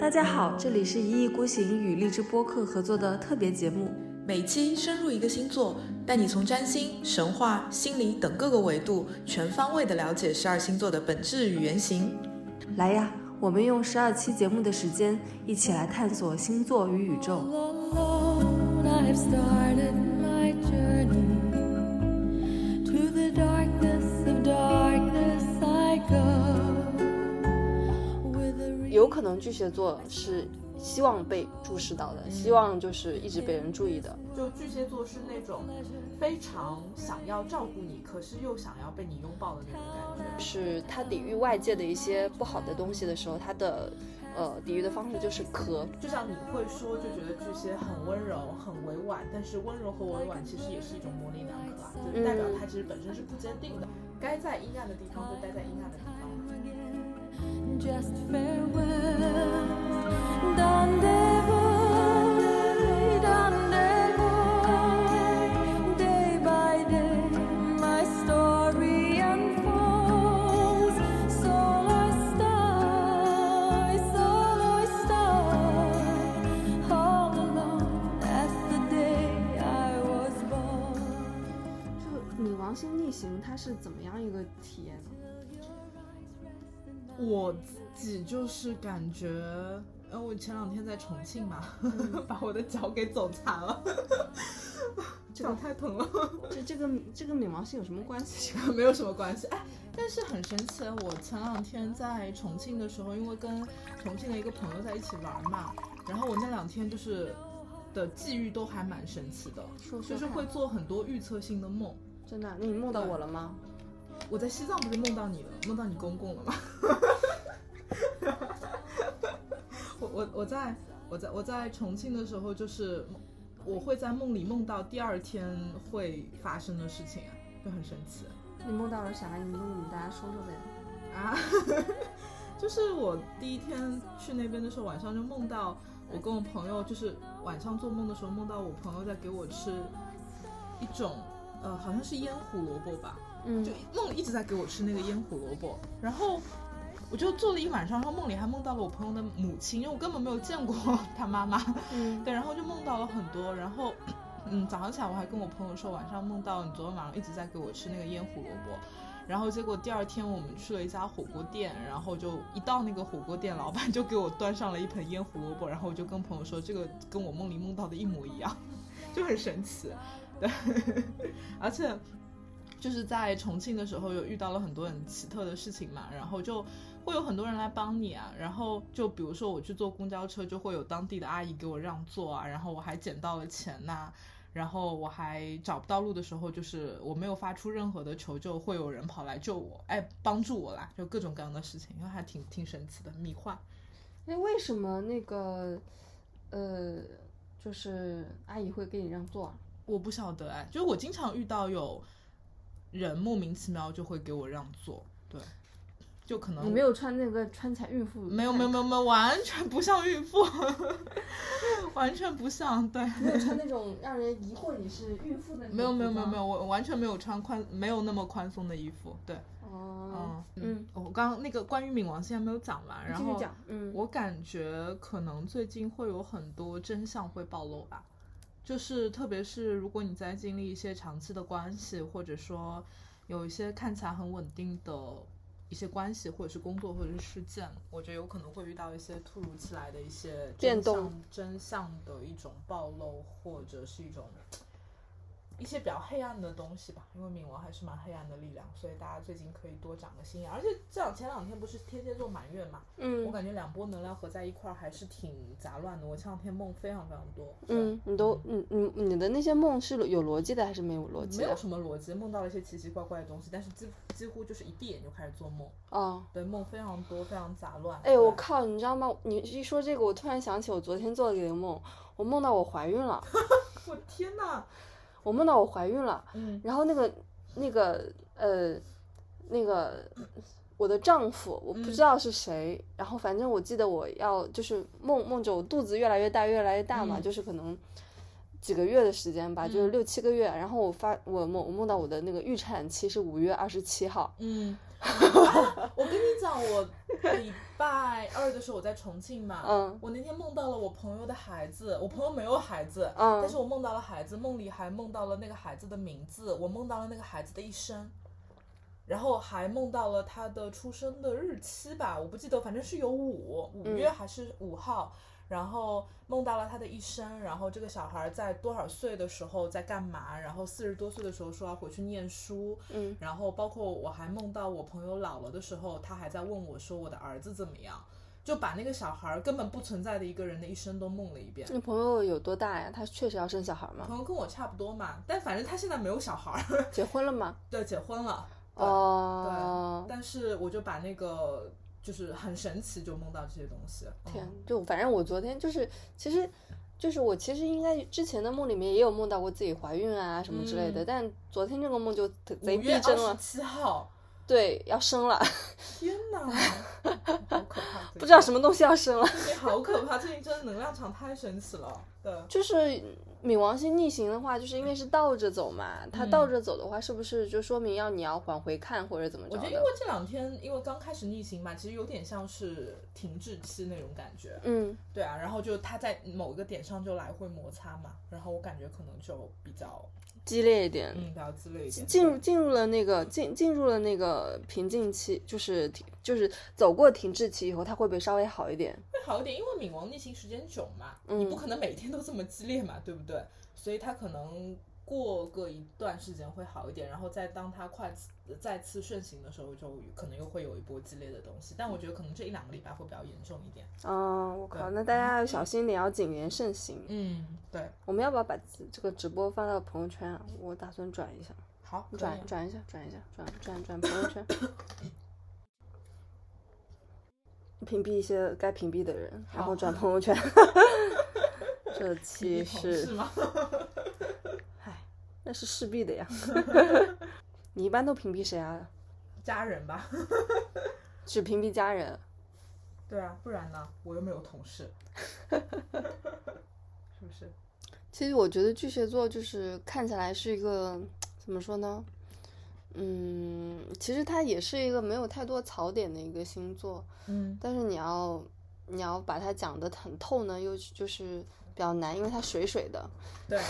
大家好，这里是一意孤行与荔枝播客合作的特别节目。每期深入一个星座，带你从占星、神话、心理等各个维度，全方位的了解十二星座的本质与原型。来呀，我们用十二期节目的时间，一起来探索星座与宇宙。有可能巨蟹座是希望被注视到的，希望就是一直被人注意的。就巨蟹座是那种非常想要照顾你，可是又想要被你拥抱的那种感觉。是他抵御外界的一些不好的东西的时候，他的呃抵御的方式就是壳。就像你会说，就觉得巨蟹很温柔、很委婉，但是温柔和委婉其实也是一种模棱两可啊，就代表他其实本身是不坚定的，该在阴暗的地方就待在阴暗的地方。just farewell. Rendezvous, rendezvous. Day by day, my story unfolds. Solo estoy, solo estoy, all alone as the day I was born. 就女王星逆行，它是怎么样一个体验呢？我自己就是感觉，呃，我前两天在重庆嘛， 把我的脚给走残了，脚太疼了， 这这个这跟冥王星有什么关系？ 没有什么关系。哎，但是很神奇，啊我前两天在重庆的时候，因为跟重庆的一个朋友在一起玩嘛，然后我那两天就是的际遇都还蛮神奇的，说说就是看会做很多预测性的梦。真的，你梦到我了吗？我在西藏不是梦到你了，梦到你公公了吗？ 我我我在我在我在重庆的时候，就是我会在梦里梦到第二天会发生的事情，啊就很神奇你梦到了啥？你跟我们大家说说呗。啊！就是我第一天去那边的时候，晚上就梦到我跟我朋友，就是晚上做梦的时候梦到我朋友在给我吃一种呃，好像是腌胡萝卜吧，嗯就梦里一直在给我吃那个腌胡萝卜，然后我就做了一晚上，然后梦里还梦到了我朋友的母亲，因为我根本没有见过他妈妈，嗯，对，然后就梦到了很多，然后。嗯，早上起来我还跟我朋友说，晚上梦到你昨天晚上一直在给我吃那个腌胡萝卜，然后结果第二天我们去了一家火锅店，然后就一到那个火锅店，老板就给我端上了一盆腌胡萝卜，然后我就跟朋友说，这个跟我梦里梦到的一模一样， 就很神奇。 对，而且就是在重庆的时候，有遇到了很多很奇特的事情嘛，然后就会有很多人来帮你啊。然后就比如说我去坐公交车，就会有当地的阿姨给我让座啊，然后我还捡到了钱呐、然后我还找不到路的时候，就是我没有发出任何的求救，会有人跑来救我，哎，帮助我啦，就各种各样的事情，因为还挺挺神奇的，迷幻。那哎为什么那个呃，就是阿姨会给你让座啊？我不晓得哎，就是我经常遇到有人莫名其妙就会给我让座，对，就可能你没有穿那个穿起来孕妇没有没有没有没有，完全不像孕妇， 完全不像，对， 没有穿那种让人疑惑你是孕妇的那种没有没有没有没有有，我完全没有穿宽没有那么宽松的衣服，对，哦，嗯嗯，我刚刚那个关于冥王星还没有讲完，然继续后讲，嗯，我感觉可能最近会有很多真相会暴露吧，就是特别是如果你在经历一些长期的关系，或者说有一些看起来很稳定的一些关系，或者是工作或者是事件，我觉得有可能会遇到一些突如其来的一些真变动相真相的一种暴露，或者是一种。一些比较黑暗的东西吧，因为冥王还是蛮黑暗的力量，所以大家最近可以多长个心眼。而且这两前两天不是天蝎座满月嘛，我嗯感觉两波能量合在一块儿还是挺杂乱的。我前两天梦非常非常多，嗯，你都你你你的那些梦是有逻辑的还是没有逻辑没有的？什么逻辑，梦到了一些奇奇怪怪的东西，但是几几乎就是一闭眼就开始做梦，哦，对，梦非常多，非常杂乱。哎，我靠，你知道吗？你一说这个，我突然想起我昨天做了一个梦，我梦到我怀孕 了，对，我天呐，我梦到我怀孕了，嗯然后那个那个呃那个我的丈夫，我不嗯知道是谁，然后反正我记得我要就是梦梦着我肚子越来越大越来越大嘛，嗯就是可能几个月的时间吧，嗯就是六七个月。然后我发我梦我梦到我的那个预产期是五月二十七号， 嗯，啊我跟你讲，我礼拜二的时候我在重庆嘛，嗯我那天梦到了我朋友的孩子，我朋友没有孩子，嗯但是我梦到了孩子，梦里还梦到了那个孩子的名字，我梦到了那个孩子的一生，然后还梦到了他的出生的日期吧，我不记得，反正是有五五嗯月还是五号。然后梦到了他的一生，然后这个小孩在多少岁的时候在干嘛，然后四十多岁的时候说要回去念书，嗯然后包括我还梦到我朋友老了的时候，他还在问我说我的儿子怎么样，就把那个小孩儿根本不存在的一个人的一生都梦了一遍。你朋友有多大呀？他确实要生小孩吗？朋友跟我差不多嘛，但反正他现在没有小孩儿， 结婚了吗？对，结婚了。对哦，但是我就把那个就是很神奇，就梦到这些东西。嗯天，就反正我昨天就是，其实就是我其实应该之前的梦里面也有梦到过自己怀孕啊什么之类的，嗯但昨天这个梦就贼五贼逼月真二十了，七号，对，要生了，天 哪，好可怕！不知道什么，么东西要生了， 最近 好可怕，最近真的能量场太神奇了。对，就是冥王星逆行的话，就是因为是倒着走嘛，它嗯倒着走的话，是不是就说明要你要往回看或者怎么我着觉得因的为？这两天因为刚开始逆行嘛，其实有点像是停滞期那种感觉。嗯，对啊，然后就它在某一个点上就来回摩擦嘛，然后我感觉可能就比较激烈一点。嗯比较激烈一点。进入进入了那个进进入了那个瓶颈期，就是停就是走过停滞期以后，它会不会稍微好一点？会好一点，因为冥王逆行时间久嘛，嗯你不可能每天都这么激烈嘛，对不对？所以它可能过个一段时间会好一点，然后再当它快次再次顺行的时候，就可能又会有一波激烈的东西。但我觉得可能这一两个礼拜会比较严重一点。嗯，我靠，那大家要小心点，要谨言慎行。嗯，对，我们要不要把这这个直播发到朋友圈啊？我打算转一下，好，可以转转一下，转一下，转转转朋友 圈，屏蔽一些该屏蔽的人，然后好转朋友圈。 这期你同事是，吗？ 唉，那是势必的呀。 你一般都屏蔽谁啊？家人吧。只屏蔽家人。对啊，不然呢？我又没有同事，是不是？其实我觉得巨蟹座就是看起来是一个怎么说呢？嗯，其实它也是一个没有太多槽点的一个星座，嗯，但是你要你要把它讲得很透呢，又就是比较难，因为它水水的， 对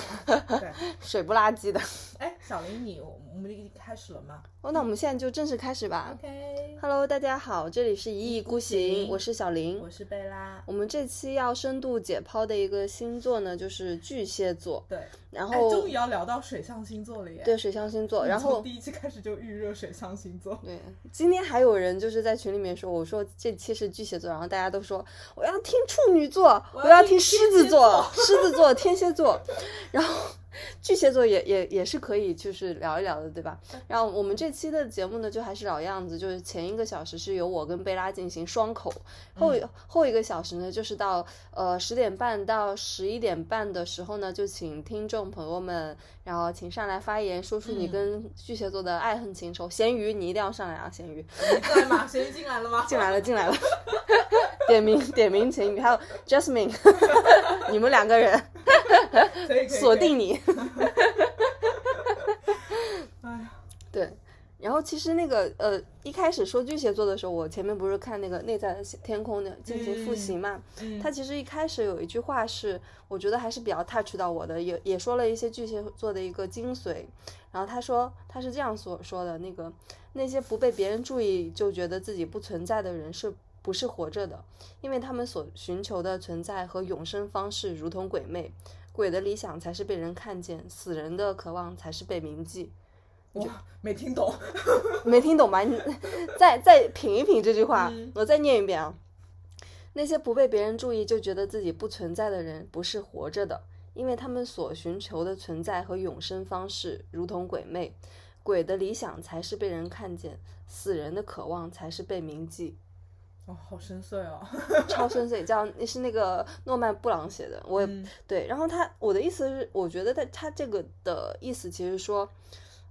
对。水不拉几的。哎，小林你，我我们已经开始了吗哦，那我们现在就正式开始吧。 ？OK， Hello，大家好，这里是一意孤行，我是小林。我是贝拉。我们这期要深度解剖的一个星座呢，就是巨蟹座，对，然哎，后终于要聊到水象星座了耶！对水象星座，我们然后从第一期开始就预热水象星座，对，今天还有人就是在群里面说，我说这期是巨蟹座，然后大家都说我要听处女座，我我要要听听狮天子蝎座，狮子座、天蝎座， 然后巨蟹座也也也是可以就是聊一聊的，对吧？嗯然后我们这期的节目呢，就还是老样子，就是前一个小时是由我跟贝拉进行双口，后、嗯后一个小时呢，就是到呃十点半到十一点半的时候呢，就请听众朋友们，然后请上来发言，说出你嗯跟巨蟹座的爱恨情 仇。咸鱼，你一定要上来啊！咸鱼你在吗？谁进来了吗？ 进来了，进来 了，点名点名咸鱼，还有 Jasmine，你们两个人可以可以。锁定你。可以。哎呀，对，然后其实那个呃，一开始说巨蟹座的时候，我前面不是看那个内在的天空的进行复习嘛，嗯他其实一开始有一句话是，我觉得还是比较 touch 到我的，也也说了一些巨蟹座的一个精髓。然后他说他是这样所说的，那个那些不被别人注意就觉得自己不存在的人是。不是活着的，因为他们所寻求的存在和永生方式如同鬼魅，鬼的理想才是被人看见，死人的渴望才是被铭记。哇，没听懂。没听懂吧？你 再再品一品这句话，嗯我再念一遍啊。那些不被别人注意就觉得自己不存在的人，不是活着的，因为他们所寻求的存在和永生方式如同鬼魅，鬼的理想才是被人看见，死人的渴望才是被铭记。哦，好深邃哦。 超深邃，叫是那个诺曼布朗写的，我也嗯对，然后他我的意思是，我觉得他他这个的意思其实说，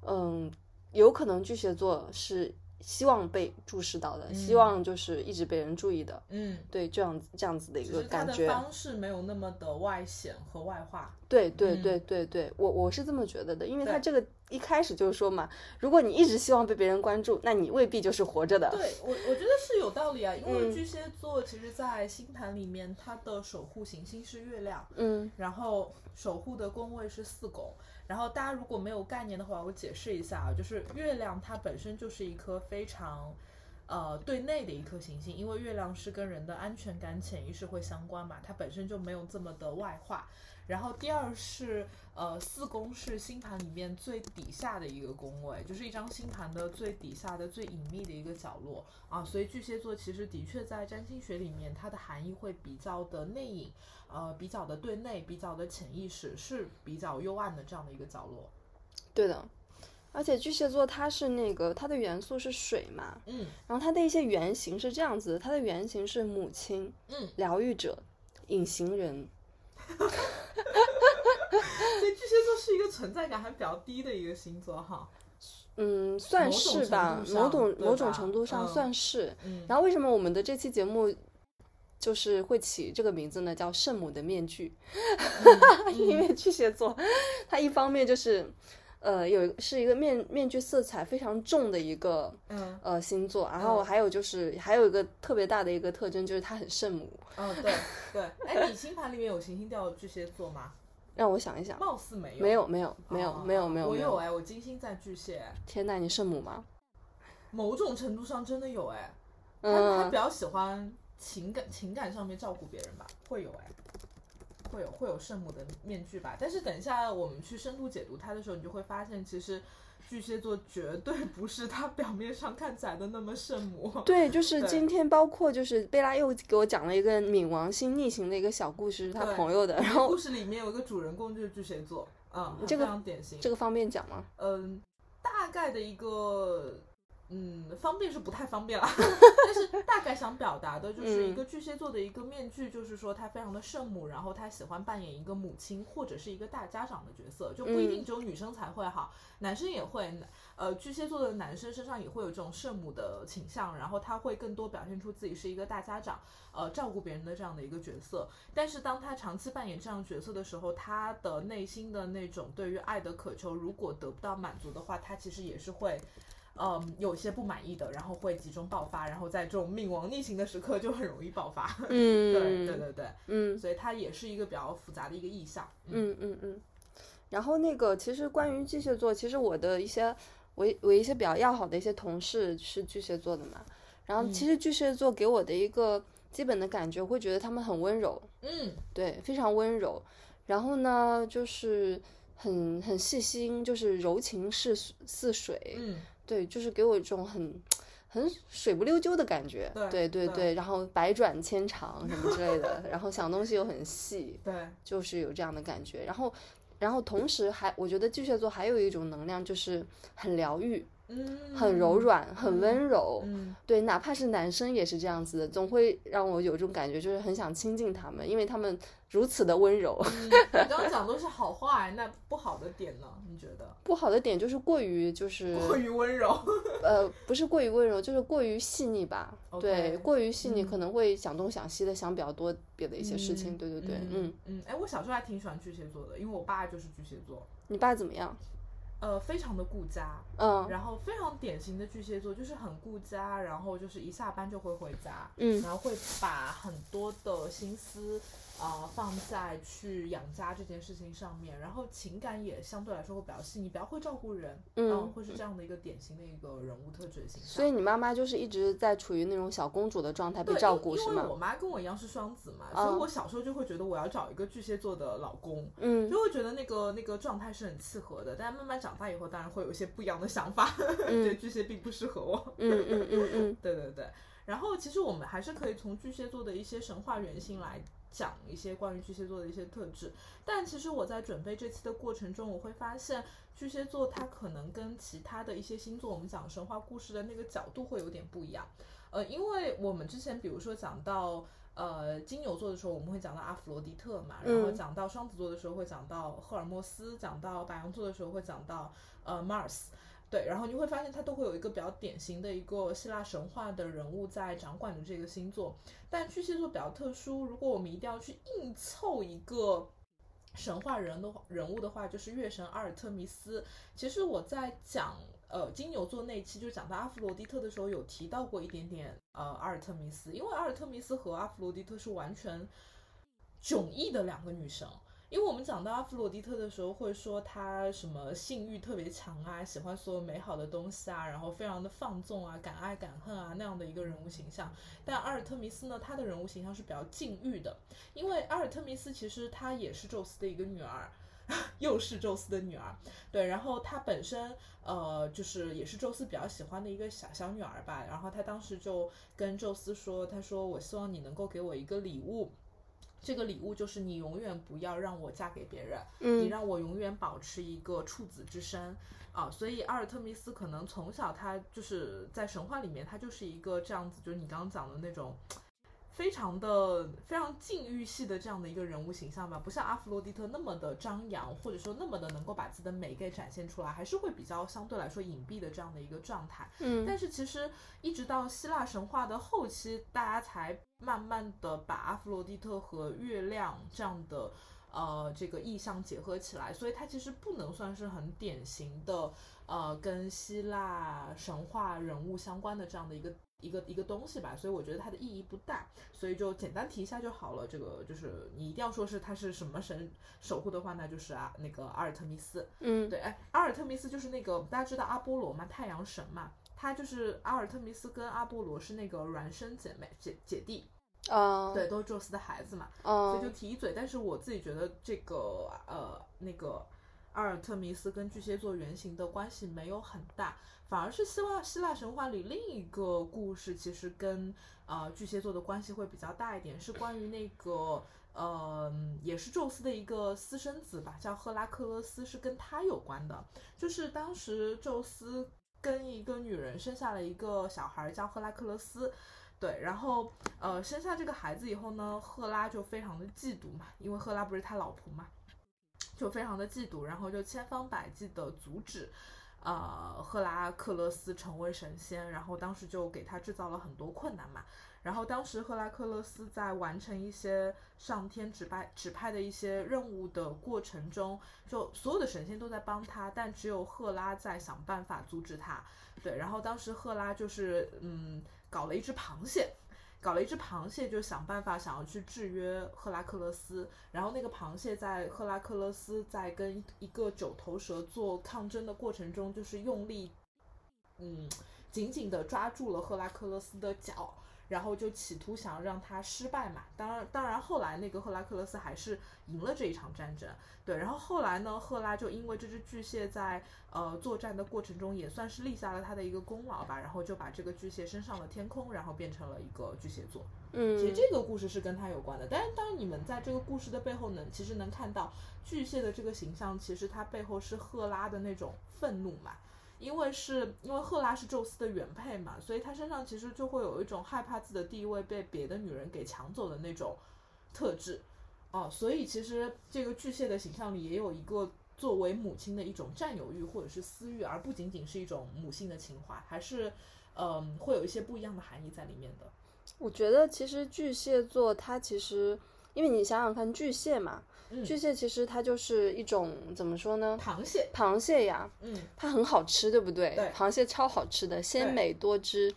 嗯，有可能巨蟹座是希望被注视到的，希望就是一直被人注意的，嗯，对，这样子这样子的一只个是他感的觉。方式没有那么的外显和外化。对对嗯对对对，我我是这么觉得的，因为他对这个一开始就是说嘛，如果你一直希望被别人关注，那你未必就是活着的。对我，我觉得是有道理啊，因为嗯巨蟹座其实，在星盘里面，它的守护行星是月亮，嗯然后守护的宫位是四宫。然后大家如果没有概念的话，我解释一下啊，就是月亮它本身就是一颗非常。呃，对内的一颗行星，因为月亮是跟人的安全感、潜意识会相关嘛，它本身就没有这么的外化。然后第二是，呃，四宫是星盘里面最底下的一个宫位，就是一张星盘的最底下的最隐秘的一个角落啊，所以巨蟹座其实的确在占星学里面，它的含义会比较的内隐，呃，比较的对内，比较的潜意识是比较幽暗的这样的一个角落。对的。而且巨蟹座它是那个它的元素是水嘛，嗯然后它的一些原型是这样子的，它的原型是母亲、嗯，疗愈者、隐形人。所以巨蟹座是一个存在感还比较低的一个星座哈。嗯，算某种是吧某程，度上种对某种吧程度上嗯算是。嗯，然后为什么我们的这期节目就是会起这个名字呢？叫《圣母的面具》嗯 因为巨蟹座，它一方面就是，呃，有是一个面面具色彩非常重的一个嗯呃星座，然后嗯还有就是还有一个特别大的一个特征就是它很圣母。嗯，对对。哎，你星盘里面有行星掉巨蟹座吗？让我想一想，貌似没有，没有没有没有哦没有没有我没有有，哎，我金星在巨蟹，哎天呐，你圣母吗？某种程度上真的有哎。他他嗯比，较喜欢情感情感上面照顾别人吧，会有哎，会有会有圣母的面具吧。但是等一下我们去深度解读它的时候，你就会发现，其实巨蟹座绝对不是他表面上看起来的那么圣母。对，就是对今天，包括就是贝拉又给我讲了一个冥王星逆行的一个小故事，是他对朋友的，然后 故事里面有一个主人公就是巨蟹座，嗯，这个非常典型。这个方便讲吗？嗯，大概的一个，嗯，方便是不太方便 了，但是大概想表达的就是嗯一个巨蟹座的一个面具，就是说他非常的圣母，然后他喜欢扮演一个母亲或者是一个大家长的角色，就不一嗯定只有女生才会哈，男生也会。呃，巨蟹座的男生身上也会有这种圣母的倾向，然后他会更多表现出自己是一个大家长，呃，照顾别人的这样的一个角色。但是当他长期扮演这样角色的时候，他的内心的那种对于爱的渴求，如果得不到满足的话，他其实也是会。嗯，有些不满意的，然后会集中爆发，然后在这种冥王逆行的时刻就很容易爆发。 嗯，对对对对，嗯所以它也是一个比较复杂的一个意象。嗯嗯嗯。然后那个，其实关于巨蟹座，其实我的一些我我一些比较要好的一些同事是巨蟹座的嘛，然后嗯其实巨蟹座给我的一个基本的感觉，会觉得他们很温柔，嗯对，非常温柔。然后呢，就是很很细心，就是柔情似似水，嗯对，就是给我一种很很水不溜丢的感觉。对对对对然后百转千长什么之类的，然后想东西又很细，对，就是有这样的感觉。然后，然后同时还，我觉得巨蟹座还有一种能量，就是很疗愈、嗯，很柔，软、很温柔。嗯对，哪怕是男生也是这样子的，总会让我有这种感觉，就是很想亲近他们，因为他们如此的温柔。嗯，你刚刚讲都是好话哎，那不好的点呢？你觉得？ 不好的点就是过于就是过于温柔。 呃，不是过于温柔，就是过于细腻吧。对， OK，过于细腻嗯可能会想东想西的，想比较多别的一些事情。嗯对对对，嗯嗯，嗯，哎，我小时候还挺喜欢巨蟹座的，因为我爸就是巨蟹座，你爸怎么样？呃，非常的顾家，嗯然后非常典型的巨蟹座就是很顾家，然后就是一下班就会回家，嗯然后会把很多的心思啊、呃放在去养家这件事情上面，然后情感也相对来说会比较细腻，比较会照顾人，嗯。会是这样的一个典型的一个人物特质的形象。所以你妈妈就是一直在处于那种小公主的状态被对，照因顾是因为吗我？妈跟我一样是双子嘛，嗯所以我小时候就会觉得我要找一个巨蟹座的老公，嗯就会觉得那个那个状态是很契合的。但慢慢长大以后，当然会有一些不一样的想法， 对巨蟹并不适合我。嗯嗯嗯嗯对对对。然后其实我们还是可以从巨蟹座的一些神话原型来讲一些关于巨蟹座的一些特质。但其实我在准备这期的过程中，我会发现巨蟹座它可能跟其他的一些星座，我们讲神话故事的那个角度会有点不一样。呃，因为我们之前比如说讲到。呃，金牛座的时候我们会讲到阿弗罗狄特嘛，然后嗯讲到双子座的时候会讲到赫尔墨斯，讲到白羊座的时候会讲到呃 Mars，对，然后你会发现它都会有一个比较典型的一个希腊神话的人物在掌管着这个星座，但巨蟹座比较特殊，如果我们一定要去硬凑一个。神话人的人物的话，就是月神阿尔特弥斯。其实我在讲呃金牛座那期，就讲到阿弗罗狄特的时候，有提到过一点点呃阿尔特弥斯，因为阿尔特弥斯和阿弗罗狄特是完全迥异的两个女神。因为我们讲到阿弗罗狄特的时候，会说她什么性欲特别强啊，喜欢所有美好的东西啊，然后非常的放纵啊，敢爱敢恨啊那样的一个人物形象。但阿尔特弥斯呢，她的人物形象是比较禁欲的，因为阿尔特弥斯其实她也是宙斯的一个女儿。 又是宙斯的女儿，对，然后她本身呃就是也是宙斯比较喜欢的一个小小女儿吧，然后她当时就跟宙斯说，她说我希望你能够给我一个礼物，这个礼物就是你永远不要让我嫁给别人，嗯你让我永远保持一个处子之身啊。所以阿尔特弥斯可能从小她就是在神话里面，她就是一个这样子，就是你刚刚讲的那种。非常的非常禁欲系的这样的一个人物形象吧，不像阿弗洛狄特那么的张扬，或者说那么的能够把自己的美给展现出来，还是会比较相对来说隐蔽的这样的一个状态。嗯但是其实一直到希腊神话的后期，大家才慢慢的把阿弗洛狄特和月亮这样的呃这个意象结合起来，所以它其实不能算是很典型的呃跟希腊神话人物相关的这样的一个。一个一个东西吧，所以我觉得它的意义不大，所以就简单提一下就好了。这个就是你一定要说是它是什么神守护的话，那就是啊那个阿尔特弥斯。嗯，对，哎，阿尔特弥斯就是那个大家知道阿波罗嘛，太阳神嘛，他就是阿尔特弥斯跟阿波罗是那个孪生姐妹姐姐弟，啊，对，都是宙斯的孩子嘛，所以就嗯，提一嘴。但是我自己觉得这个呃那个阿尔特弥斯跟巨蟹座原型的关系没有很大，反而是希腊希腊神话里另一个故事，其实跟呃巨蟹座的关系会比较大一点，是关于那个。呃，也是宙斯的一个私生子吧，叫赫拉克勒斯，是跟他有关的。就是当时宙斯跟一个女人生下了一个小孩，叫赫拉克勒斯。对，然后呃，生下这个孩子以后呢，赫拉就非常的嫉妒嘛，因为赫拉不是他老婆嘛，就非常的嫉妒，然后就千方百计的阻止，呃，赫拉克勒斯成为神仙，然后当时就给他制造了很多困难嘛。然后当时赫拉克勒斯在完成一些上天指派指派的一些任务的过程中，就所有的神仙都在帮他，但只有赫拉在想办法阻止他。对，然后当时赫拉就是嗯搞了一只螃蟹，搞了一只螃蟹，就想办法想要去制约赫拉克勒斯。然后那个螃蟹在赫拉克勒斯在跟一个九头蛇做抗争的过程中，就是用力，嗯，紧紧的抓住了赫拉克勒斯的脚。然后就企图想要让他失败嘛，当然，当然后来那个赫拉克勒斯还是赢了这一场战争，对。然后后来呢，赫拉就因为这只巨蟹在呃作战的过程中也算是立下了他的一个功劳吧，然后就把这个巨蟹升上了天空，然后变成了一个巨蟹座。其实嗯，这个故事是跟他有关的，但是当然你们在这个故事的背后能其实能看到巨蟹的这个形象，其实它背后是赫拉的那种愤怒嘛。因为是因为赫拉是宙斯的原配嘛，所以她身上其实就会有一种害怕自己的地位被别的女人给抢走的那种特质，哦，所以其实这个巨蟹的形象里也有一个作为母亲的一种占有欲或者是私欲，而不仅仅是一种母性的情怀，还是嗯会有一些不一样的含义在里面的。我觉得其实巨蟹座它其实，因为你想想看，巨蟹嘛，嗯，巨蟹其实它就是一种怎么说呢？螃蟹，螃蟹呀，嗯，它很好吃，对不对？对螃蟹超好吃的，鲜对美多汁，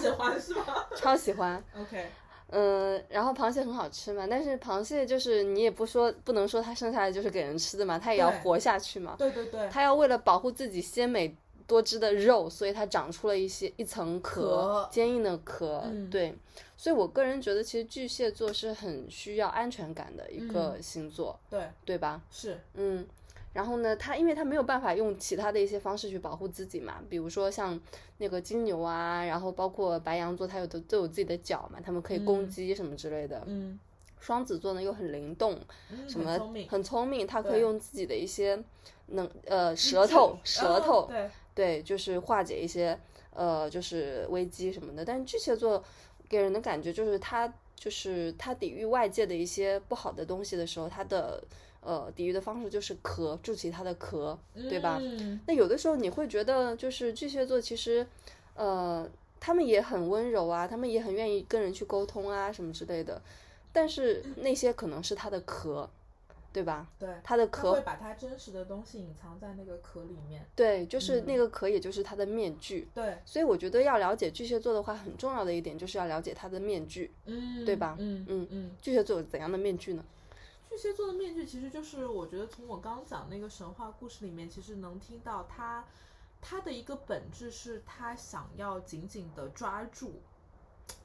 喜欢是吗超喜欢。 ？OK，嗯，然后螃蟹很好吃嘛，但是螃蟹就是你也不说，不能说它生下来就是给人吃的嘛，它也要对活下去嘛。对对对，它要为了保护自己鲜美多汁的肉，所以它长出了一些一层壳，壳坚硬的壳。嗯对，所以我个人觉得，其实巨蟹座是很需要安全感的嗯一个星座，对对吧？是，嗯。然后呢，它因为它没有办法用其他的一些方式去保护自己嘛，比如说像那个金牛啊，然后包括白羊座，它有的都有自己的脚嘛，它们可以攻嗯击什么之类的。嗯，双子座呢又很灵动，嗯什很么聪明，很聪明，它可以对用自己的一些能呃机舌智头舌啊头、对，对，就是化解一些呃就是危机什么的。但是巨蟹座给人的感觉就是他就是他抵御外界的一些不好的东西的时候，他的呃抵御的方式就是壳，筑起它的壳，对吧？嗯那有的时候你会觉得，就是巨蟹座其实，呃，他们也很温柔啊，他们也很愿意跟人去沟通啊，什么之类的。但是那些可能是他的壳，对吧？对，他的他会壳，把他真实的东西隐藏在那个壳里面。对，就是嗯那个壳，也就是他的面具。对，所以我觉得要了解巨蟹座的话，很重要的一点就是要了解他的面具。嗯，对吧嗯嗯嗯。巨蟹座有怎样的面具呢？巨蟹座的面具其实就是，我觉得从我刚讲那个神话故事里面，其实能听到他他的一个本质是他想要紧紧的抓住，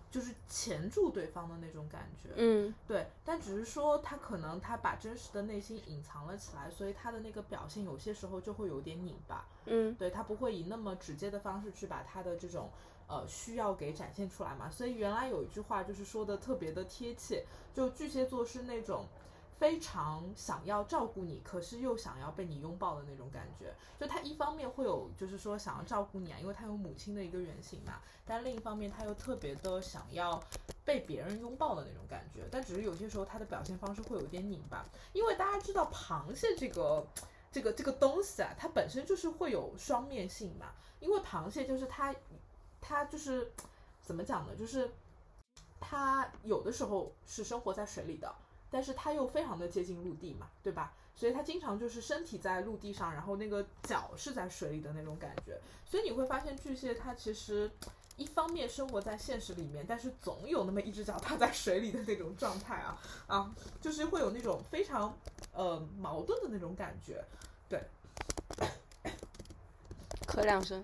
就是钳住对方的那种感觉。嗯对，但只是说他可能他把真实的内心隐藏了起来，所以他的那个表现有些时候就会有点拧巴。嗯对他不会以那么直接的方式去把他的这种呃需要给展现出来嘛。所以原来有一句话就是说的特别的贴切，就巨蟹座是那种。非常想要照顾你，可是又想要被你拥抱的那种感觉。就他一方面会有，就是说想要照顾你啊，因为他有母亲的一个原型嘛。但另一方面，他又特别的想要被别人拥抱的那种感觉。但只是有些时候他的表现方式会有点拧巴，因为大家知道螃蟹这个这个这个东西啊，它本身就是会有双面性嘛。因为螃蟹就是它，它就是怎么讲呢？就是它有的时候是生活在水里的，但是它又非常的接近陆地嘛，对吧？所以它经常就是身体在陆地上，然后那个脚是在水里的那种感觉。所以你会发现巨蟹它其实。一方面生活在现实里面，但是总有那么一只脚踏在水里的那种状态啊啊，就是会有那种非常呃矛盾的那种感觉。咳两声。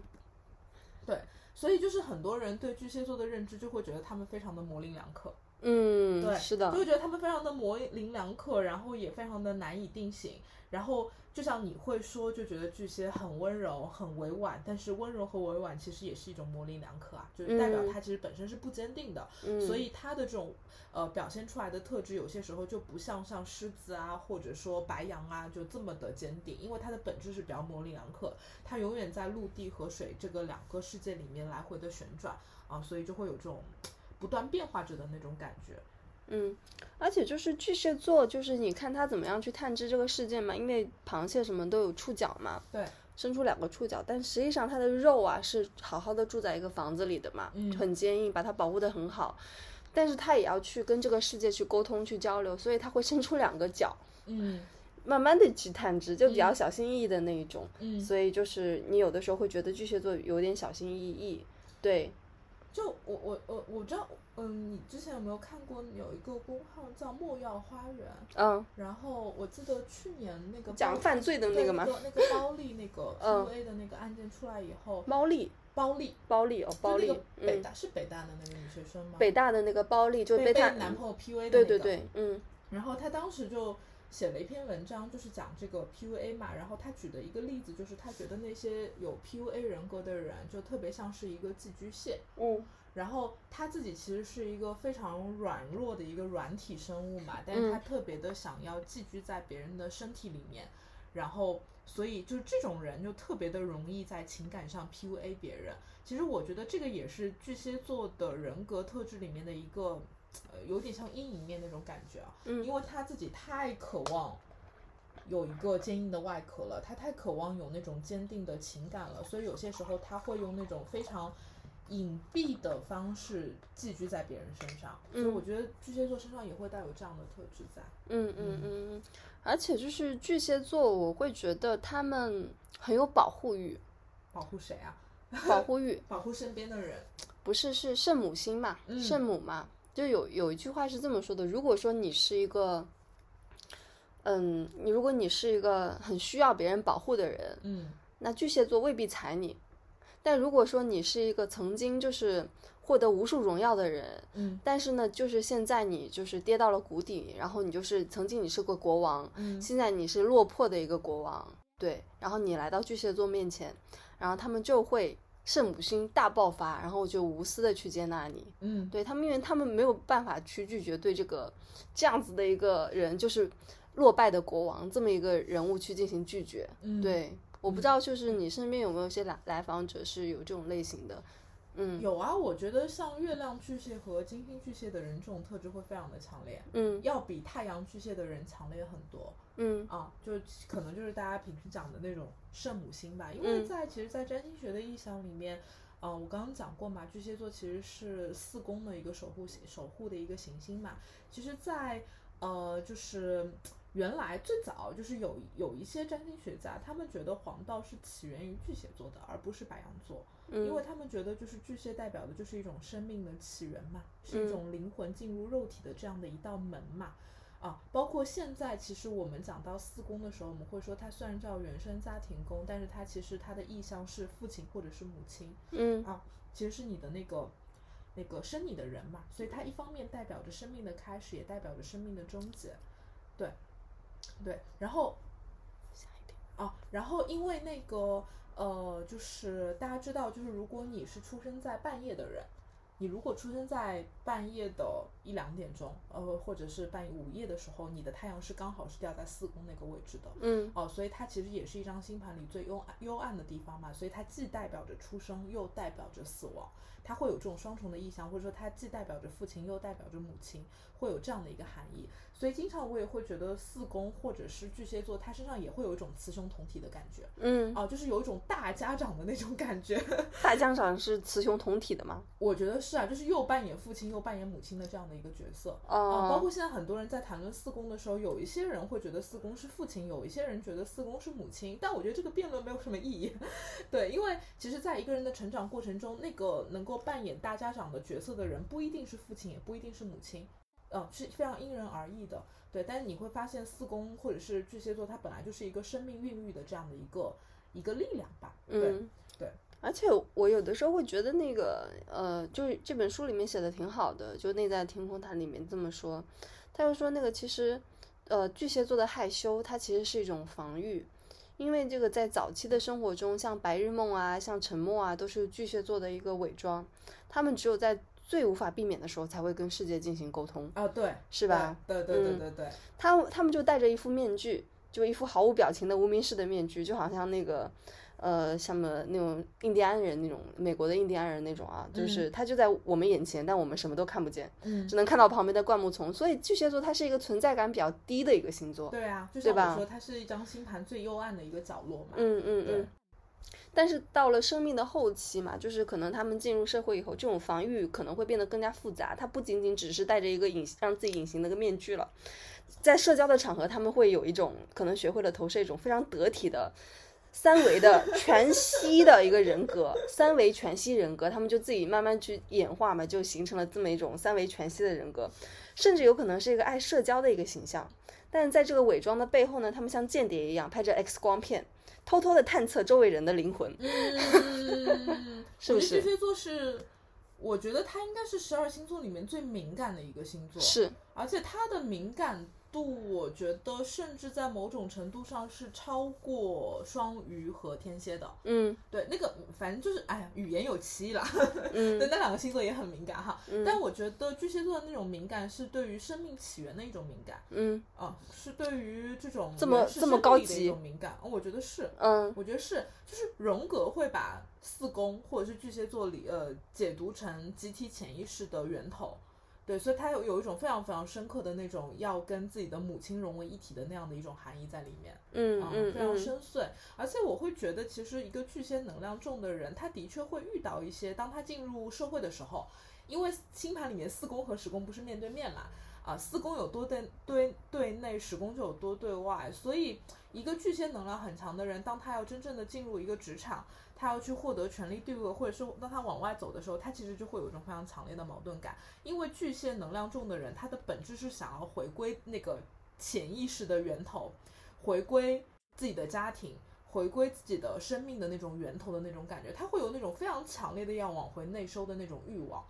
所以就是很多人对巨蟹座的认知就会觉得他们非常的模棱两可，对嗯，是就的，会觉得他们非常的模棱两可，然后也非常的难以定型。然后就像你会说，就觉得巨蟹很温柔、很委婉，但是温柔和委婉其实也是一种模棱两可啊，就是代表嗯他其实本身是不坚定的。嗯，所以它的这种呃表现出来的特质，有些时候就不像像狮子啊，或者说白羊啊，就这么的坚定，因为它的本质是比较模棱两可，它永远在陆地和水这个两个世界里面来回的旋转啊，所以就会有这种不断变化着的那种感觉。嗯，而且就是巨蟹座，就是你看他怎么样去探知这个事件嘛，因为螃蟹什么都有触角嘛，对，伸出两个触角，但实际上它的肉啊是好好的住在一个房子里的嘛，嗯很坚硬，把它保护的很好，但是它也要去跟这个世界去沟通去交流，所以它会伸出两个脚，嗯慢慢的去探知，就比较嗯小心翼翼的那一种，嗯所以就是你有的时候会觉得巨蟹座有点小心翼翼，对，就我我我我知道，嗯，你之前有没有看过有一个公号叫莫要花园？嗯，然后我记得去年那个讲包犯罪的那对个那嘛，个那个包丽那个嗯 PUA 的那个案件出来以后，猫力，包丽包力哦，包就那力个，北嗯。大是北大的那个女学生吗？北大的那个包丽就被她男朋友 PUA 的那个。对对。对，嗯然后她当时就写了一篇文章，就是讲这个 PUA 嘛。然后她举的一个例子就是，她觉得那些有 PUA 人格的人就特别像是一个寄居蟹。嗯然后她自己其实是一个非常软弱的一个软体生物嘛，但嗯是她特别的想要寄居在别人的身体里面，然后所以就是这种人就特别的容易在情感上 PUA 别人。其实我觉得这个也是巨蟹座的人格特质里面的一个，呃，有点像阴影面那种感觉啊，嗯因为他自己太渴望有一个坚硬的外壳了，他太渴望有那种坚定的情感了，所以有些时候他会用那种非常隐蔽的方式寄居在别人身上。所以我觉得巨蟹座身上也会带有这样的特质在。嗯嗯嗯，嗯，而且就是巨蟹座，我会觉得他们很有保护欲，保护谁啊？ 保护欲保护身边的人。不是是圣母心嘛，嗯圣母嘛，就有有一句话是这么说的：如果说你是一个，嗯，你如果你是一个很需要别人保护的人，嗯那巨蟹座未必踩你；但如果说你是一个曾经就是获得无数荣耀的人，嗯但是呢，就是现在你就是跌到了谷底，然后你就是曾经你是个国王，嗯现在你是落魄的一个国王，对，然后你来到巨蟹座面前，然后他们就会圣母心大爆发，然后就无私的去接纳你，嗯，对他们，因为他们没有办法去拒绝对这个这样子的一个人，就是落败的国王这么一个人物去进行拒绝，嗯，对。我不知道，就是你身边有没有一些来来访者是有这种类型的嗯有啊，我觉得像月亮巨蟹和金星巨蟹的人，这种特质会非常的强烈，嗯要比太阳巨蟹的人强烈很多嗯啊。就可能就是大家平时讲的那种圣母心吧，因为嗯在其实，在占星学的意象里面，啊、我刚刚讲过嘛，巨蟹座其实是四宫的一个守护行守护的一个行星嘛。其实在，呃，就是原来最早就是有有一些占星学家，他们觉得黄道是起源于巨蟹座的，而不是白羊座。因为嗯他们觉得就是巨蟹代表的就是一种生命的起源嘛，是嗯一种灵魂进入肉体的这样的一道门嘛。啊，包括现在，其实我们讲到四宫的时候，我们会说它虽然叫原生家庭宫，但是它其实它的意象是父亲或者是母亲，啊嗯其实是你的那个那个生你的人嘛，所以它一方面代表着生命的开始，也代表着生命的终结。对，对，然后啊，然后因为那个呃，就是大家知道，就是如果你是出生在半夜的人，你如果出生在半夜的一两点钟，呃，或者是半夜午夜的时候，你的太阳是刚好是掉在四宫那个位置的。嗯哦，所以它其实也是一张星盘里最幽暗幽暗的地方嘛，所以它既代表着出生，又代表着死亡，它会有这种双重的意象，或者说它既代表着父亲，又代表着母亲，会有这样的一个含义。所以经常我也会觉得四宫或者是巨蟹座，它身上也会有一种雌雄同体的感觉，嗯，哦，就是有一种大家长的那种感觉。 大家长是雌雄同体的嘛？我觉得是啊，就是又扮演父亲又扮演母亲的这样的一个角色。啊，包哦括现在很多人在谈论四宫的时候，有一些人会觉得四宫是父亲，有一些人觉得四宫是母亲，但我觉得这个辩论没有什么意义。 对，因为其实，在一个人的成长过程中，那个能够扮演大家长的角色的人，不一定是父亲，也不一定是母亲，嗯、是非常因人而异的。对，但是你会发现四宫或者是巨蟹座，它本来就是一个生命孕育的这样的一个一个力量吧。对，嗯，对。而且我有的时候会觉得那个，呃，就是这本书里面写的挺好的，就《内在天空》它里面这么说，他就说那个其实，呃，巨蟹座的害羞，它其实是一种防御，因为这个在早期的生活中，像白日梦啊，像沉默啊，都是巨蟹座的一个伪装，他们只有在最无法避免的时候才会跟世界进行沟通，啊，对，是吧？对？对对对嗯对对，他他们就戴着一副面具，就一副毫无表情的无名氏的面具，就好像那个呃，像么那种印第安人那种美国的印第安人那种啊，就是他就在我们眼前，但我们什么都看不见，嗯只能看到旁边的灌木丛。所以巨蟹座它是一个存在感比较低的一个星座。对啊，就对像吧我说，它是一张星盘最幽暗的一个角落嘛。嗯嗯对嗯。但是到了生命的后期嘛，就是可能他们进入社会以后，这种防御可能会变得更加复杂。他不仅仅只是戴着一个隐让自己隐形的一个面具了，在社交的场合，他们会有一种可能学会了投射一种非常得体的。三维的全息的一个人格，三维全息人格，他们就自己慢慢去演化嘛，就形成了这么一种三维全息的人格，甚至有可能是一个爱社交的一个形象。但是在这个伪装的背后呢，他们像间谍一样拍着 X 光片，偷偷的探测周围人的灵魂。嗯，是不我觉是得巨蟹座是，我觉得它应该是十二星座里面最敏感的一个星座，，是，而且它的敏感度，我觉得甚至在某种程度上是超过双鱼和天蝎的。嗯对，那个反正就是，哎呀，语言有歧义啦。 对，嗯那两个星座也很敏感哈。嗯但我觉得巨蟹座的那种敏感是对于生命起源的一种敏感，嗯啊，是对于这种这么原始这么生高理的级一种敏感，哦我觉得是。嗯我觉得是，就是荣格会把四宫或者是巨蟹座里呃解读成集体潜意识的源头，对，所以它有有一种非常非常深刻的那种要跟自己的母亲融为一体的那样的一种含义在里面，嗯啊嗯非常嗯深邃。而且我会觉得，其实一个巨蟹能量重的人，他的确会遇到一些，当他进入社会的时候，因为星盘里面四宫和十宫不是面对面嘛，啊，四宫有多对对对内，十宫就有多对外，所以一个巨蟹能量很强的人，当他要真正的进入一个职场，他要去获得权力地位，或者是当他往外走的时候，他其实就会有一种非常强烈的矛盾感，因为巨蟹能量重的人，他的本质是想要回归那个潜意识的源头，回归自己的家庭。回归自己的生命的那种源头的那种感觉，他会有那种非常强烈的要往回内收的那种欲望，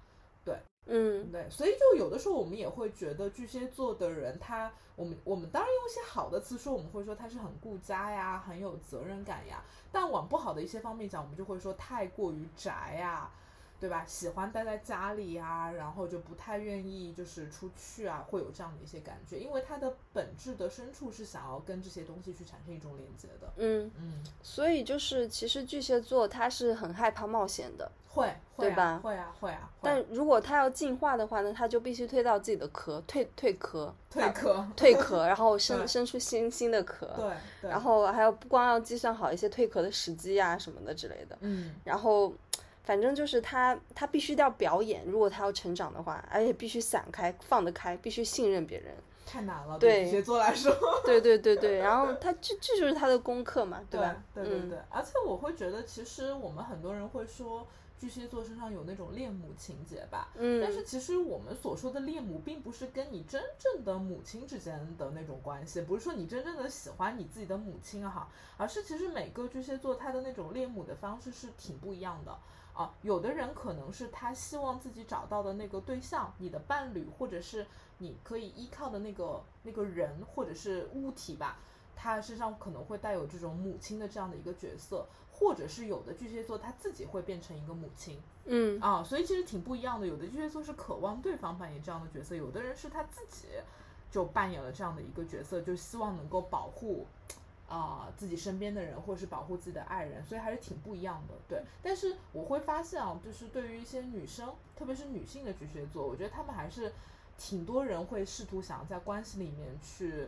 嗯对，所以就有的时候我们也会觉得巨蟹座的人他，我们我们当然用一些好的词说，我们会说他是很顾家呀，很有责任感呀。但往不好的一些方面讲，我们就会说太过于宅呀，对吧？喜欢待在家里啊，然后就不太愿意就是出去啊，会有这样的一些感觉，因为它的本质的深处是想要跟这些东西去产生一种连接的。嗯，嗯，所以就是其实巨蟹座他是很害怕冒险的，会，会对啊吧会啊，会啊，会啊但如果他要进化的话呢，他就必须推到自己的壳，退退壳，退壳， 退壳，然后生对生出新新的壳，对对，然后还有不光要计算好一些退壳的时机啊什么的之类的，嗯，然后。反正就是他，他必须要表演。如果他要成长的话，而且必须散开、放得开，必须信任别人。太难了，对哦对巨蟹座来说。对对对 对，然后他这这就是他的功课嘛，吧？对对对嗯，而且我会觉得，其实我们很多人会说巨蟹座身上有那种恋母情节吧，嗯，但是其实我们所说的恋母，并不是跟你真正的母亲之间的那种关系，不是说你真正的喜欢你自己的母亲啊哈，而是其实每个巨蟹座他的那种恋母的方式是挺不一样的。啊，有的人可能是他希望自己找到的那个对象，你的伴侣，或者是你可以依靠的那个那个人，或者是物体吧，他身上可能会带有这种母亲的这样的一个角色，或者是有的巨蟹座他自己会变成一个母亲，嗯啊，所以其实挺不一样的。有的巨蟹座是渴望对方扮演这样的角色，有的人是他自己就扮演了这样的一个角色，就希望能够保护啊、自己身边的人，或是保护自己的爱人，所以还是挺不一样的。对，但是我会发现啊，就是对于一些女生，特别是女性的巨蟹座，我觉得她们还是挺多人会试图想要在关系里面去。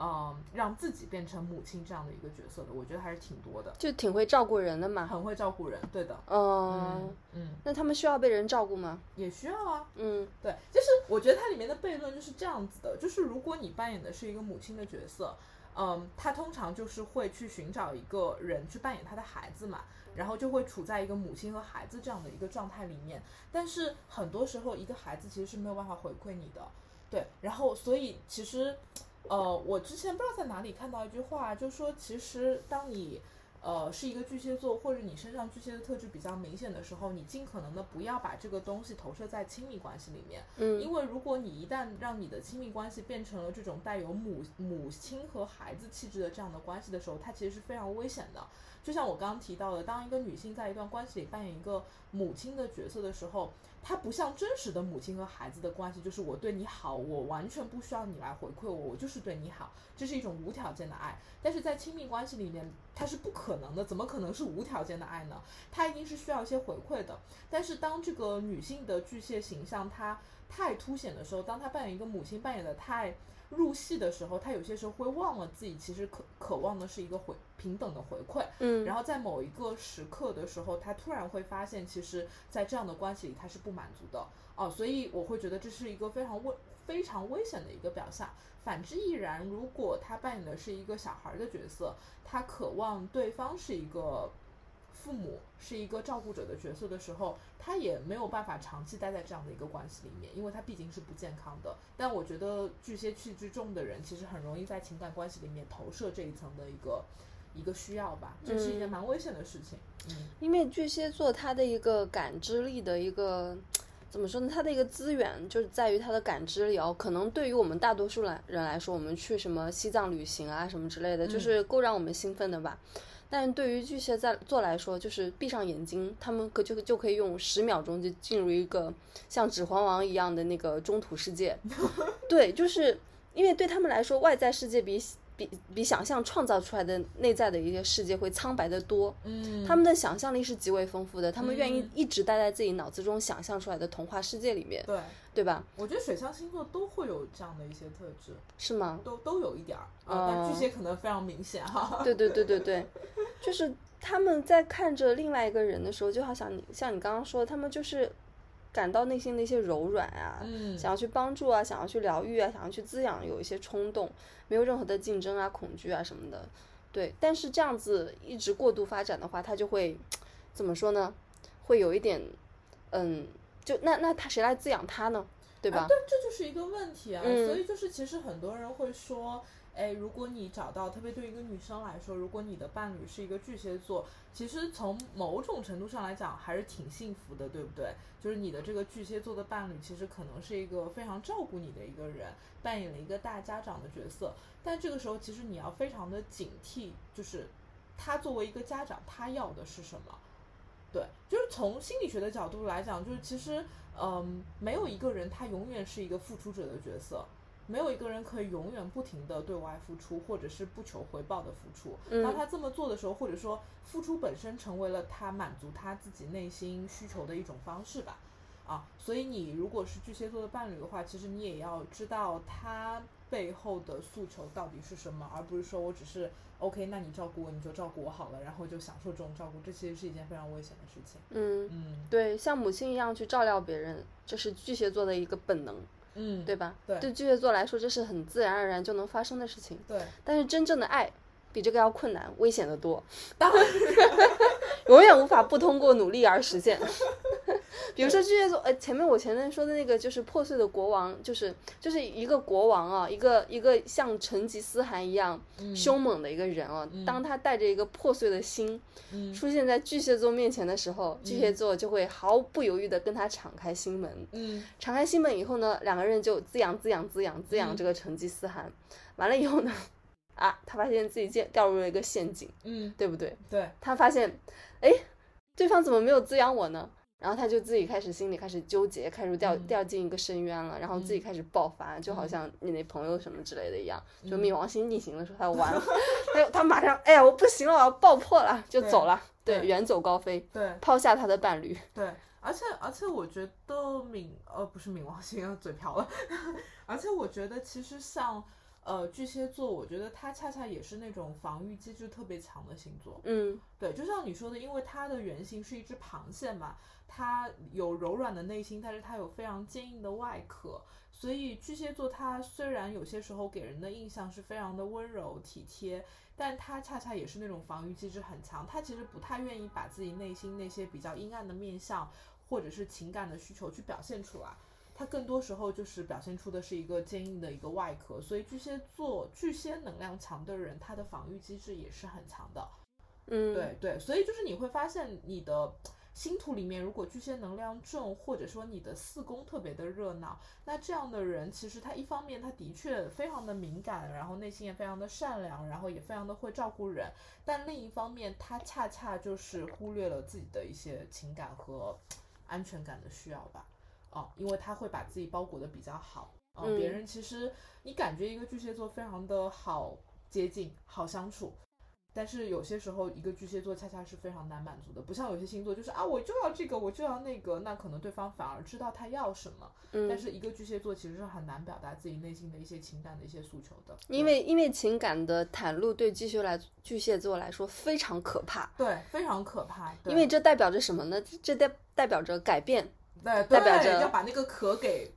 嗯，让自己变成母亲这样的一个角色的，我觉得还是挺多的，就挺会照顾人的嘛。很会照顾人，对的，嗯，嗯，那他们需要被人照顾吗？也需要啊，嗯对，就是我觉得它里面的悖论就是这样子的，就是如果你扮演的是一个母亲的角色，嗯，她通常就是会去寻找一个人去扮演她的孩子嘛，然后就会处在一个母亲和孩子这样的一个状态里面。但是很多时候，一个孩子其实是没有办法回馈你的，对。然后，所以其实，呃，我之前不知道在哪里看到一句话，就说其实当你呃，是一个巨蟹座，或者你身上巨蟹的特质比较明显的时候，你尽可能的不要把这个东西投射在亲密关系里面，嗯因为如果你一旦让你的亲密关系变成了这种带有母母亲和孩子气质的这样的关系的时候，它其实是非常危险的。就像我刚刚提到的，当一个女性在一段关系里扮演一个母亲的角色的时候，它不像真实的母亲和孩子的关系，就是我对你好，我完全不需要你来回馈我，我就是对你好，这是一种无条件的爱。但是在亲密关系里面，它是不可能的，怎么可能是无条件的爱呢？它一定是需要一些回馈的。但是当这个女性的巨蟹形象它太凸显的时候，当她扮演一个母亲扮演的太入戏的时候，她有些时候会忘了自己其实渴渴望的是一个回平等的回馈。嗯然后在某一个时刻的时候，他突然会发现，其实，在这样的关系里，他是不满足的哦，所以我会觉得这是一个非常危、非常危险的一个表象。反之亦然，如果他扮演的是一个小孩儿的角色，他渴望对方是一个父母，是一个照顾者的角色的时候，他也没有办法长期待在这样的一个关系里面，因为他毕竟是不健康的。但我觉得巨蟹气质重的人，其实很容易在情感关系里面投射这一层的一个一个需要吧，这是一件蛮危险的事情。嗯，因为巨蟹座他的一个感知力的一个怎么说呢？他的一个资源就是在于他的感知力哦。可能对于我们大多数来人来说，我们去什么西藏旅行啊什么之类的，嗯就是够让我们兴奋的吧。但对于巨蟹在座来说，就是闭上眼睛，他们可就就可以用十秒钟就进入一个像《指环王》一样的那个中土世 界。对，就是因为对他们来说，外在世界比比比想象创造出来的内在的一些世界会苍白的多。嗯他们的想象力是极为丰富的，他们愿意嗯一直待在自己脑子中想象出来的童话世界里面，对，对吧？我觉得水象星座都会有这样的一些特质，是吗？都都有一点儿啊，哦但巨蟹可能非常明显哈。 对对对对对，就是他们在看着另外一个人的时候，就好像你像你刚刚说的，他们就是感到内心的一些柔软啊，嗯，想要去帮助啊，想要去疗愈啊，想要去滋养，有一些冲动，没有任何的竞争啊、恐惧啊什么的。对，但是这样子一直过度发展的话，他就会怎么说呢？会有一点，嗯，就那那他谁来滋养他呢？对吧？啊、对，这就是一个问题啊。嗯所以就是，其实很多人会说，哎，如果你找到，特别对于一个女生来说，如果你的伴侣是一个巨蟹座，其实从某种程度上来讲，还是挺幸福的，对不对？就是你的这个巨蟹座的伴侣，其实可能是一个非常照顾你的一个人，扮演了一个大家长的角色。但这个时候，其实你要非常的警惕，就是他作为一个家长，他要的是什么？对，就是从心理学的角度来讲，就是其实，嗯，没有一个人他永远是一个付出者的角色，没有一个人可以永远不停的对外付出，或者是不求回报的付出。嗯当他这么做的时候，或者说付出本身成为了他满足他自己内心需求的一种方式吧。啊，所以你如果是巨蟹座的伴侣的话，其实你也要知道他背后的诉求到底是什么，而不是说我只是 OK，那你照顾我，你就照顾我好了，然后就享受这种照顾，这其实是一件非常危险的事情。嗯，嗯对，像母亲一样去照料别人，这是巨蟹座的一个本能，嗯，对吧？对对巨蟹座来说，这是很自然而然就能发生的事情。对，但是真正的爱比这个要困难、危险得 多， 永远无法不通过努力而实现。比如说巨蟹座，呃，前面我前面说的那个就是破碎的国王，就是就是一个国王啊，一个一个像成吉思汗一样嗯凶猛的一个人啊，当他带着一个破碎的心嗯出现在巨蟹座面前的时候，巨蟹座就会毫不犹豫的跟他敞开心门，嗯敞开心门以后呢，两个人就滋养滋养滋养滋嗯养这个成吉思汗，完了以后呢，啊，他发现自己陷掉入了一个陷阱，嗯，对不对？对，他发现，哎，对方怎么没有滋养我呢？然后他就自己开始心里开始纠结，开始掉嗯掉进一个深渊了，然后自己嗯开始爆发，就好像你那朋友什么之类的一样，就嗯冥王星逆行的时候，他完 了，他他马上，哎呀，我不行了，我要爆破了，就对走了，对，对远走高飞，对，抛下他的伴 侣，对，而且而且我觉得冥呃不是冥王星啊，嘴瓢了。而且我觉得其实像呃巨蟹座，我觉得它恰恰也是那种防御机制特别强的星座。嗯对，就像你说的，因为它的原型是一只螃蟹嘛，它有柔软的内心，但是它有非常坚硬的外壳。所以巨蟹座它虽然有些时候给人的印象是非常的温柔体贴，但它恰恰也是那种防御机制很强，它其实不太愿意把自己内心那些比较阴暗的面相或者是情感的需求去表现出来。它更多时候就是表现出的是一个坚硬的一个外壳，所以巨蟹座巨蟹能量强的人，他的防御机制也是很强的。嗯，对对，所以就是你会发现你的星图里面，如果巨蟹能量重，或者说你的四宫特别的热闹，那这样的人其实他一方面他的确非常的敏感，然后内心也非常的善良，然后也非常的会照顾人，但另一方面他恰恰就是忽略了自己的一些情感和安全感的需要吧。哦，因为他会把自己包裹的比较好。哦嗯别人其实你感觉一个巨蟹座非常的好接近、好相处，但是有些时候一个巨蟹座恰恰是非常难满足的，不像有些星座就是啊我就要这个我就要那个，那可能对方反而知道他要什么。嗯但是一个巨蟹座其实是很难表达自己内心的一些情感的一些诉求的，因为因为情感的袒露对巨蟹来巨蟹座来说非常可怕，对非常可怕，对因为这代表着什么呢？这代代表着改变、对代表对着要把那个壳给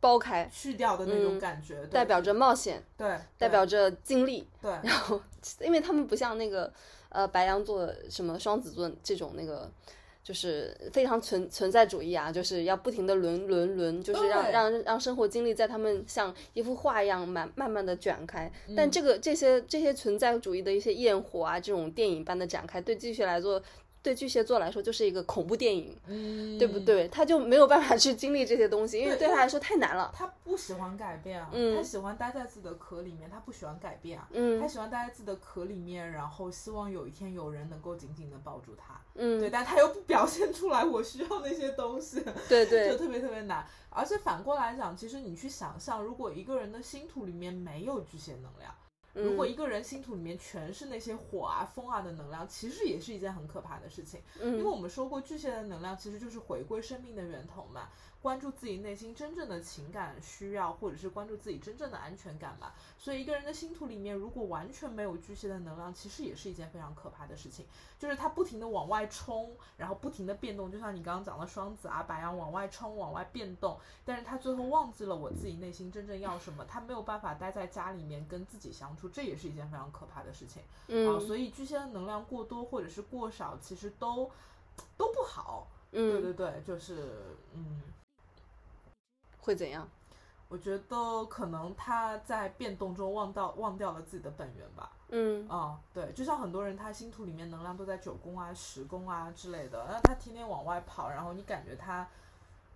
剥开，去掉的那嗯种感呃觉，对代表着冒险，对代表着经历。对 然后，因为他们不像那个呃白羊座、什么双子座这种那个。就是非常存存在主义啊，就是要不停的轮轮轮，就是让对让让生活经历在他们像一幅画一样慢慢慢的卷开。嗯但这个这些这些存在主义的一些焰火啊，这种电影般的展开，对巨蟹来说，对巨蟹座来说就是一个恐怖电影，嗯对不对？他就没有办法去经历这些东西，因为对对因他为来说太难了。他不喜欢改变啊，嗯他喜欢待在自己的壳里面，他不喜欢改变啊，他嗯喜欢待在自己的壳里面，然后希望有一天有人能够紧紧的抱住他，对，嗯，但他又不表现出来我需要那些东西， 对就对，特别特别难。而且反过来讲，其实你去想象，如果一个人的星图里面没有巨蟹能量，如果嗯一个人星图里面全是那些火啊、风啊的能量，其实也是一件很可怕的事情。因为嗯我们说过，巨蟹的能量其实就是回归生命的源头嘛，关注自己内心真正的情感需要，或者是关注自己真正的安全感嘛。所以一个人的星图里面，如果完全没有巨蟹的能量，其实也是一件非常可怕的事情，就是它不停的往外冲，然后不停的变动，就像你刚刚讲的双子啊、白羊往外冲、往外变动，但是他最后忘记了我自己内心真正要什么，他没有办法待在家里面跟自己相处，这也是一件非常可怕的事情。啊，嗯所以巨蟹的能量过多或者是过少，其实都都不好。对嗯，对对，就是嗯，会怎样？我觉得可能他在变动中忘到忘掉了自己的本源吧。嗯嗯，对，就像很多人他星图里面能量都在九宫啊、十宫啊之类的，那他天天往外跑，然后你感觉他，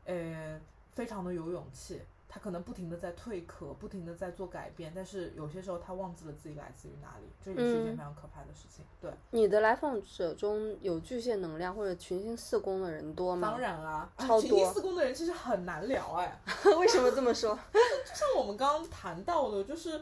呃，非常的有勇气，他可能不停的在退壳，不停的在做改变，但是有些时候他忘记了自己来自于哪里，这也是一件嗯非常可怕的事情。对，你的来访者中有巨蟹能量或者群星四宫的人多吗？当，然啊，啊超群星多四宫的人其实很难聊哎， 为什么这么说？ 就像我们刚刚谈到的，就是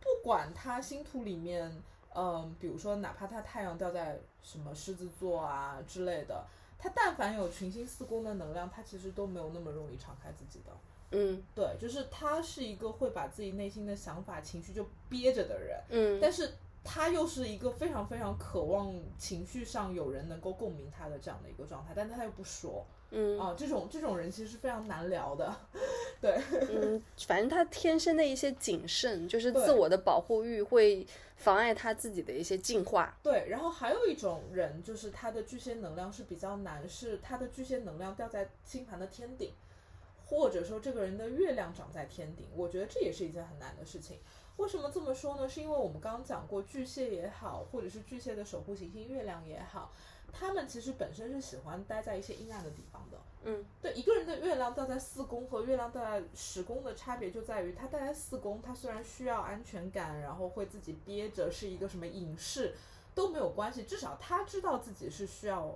不管他星图里面，嗯、比如说哪怕他太阳掉在什么狮子座啊之类的，他但凡有群星四宫的能量，他其实都没有那么容易敞开自己的。嗯对，就是他是一个会把自己内心的想法、情绪就憋着的人，嗯但是他又是一个非常非常渴望情绪上有人能够共鸣他的这样的一个状态，但他又不说嗯啊，这种这种人其实是非常难聊的。 嗯，反正他天生的一些谨慎，就是对自我的保护欲会妨碍他自己的一些进化。对，然后还有一种人，就是他的巨蟹能量是比较难，是他的巨蟹能量掉在星盘的天顶，或者说这个人的月亮长在天顶，我觉得这也是一件很难的事情。为什么这么说呢？是因为我们刚刚讲过，巨蟹也好，或者是巨蟹的守护行星月亮也好，他们其实本身是喜欢待在一些阴暗的地方的。嗯对一个人的月亮掉在四宫和月亮掉在十宫的差别就在于，他掉在四宫，他虽然需要安全感，然后会自己憋着，是一个什么隐士都没有关系，至少他知道自己是需要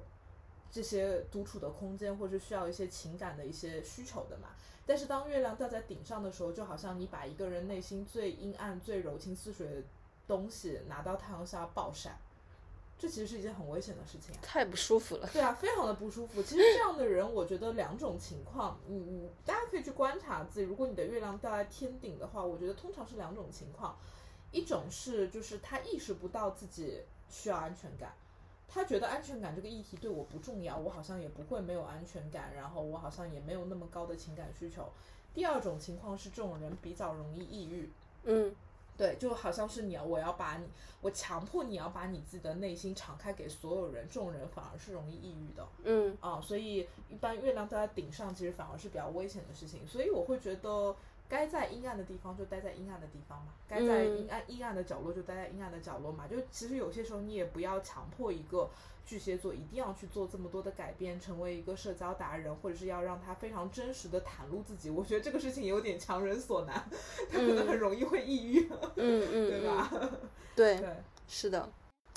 这些独处的空间，或是需要一些情感的一些需求的嘛。但是当月亮掉在顶上的时候，就好像你把一个人内心最阴暗、最柔情似水的东西拿到太阳下暴晒，这其实是一件很危险的事情啊。太不舒服了。对啊，非常的不舒服。其实这样的人，我觉得两种情况，你你大家可以去观察自己。如果你的月亮掉在天顶的话，我觉得通常是两种情况，一种是就是他意识不到自己需要安全感。他觉得安全感这个议题对我不重要，我好像也不会没有安全感，然后我好像也没有那么高的情感需求。第二种情况是，这种人比较容易抑郁，嗯对，就好像是你要，啊我要把你，我强迫你要把你自己的内心敞开给所有人，这种人反而是容易抑郁的嗯啊。所以一般月亮掉在顶上，其实反而是比较危险的事情。所以我会觉得，该在阴暗的地方就待在阴暗的地方嘛，该在嗯阴暗阴暗的角落就待在阴暗的角落嘛。就其实有些时候你也不要强迫一个巨蟹座一定要去做这么多的改变，成为一个社交达人，或者是要让他非常真实的袒露自己。我觉得这个事情有点强人所难，他可能很容易会抑郁。嗯嗯， 对吧？嗯？对，对，是的，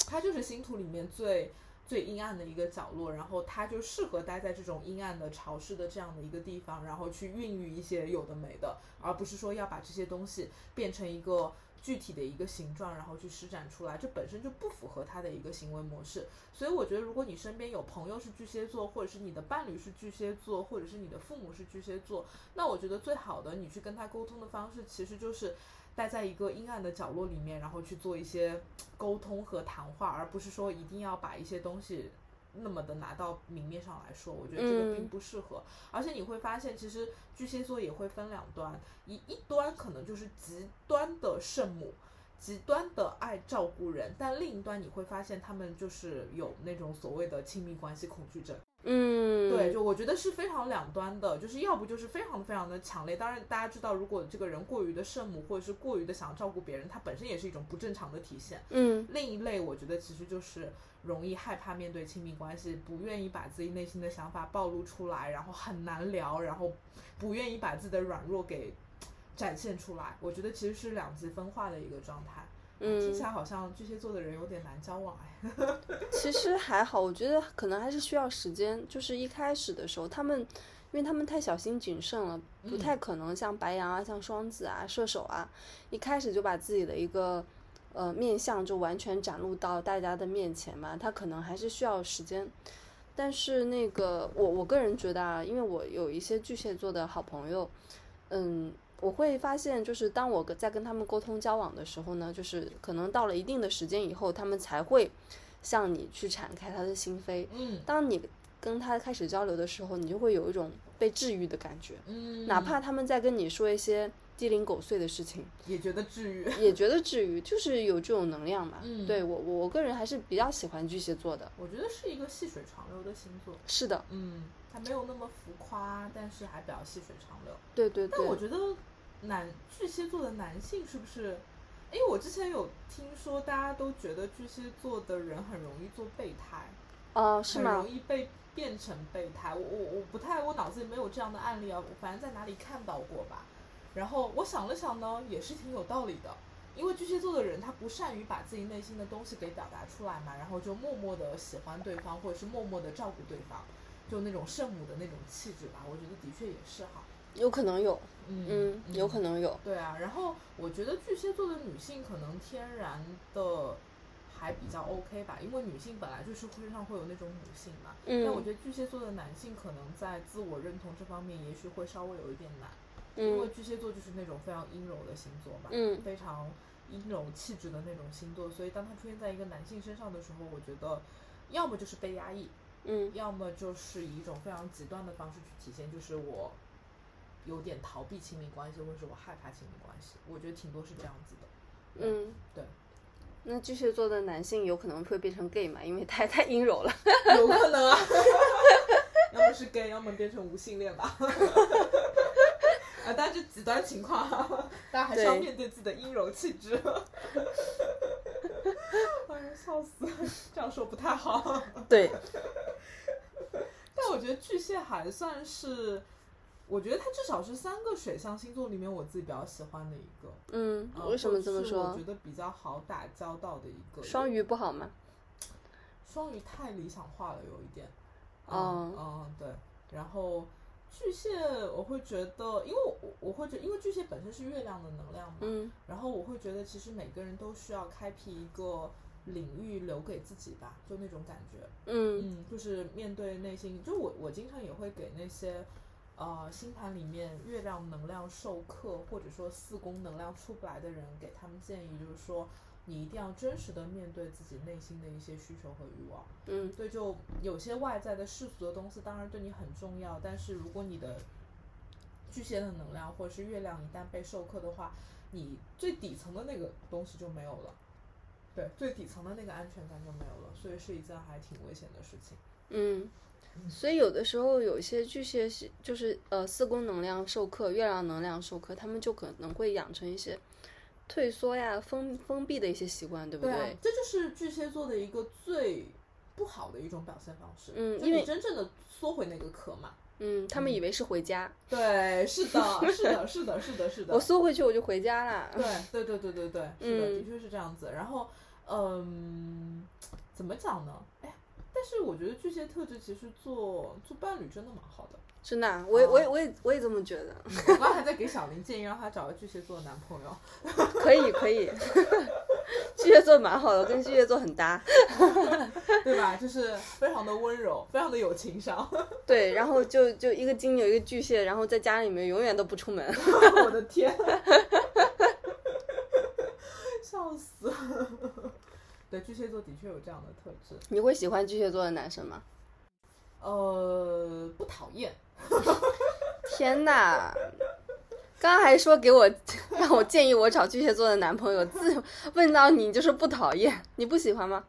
它就是星图里面最最阴暗的一个角落，然后它就适合待在这种阴暗的、潮湿的这样的一个地方，然后去孕育一些有的没的，而不是说要把这些东西变成一个。具体的一个形状，然后去施展出来，这本身就不符合他的一个行为模式。所以我觉得，如果你身边有朋友是巨蟹座，或者是你的伴侣是巨蟹座，或者是你的父母是巨蟹座，那我觉得最好的你去跟他沟通的方式，其实就是待在一个阴暗的角落里面，然后去做一些沟通和谈话，而不是说一定要把一些东西那么的拿到明面上来说。我觉得这个嗯并不适合。而且你会发现，其实巨蟹座也会分两端，一一端可能就是极端的圣母。极端的爱照顾人，但另一端你会发现他们就是有那种所谓的亲密关系恐惧症。嗯，对，就我 觉得是非常两端的，就是要不就是非常非常的强烈。当然，大家知道，如果这个人过于的圣母，或者是过于的想要照顾别人，他本身也是一种不正常的体现。嗯另一类，我觉得其实就是容易害怕面对亲密关系，不愿意把自己内心的想法暴露出来，然后很难聊，然后不愿意把自己的软弱给展现出来。我觉得其实是两极分化的一个状态。听嗯，起来好像巨蟹座的人有点难交往哎。其实还好，我觉得可能还是需要时间。就是一开始的时候，他们因为他们太小心谨慎了，不嗯太可能像白羊啊、像双子啊、射手啊，一开始就把自己的一个呃面相就完全展露到大家的面前嘛。他可能还是需要时间。但是那个我我个人觉得啊，因为我有一些巨蟹座的好朋友，嗯，我会发现，就是当我跟在跟他们沟通交往的时候呢，就是可能到了一定的时间以后，他们才会向你去敞开他的心扉。嗯当你跟他开始交流的时候，你就会有一种被治愈的感觉，嗯，哪怕他们在跟你说一些鸡零狗碎的事情，也觉得治愈。也觉得治愈，就是有这种能量嘛。嗯对我我我个人还是比较喜欢巨蟹座的。 我觉得是一个细水长流的星座，是的，嗯，它没有那么浮夸，但是还比较细水长流。对对但我对，觉得男巨蟹座的男性是不是？因为我之前有听说，大家都觉得巨蟹座的人很容易做备胎，哦、是很吗容？易被变成备胎。我我我不太，我脑子里没有这样的案例啊，我反正在哪里看到过吧。然后我想了想呢，也是挺有道理的，因为巨蟹座的人他不善于把自己内心的东西给表达出来嘛，然后就默默的喜欢对方，或者是默默的照顾对方，就那种圣母的那种气质吧，我觉得的确也是哈。有可能有，嗯嗯，有可能有，对啊，然后我觉得巨蟹座的女性可能天然的还比较 OK 吧，因为女性本来就是身上会有那种母性嘛。但我嗯觉得巨蟹座的男性可能在自我认同这方面，也许会稍微有一点难，因为嗯巨蟹座就是那种非常阴柔的星座嘛，嗯非常阴柔气质的那种星座，所以当他出现在一个男性身上的时候，我觉得要么就是被压抑，嗯要么就是以一种非常极端的方式去体现，就是我有点逃避亲密关系，或者是我害怕亲密关系。我觉得挺多是这样子的。嗯，对，那巨蟹座的男性有可能会变成 gay 嘛，因为太 太阴柔了。有可能啊，要么是 gay，要么变成无性恋吧。 啊，但是极端情况，啊大家还是要对面对自己的阴柔气质。哎呀，笑死！这样说不太好。对， 但我觉得巨蟹还算是，我觉得它至少是三个水象星座里面我自己比较喜欢的一个。嗯啊，为什么这或么者是我说觉？得比较好打交道的一个双鱼不好吗？双鱼太理想化了，有一点。哦嗯，对。然后巨蟹，我会觉得，因为我我会觉得，因为巨蟹本身是月亮的能量嘛，嗯然后我会觉得，其实每个人都需要开辟一个领域留给自己吧，就那种感觉。嗯嗯，就是面对内心，就我我经常也会给那些，呃，星盘里面月亮能量授课或者说四宫能量出不来的人，给他们建议，就是说你一定要真实的面对自己内心的一些需求和欲望。嗯对，就有些外在的世俗的东西，当然对你很重要，但是如果你的巨蟹的能量或者是月亮一旦被授课的话，你最底层的那个东西就没有了。对，最底层的那个安全感就没有了，所以是一件还挺危险的事情。嗯。所以有的时候有一些巨蟹是就是呃四宫能量授课，月亮能量授课，他们就可能会养成一些退缩呀、封封闭的一些习惯，对不啊，这就是巨蟹座的一个最不好的一种表现方式。嗯就因你为真正的缩回那个壳 嘛。嗯，他们以为是回家，对，是的，是的，是的，是的，是的。我缩回去我就回家啦。对对对对对对，是的，嗯的确是这样子。然后，嗯，怎么讲呢？哎，但是我觉得巨蟹特质其实做做伴侣真的蛮好的。哦真的啊、我也我也我也我也这么觉得，我刚才在给小林建议，让她找个巨蟹座的男朋友。可以可以， 巨蟹座蛮好的，跟巨蟹座很搭。 对吧？就是非常的温柔，非常的有情商。对，然后就就一个金牛，一个巨蟹，然后在家里面永远都不出门。 我的天，笑死！ 对，巨蟹座的确有这样的特质，你会喜欢巨蟹座的男生吗？呃，不讨厌，天呐，刚刚还说给我让我建议我找巨蟹座的男朋友，自问到你就是不讨厌，你不喜欢吗？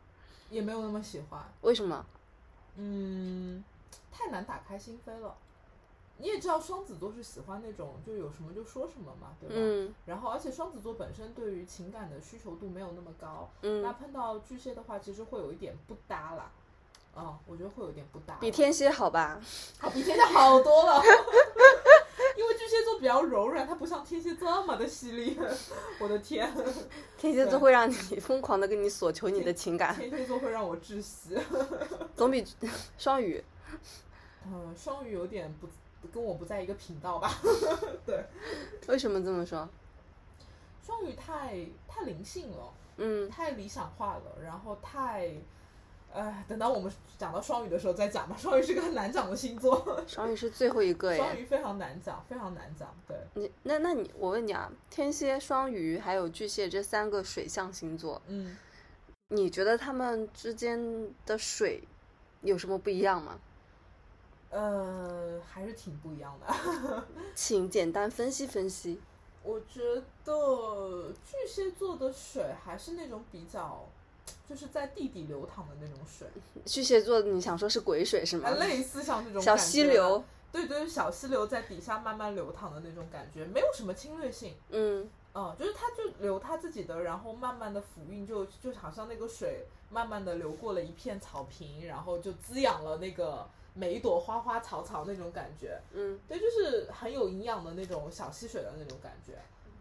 也没有那么喜欢。为什么？嗯，太难打开心扉了。你也知道双子座是喜欢那种就有什么就说什么嘛，对吧？嗯然后，而且双子座本身对于情感的需求度没有那么高，那嗯，碰到巨蟹的话，其实会有一点不搭啦。嗯，我觉得会有点不搭啦，比天蝎好吧？好比天蝎好多了。因为巨蟹座比较柔软，它不像天蝎这么的犀利。 我的天， 天蝎座会让你疯狂的跟你索求你的情感， 天蝎座会让我窒息。总比双鱼。嗯，双鱼有点不跟我不在一个频道吧。 为什么这么说？双鱼太太灵性了，嗯，太理想化了，然后太，哎，等到我们讲到双鱼的时候再讲吧。 双鱼是个很难讲的星座，双鱼是最后一个 双耶。鱼非常难讲，非常难讲。对，你那那你我问你啊，天蝎、双鱼还有巨蟹这三个水象星座，嗯，你觉得他们之间的水有什么不一样吗？呃，还是挺不一样的。请简单分析分析。我觉得巨蟹座的水还是那种比较，就是在地底流淌的那种水，巨蟹座，你想说是鬼水是吗啊，？类似像这种小感溪觉流，对对，小溪流在底下慢慢流淌的那种感觉，没有什么侵略性。嗯嗯，就是它就流它自己的，然后慢慢的浮运就，就好像那个水慢慢的流过了一片草坪，然后就滋养了那个每一朵花花草草那种感觉，嗯，对，就是很有营养的那种小溪水的那种感觉。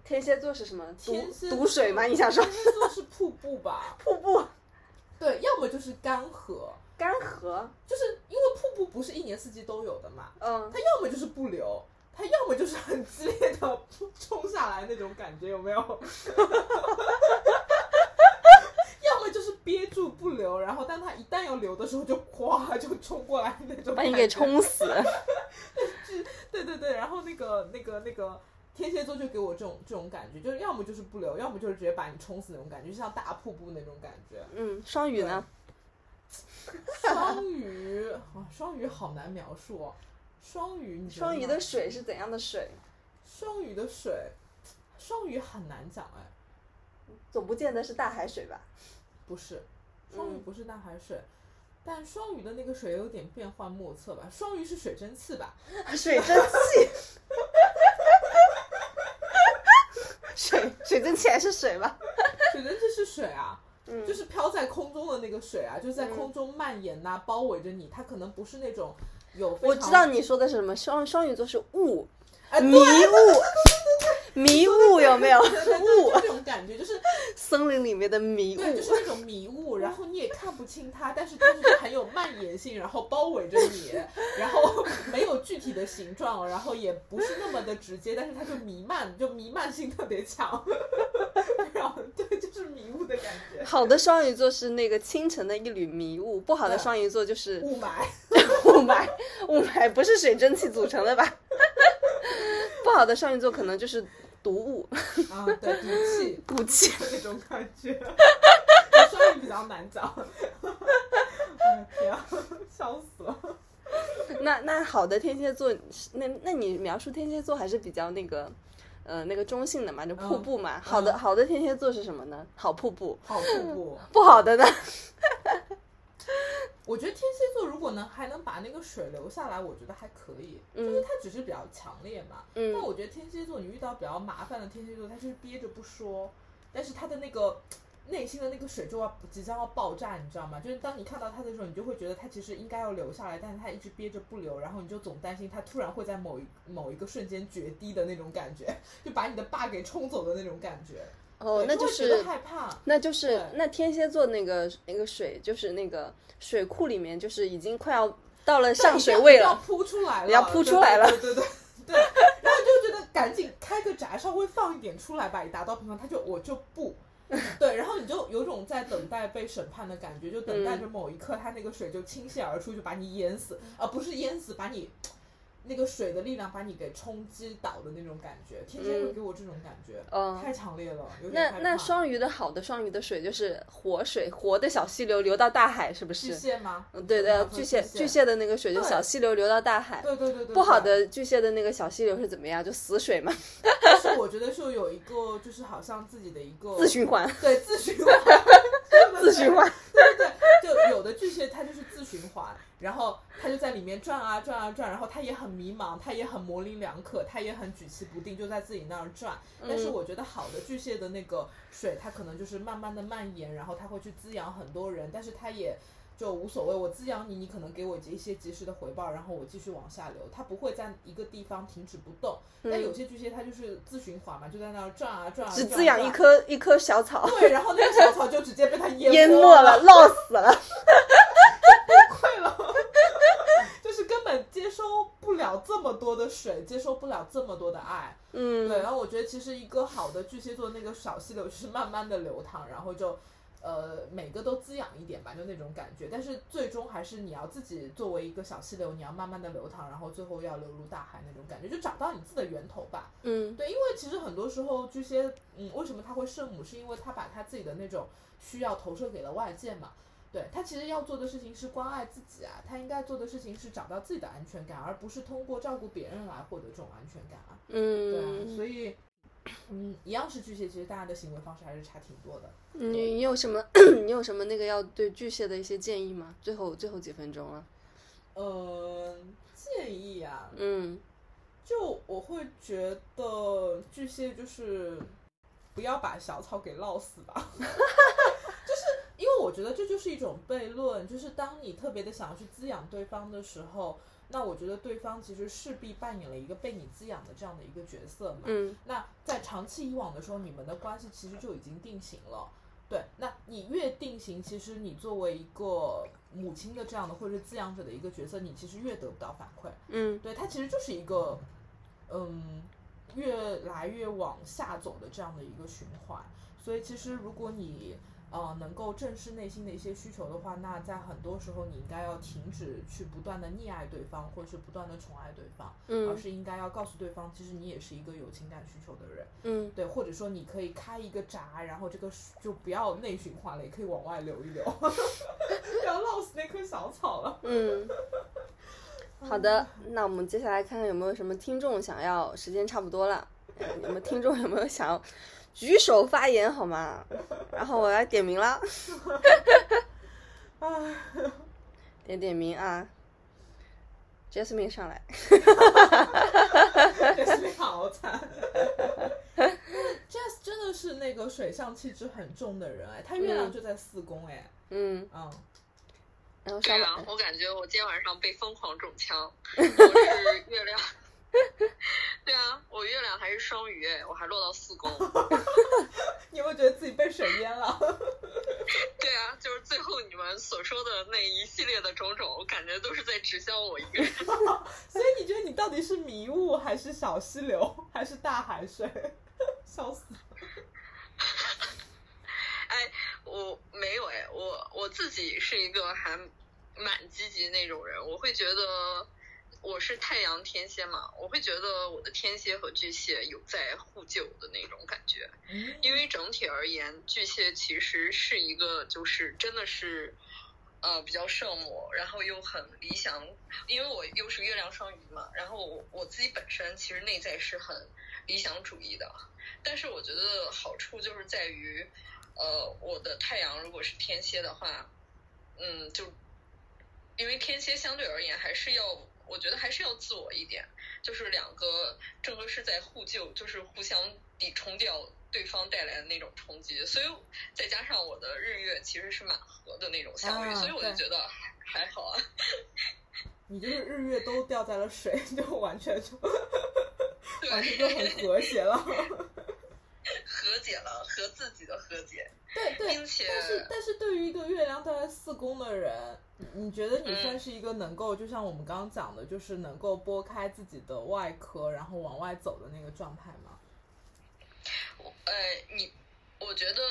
天蝎座是什么？毒天蝎毒水吗？座你想说天蝎座是瀑布吧？ 瀑布对，要么就是干涸，干涸？就是因为瀑布不是一年四季都有的嘛，嗯，它要么就是不流，它要么就是很激烈的冲下来那种感觉，有没有？ 要么就是憋住不流，然后但它一旦要流的时候就哗就冲过来那种，把你给。冲 死。对对对，然后那个那个那个天蝎座就给我这种这种感觉，就是要么就是不流，要么就是直接把你冲死那种感觉，就像大瀑布那种感觉。嗯，双鱼呢？双鱼啊，双鱼好难描述哦。双鱼，你觉得双鱼呢的水是怎样的水？双鱼的水，双鱼很难讲哎，总不见得是大海水吧？不是，双鱼嗯不是大海水，但双鱼的那个水有点变幻莫测吧。双鱼是水蒸气吧？ 水蒸气。 水水蒸气还是水吧？ 水蒸气是水啊，嗯就是飘在空中的那个水啊，就在空中蔓延呐、包围着你。它可能不是那种有非我常知道你说的是什么，双双鱼座是雾，哎迷雾，迷雾有没有？ 对对雾，对，这种感觉就是森林里面的迷雾对，，就是那种迷雾，嗯然后你也看不清它，但是它是很有蔓延性，然后包围着你，然后没有具体的形状，然后也不是那么的直接，但是它就弥漫，就弥漫性特别强， 然后对，就是迷雾的感觉，好的双鱼座是那个清晨的一缕迷雾，不好的对双鱼座就是雾霾。嗯 雾霾，雾霾不是水蒸气组成的吧？不好的双鱼座可能就是毒雾、啊，对，毒毒气气。那种感 觉，双鱼比较难找。 哎天啊，笑死了！ 那那好的天蝎座，那那你描述天蝎座还是比较那个，呃，那个中性的嘛，嗯就瀑布嘛。好的好的天蝎座是什么呢？好瀑布。好瀑布。不好 的呢？我觉得天蝎座如果能还能把那个水留下来，我觉得还可以，就是它只是比较强烈嘛。嗯但我觉得天蝎座你遇到比较麻烦的天蝎座，他就是憋着不说，但是他的那个。内心的那个水就要即将要爆炸，你知道吗？就是当你看到他的时候，你就会觉得他其实应该要留下来，但是他一直憋着不留，然后你就总担心他突然会在某一某一个瞬间决堤的那种感觉， 就把你的坝给冲走的那种感觉。哦，对那就就会觉得是害怕。那就是对那天蝎座那个那个水，就是那个水库里面，就是已经快要到了上水位要了。扑出来了，要扑出来了对对对对对。对然后你就觉得赶紧开个闸，稍微放一点出来吧，以达到平衡。他就我就不， 对，然后你就有种在等待被审判的感觉，就等待着某一刻，他那个水就倾泻而出，就把你淹死，而、不是淹死，把你那个水的力量把你给冲击倒的那种感觉。天蝎会给我这种感觉，嗯太强烈了，有点那害怕。那双鱼的好的双鱼的水就是活水，活的小溪流流到大海，是不巨是？蟹吗？嗯，对我的，们说巨蟹蟹，巨蟹的那个水就对小溪流流到大海。对对对对，不好对的巨蟹的那个小溪流是怎么样？就死水嘛， 但是我觉得是有一个，就是好像自己的一个自循环，对自循环，自循环。对对对，就有的巨蟹它就是自循环，然后它就在里面转啊转啊转，然后它也很迷茫，它也很模棱两可，它也很举棋不定，就在自己那儿转。嗯但是我觉得好的巨蟹的那个水，它可能就是慢慢的蔓延，然后它会去滋养很多人，但是它也。就无所谓，我滋养你，你可能给我一些及时的回报，然后我继续往下流，它不会在一个地方停止不动。但有些巨蟹它就是自循环嘛，就在那儿转啊转嗯 啊，只转啊滋养转一啊棵一棵小草，对， 然后那个小草就直接被它淹淹没没 了，，涝死了。溃了，就是根本接收不了这么多的水，接收不了这么多的爱。嗯，对，然后我觉得其实一个好的巨蟹座那个小溪流就是慢慢的流淌，然后就。呃，每个都滋养一点吧，就那种感觉。但是最终还是你要自己作为一个小溪流，你要慢慢的流淌，然后最后要流入大海那种感觉，就找到你自己的源头吧。嗯对，因为其实很多时候巨蟹，嗯，为什么他会圣母，是因为他把他自己的那种需要投射给了外界嘛。对他其实要做的事情是关爱自己啊，他应该做的事情是找到自己的安全感，而不是通过照顾别人来获得这种安全感啊。对啊，嗯，所以，嗯，一样是巨蟹，其实大家的行为方式还是差挺多的。 你你有 什么你有什么那个要对巨蟹的一些建议吗？最后最后几分钟啊了，嗯，建议啊，嗯就我会觉得巨 蟹就是不要把小草给涝死吧，就是因为为我觉得这就是一种悖论，就是当你特别的想要去滋养对方的时候，那我觉得对方其实势必扮演了一个被你滋养的这样的一个角色嘛。嗯，那在长期以往的时候，你们的关系其实就已经定型了。对，那你越定型，其实你作为一个母亲的这样的或者是滋养者的一个角色，你其实越得不到反馈。嗯对，它其实就是一个，嗯，越来越往下走的这样的一个循环。所以其实如果你呃能够正视内心的一些需求的话，那在很多时候你应该要停止去不断的溺爱对方，或者是不断的宠爱对方，而嗯是应该要告诉对方，其实你也是一个有情感需求的人。嗯，对，或者说你可以开一个闸，然后这个水就不要内循环了，也可以往外流一流， 不要落死那棵小草了。 嗯，好的，那我们接下来看看有没有什么听众想要，时间差不多了，呃你们听众有没有想要举手发言好吗？然后我来点名 了，唉，点点名啊，Jasmine 上 来，这是好 惨。Jazz 真的是那个水象气质很重的人哎，他月亮嗯就在四宫哎，嗯，嗯，然后上对来，啊，我感觉我今天晚上被疯狂中 枪，我是月亮。 对啊，我月亮还是双鱼，我还落到四宫。你有没有觉得自己被水淹了？ 对啊，就是最后你们所说的那一系列的种种，我感觉都是在指向我一个人。所以你觉得你到底是迷雾还是小溪流 还是大海水？笑死！ 哎我没有哎，我我自己是一个还蛮积极那种人，我会觉得我是太阳天蝎嘛，我会觉得我的天蝎和巨蟹有在互救的那种感觉。嗯因为整体而言，巨蟹其实是一个就是真的是，呃，比较圣母，然后又很理想。因为我又是月亮双鱼嘛，然后我我自己本身其实内在是很理想主义的，但是我觉得好处就是在于，呃，我的太阳如果是天蝎的话，嗯，就因为天蝎相对而言还是要，我觉得还是要自我一点。就是两个正合是在互救，就是互相抵冲掉对方带来的那种冲击，所以再加上我的日月其实是蛮合的那种相遇，啊所以我就对觉得还还好啊。 你就是日月都掉在了水，就完全就完全就对，很和谐了。和解了，和自己的和解，对对，并且但是，但是对于一个月亮掉在四宫的人，你你觉得你嗯算是一个能够，就像我们刚刚讲的，就是能够拨开自己的外壳，然后往外走的那个状态吗？我呃，你我觉得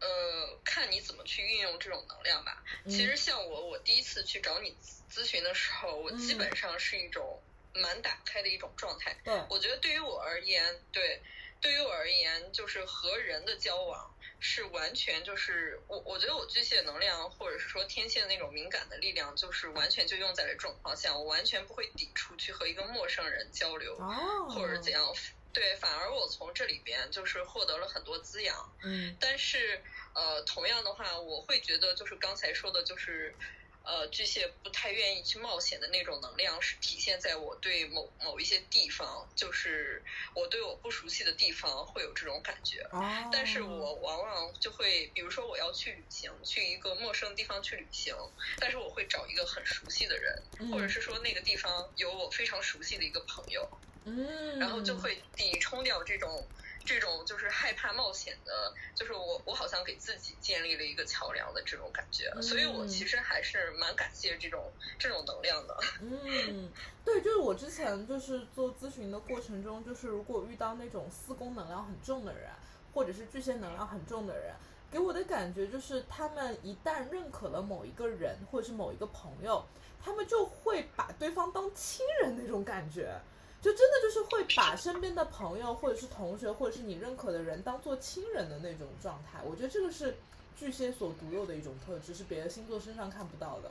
呃，看你怎么去运用这种能量吧。嗯其实像我，我第一次去找你咨询的时候，我基嗯本上是一种蛮打开的一种状态。对，我觉得对于我而言，对，对于我而言，就是和人的交往是完全就是我，我觉得我巨蟹能量或者是说天蝎的那种敏感的力量，就是完全就用在了这种方向，我完全不会抵触去和一个陌生人交流，哦，或者是怎样。对，反而我从这里边就是获得了很多滋养，嗯但是呃，同样的话，我会觉得就是刚才说的，就是呃，巨蟹不太愿意去冒险的那种能量，是体现在我对某某一些地方，就是我对我不熟悉的地方会有这种感觉。哦，但是我往往就会，比如说我要去旅行，去一个陌生地方去旅行，但是我会找一个很熟悉的人，嗯或者是说那个地方有我非常熟悉的一个朋友，嗯，然后就会抵冲掉这种这种就是害怕冒险的，就是我我好像给自己建立了一个桥梁的这种感觉，所以我嗯其实还是蛮感谢这种这种能量的。嗯， 对，就是我之前就是做咨询的过程中，就是如果遇到那种四宫能量很重的人，或者是巨蟹能量很重的人，给我的感觉就是他们一旦认可了某一个人或者是某一个朋友，他们就会把对方当亲人那种感觉。就真的就是会把身边的朋友，或者是同学，或者是你认可的人当做亲人的那种状态，我觉得这个是巨蟹所独有的一种特质，是别的星座身上看不到的。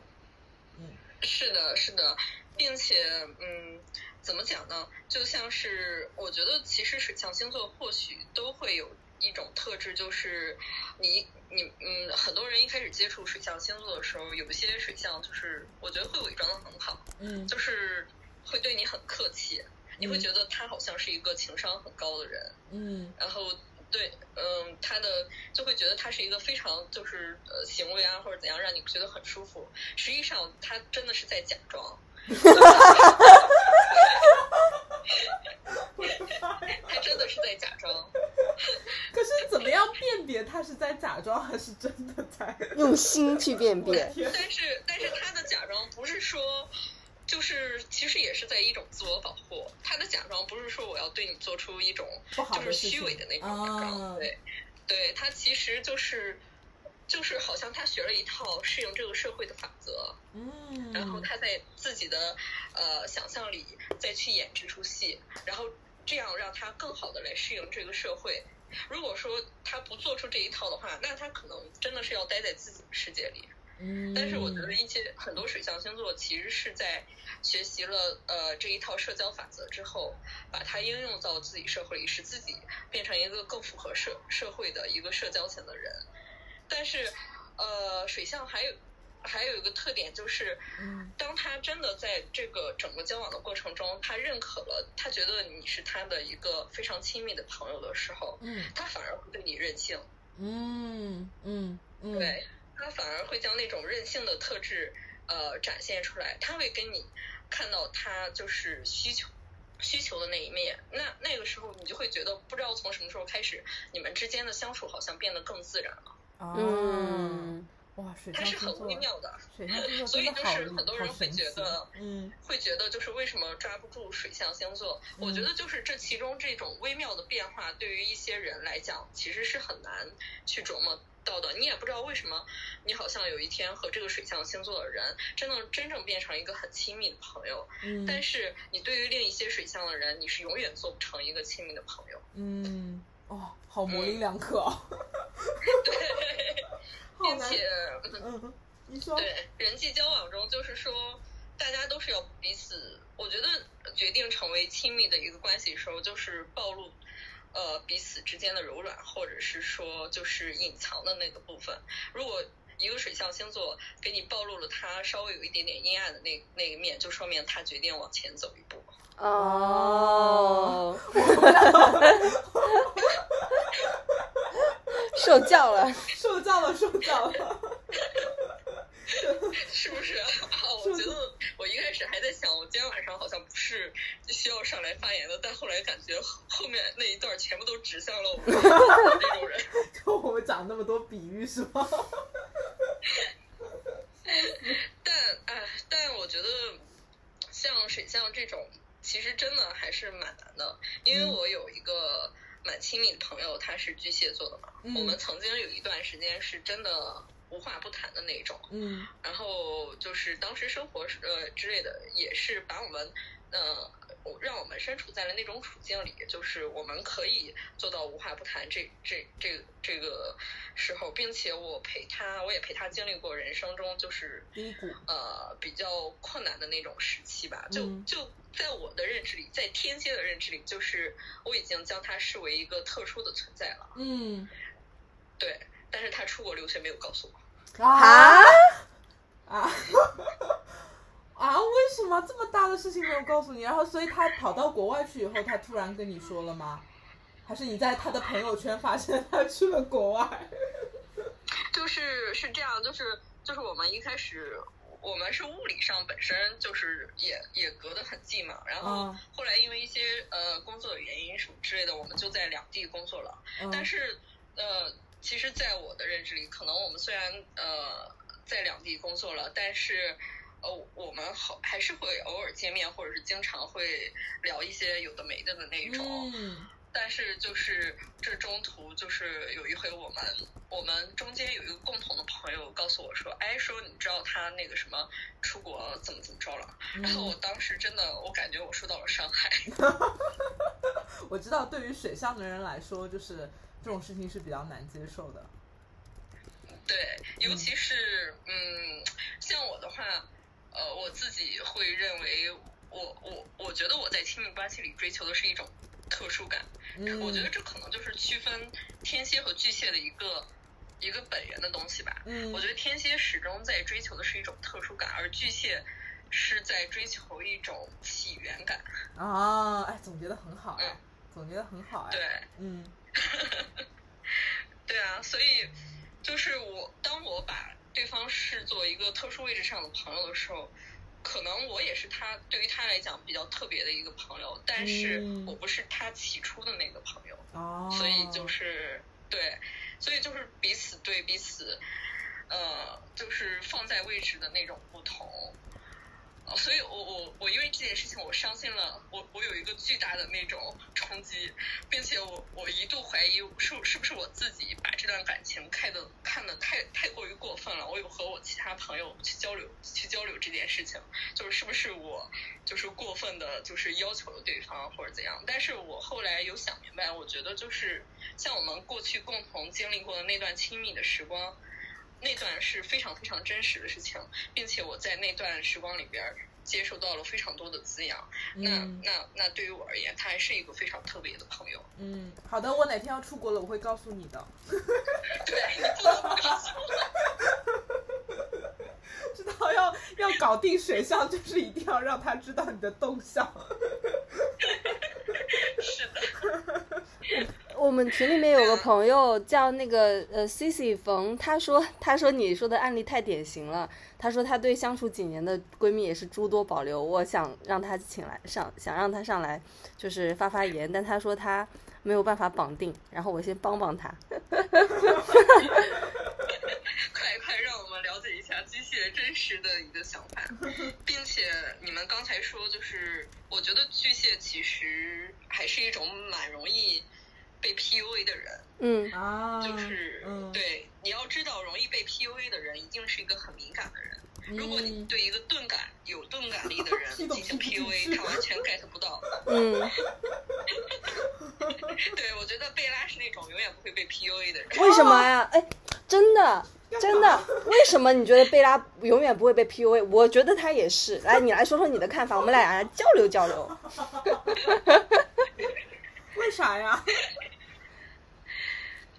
是的，是的，并且，嗯，怎么讲呢？就像是我觉得，其实水象星座或许都会有一种特质，就是你你嗯，很多人一开始接触水象星座的时候，有一些水象就是我觉得会伪装的很好，嗯就是会对你很客气，你会嗯觉得他好像是一个情商很高的人，嗯然后对，嗯，他的就会觉得他是一个非常就是呃行为啊或者怎样让你觉得很舒服，实际上他真的是在假装。 他真的是在假装，可是怎么样辨别他是在假装还是真的在？用心去辨我的别，天，但是但是他的假装不是说，就是其实也是在一种自我保护。他的假装不是说我要对你做出一种不好就的是事情虚伪的那种假装，啊，对，对他其实就是就是好像他学了一套适应这个社会的法则，嗯，然后他在自己的呃想象里再去演这出戏，然后这样让他更好的来适应这个社会。如果说他不做出这一套的话，那他可能真的是要待在自己的世界里。嗯，但是我觉得一些很多水象星座其实是在学习了呃这一套社交法则之后，把它应用到自己社会里，使自己变成一个更符合社社会的一个社交型的人。但是，呃，水象还有还有一个特点就是，嗯当他真的在这个整个交往的过程中，他认可了，他觉得你是他的一个非常亲密的朋友的时候，嗯他反而会对你任性。嗯嗯嗯，对，他反而会将那种任性的特质，呃，展现出来。他会跟你看到他就是需求需求的那一面。那那个时候，你就会觉得不知道从什么时候开始，你们之间的相处好像变得更自然了。啊，嗯，哇，水它象是星很座微，妙的，水象星座所以真的就是好很多人好会神觉奇得嗯会觉得就是为什么抓不住水象星座？我觉嗯得就是这其中这种微妙的变化，对于一些人来讲，其实是很难去琢磨到的。你也不知道为什么，你好像有一天和这个水象星座的人，真的真正变成一个很亲密的朋友，嗯，但是你对于另一些水象的人，你是永远做不成一个亲密的朋友。嗯，哦，好模棱两可哦， 好并难，且，嗯，你说，对人际交往中，就是说，大家都是要彼此，我觉得决定成为亲密的一个关系的时候，就是暴露。呃，彼此之间的柔软，或者是说就是隐藏的那个部分。如果一个水象星座给你暴露了他稍微有一点点阴暗的那那一面，就说明他决定往前走一步。 哦， 受教了，受教了，受教 了，是不是啊？我觉得我一开始还在想，我今天晚上好像不是需要上来发言的，但后来感觉后后面那一段全部都指向了我我 这种人。 就我们讲那么多比喻是吗？ 但哎，但我觉得像水象这种，其实真的还是蛮难的，因为嗯我有一个蛮亲密的朋友，他是巨蟹座的嘛，嗯我们曾经有一段时间是真的无话不谈的那种。嗯然后就是当时生活是呃之类的，也是把我们呃我让我们身处在了那种处境里，就是我们可以做到无话不谈这这这这个时候，并且我陪他，我也陪他经历过人生中就是低谷呃比较困难的那种时期吧，就嗯就在我的认知里，在天蝎的认知里，就是我已经将他视为一个特殊的存在了，嗯对，但是他出国留学没有告诉我。啊，啊 啊！为什么这么大的事情没有告诉你？然后，所以他跑到国外去以后，他突然跟你说了吗？还是你在他的朋友圈发现他去了国外？就是是这样，就是就是我们一开始我们是物理上本身就是也也隔得很近嘛，然后嗯啊后来因为一些呃工作的原因什么之类的，我们就在两地工作了。嗯但是呃，其实在我的认知里，可能我们虽然呃在两地工作了，但是。呃，我们好还是会偶尔见面，或者是经常会聊一些有的没的的那一种。嗯但是就是这中途就是有一回我们我们中间有一个共同的朋友告诉我说，哎，说你知道他那个什么出国怎么怎么着了，然后我嗯，当时真的我感觉我受到了伤害， 我知道，对于水象的人来说，就是这种事情是比较难接受的。对，尤其是嗯，像我的话，呃，我自己会认为我我我觉得我在亲密关系里追求的是一种特殊感，嗯，我觉得这可能就是区分天蝎和巨蟹的一个一个本源的东西吧，嗯，我觉得天蝎始终在追求的是一种特殊感，而巨蟹是在追求一种起源感。啊嗯啊，哎，总结的很好哎，总结的很好哎，对，嗯对啊，所以就是我，当我把对方视作一个特殊位置上的朋友的时候，可能我也是他对于他来讲比较特别的一个朋友，但是嗯我不是他起初的那个朋友。哦，所以 就是对，所以就是彼此对彼此，呃，就是放在位置的那种不同。呃所以我，我我因为这件事情，我伤心了，我我有一个巨大的那种冲击，并且我我一度怀疑是是不是我自己把这段感情看的看的太太过于过分了。我有和我其他朋友去交流去交流这件事情，就是是不是我就是过分的，就是要求了对方或者怎样。但是我后来有想明白，我觉得就是像我们过去共同经历过的那段亲密的时光，那段是非常非常真实的事情，并且我在那段时光里边儿接受到了非常多的滋养。那嗯那那对于我而言，他还是一个非常特别的朋友。嗯，好的，我哪天要出国了，我会告诉你的。 对你不能不告诉我，知道要要搞定学校，就是一定要让他知道你的动向。 是的，我们群里面有个朋友叫那个呃 C C 冯，他说他说你说的案例太典型了，他说他对相处几年的闺蜜也是诸多保留。我想让他请来上，想让他上来就是发发言，但他说他没有办法绑定，然后我先帮帮他。 快快让我们了解一下机械真实的你的想法，并且你们刚才说，就是我觉得巨蟹其实还是一种蛮容易被 PUA 的人，嗯啊，就是、嗯，，对，你要知道，容易被 PUA 的人一定是一个很敏感的人。如果你对一个钝感有钝感力的人屁都进行屁不进去 PUA，他完全 get 不到。嗯， 对，我觉得贝拉是那种永远不会被 PUA 的人。为什么呀？哎，真的真的，为什么你觉得贝拉永远不会被 PUA？我觉得他也是。来，你来说说你的看法，我们俩来交流交流。为啥呀？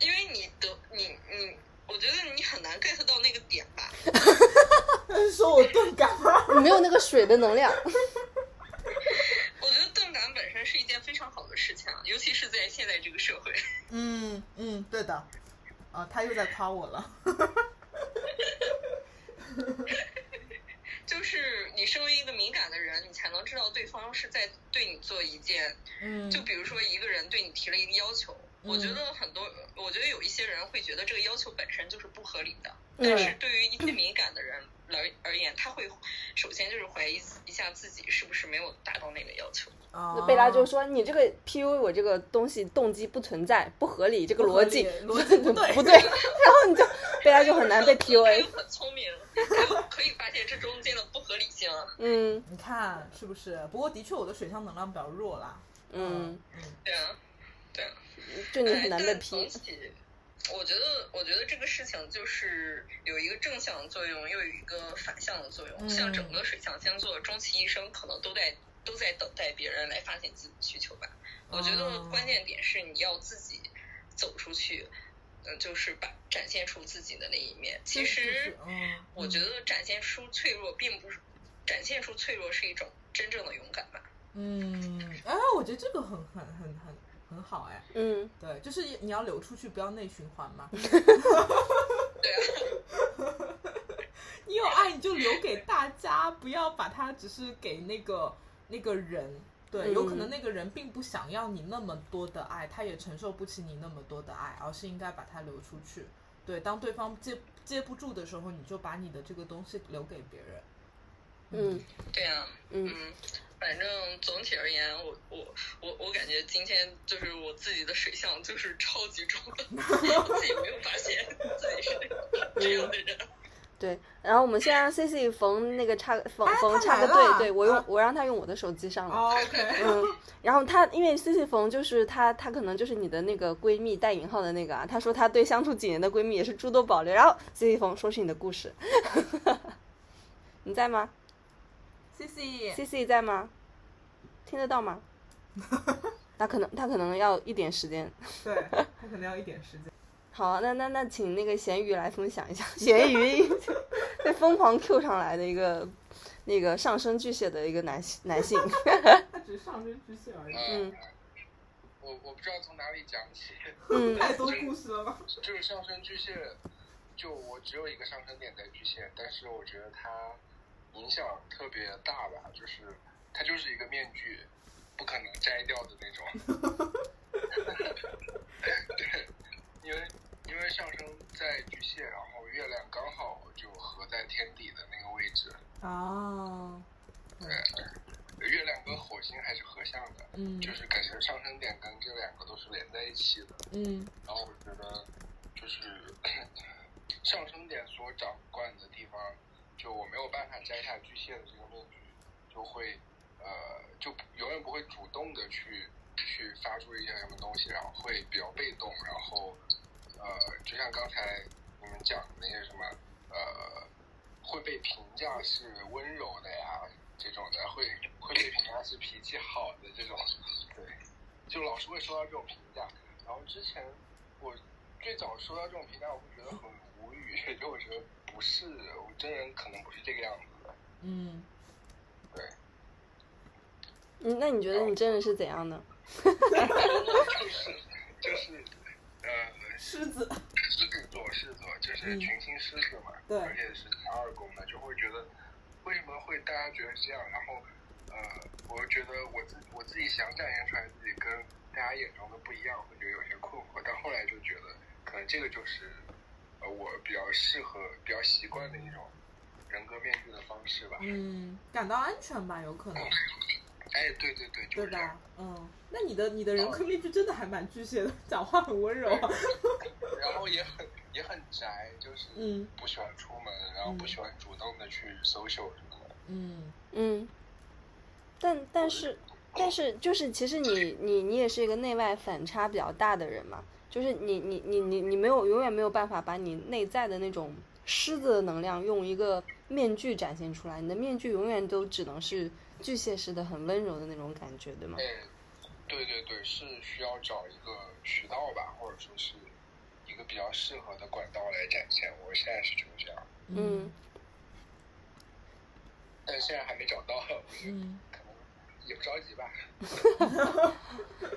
因为你得你你，我觉得你很难 get 到那个点吧。他是 说我钝感吗？你没有那个水的能量。我觉得钝感本身是一件非常好的事情，啊尤其是在现在这个社会。嗯嗯，对的。啊，他又在夸我了。就是你身为一个敏感的人，你才能知道对方是在对你做一件嗯就比如说一个人对你提了一个要求，我觉得很多，我觉得有一些人会觉得这个要求本身就是不合理的，嗯但是对于一些敏感的人来而言，他会首先就是怀疑一下自己是不是没有达到那个要求。那那贝拉就说：“你这个 PUA 我这个东西动机不存在，不合理，这个不合逻理辑逻辑不对不对。”然后你就贝拉就很难被 PUA 他。又很聪明，他又可以发现这中间的不合理性。嗯 你看是不是？不过的确我的水象能量比较弱啦。嗯，对啊，对啊。就你很难被但总 P。体，我觉得，我觉得这个事情就是有一个正向的作用，又有一个反向的作用。嗯像整个水象星座，终其一生可能都在都在等待别人来发现自己的需求吧。我觉得哦关键点是你要自己走出去，嗯，就是把展现出自己的那一面。其就实是，嗯，我觉得展现出脆弱，并不是展现出脆弱是一种真正的勇敢吧。嗯，哎，我觉得这个很很很很很好哎。嗯，对，就是你要流出去，不要内循环 嘛。对啊。你有爱你就留给大家，不要把它只是给那个那个人。对，嗯有可能那个人并不想要你那么多的爱，他也承受不起你那么多的爱，而是应该把它留出去。对，当对方接接不住的时候，你就把你的这个东西留给别人。嗯，对呀、嗯反正总体而言，我我我我感觉今天就是我自己的水象就是超级重的， 我自己没有发现 自己是这样的人。对。然后我们先让 C C 缝那个插缝哎缝他插个来了队，对我用啊我让他用我的手机上了。哦 OK，嗯，然后她因为 C C 冯就是她，她可能就是你的那个闺蜜带引号的那个啊。她说她对相处几年的闺蜜也是诸多保留。然后 C C 冯说是你的故事， 你在吗谢谢。 ？C C 在吗？听得到吗？那可能她可能要一点时间。对，他可能要一点时 间。好啊，那那那请那个咸鱼来分享一下，咸鱼被疯狂 Q 上来的一个那个上升巨蟹的一个男性男性，他只是上升巨蟹而已。嗯我我不知道从哪里讲起， 嗯太多故事了吧？就是上升巨蟹，就我只有一个上升点在巨蟹，但是我觉得它影响特别大吧，就是它就是一个面具，不可能摘掉的那种。 对，因为因为上升在巨蟹，然后月亮刚好就合在天底的那个位置，啊，月亮跟火星还是合相的，嗯就是感觉上升点跟这两个都是连在一起的。嗯然后我觉得就是上升点所掌管的地方，就我没有办法摘下巨蟹的这个面具，就会呃就永远不会主动的去去发出一些什么东西，然后会比较被动，然后呃就像刚才你们讲的那些什么呃会被评价是温柔的呀这种的，会会被评价是脾气好的这种，对，就老是会收到这种评价。然后之前我最早收到这种评价，我会觉得很无语，就我觉得不是我真人可能不是这个样子的。 嗯，对，嗯，那你觉得你真人是怎样的？就是就是呃，狮子，狮子座，狮子座就是嗯群星狮子嘛，对而且是二宫的，就会觉得为什么会大家觉得是这样？然后呃，我觉得我自我自己想展现出来自己跟大家眼中的不一样，我就有些困惑，但后来就觉得可能这个就是呃我比较适合、比较习惯的一种人格面具的方式吧。嗯，感到安全吧，有可能，哎，对对对，就对是这样吧。？嗯，那你的你的人格面具真的还蛮巨蟹的，讲话很温柔啊。 然后也很也很宅，就是嗯不喜欢出门，然后不嗯喜欢主动的去 social 什么的。嗯嗯，但但是但是就是，其实你你你也是一个内外反差比较大的人嘛，就是你你你你你没有永远没有办法把你内在的那种狮子的能量用一个面具展现出来，你的面具永远都只能是巨蟹式的很温柔的那种感觉，对吗？哎，对对对，是需要找一个渠道吧，或者说是一个比较适合的管道来展现。我现在是觉得这样，嗯但现在还没找到，嗯，可能也不着急吧。嗯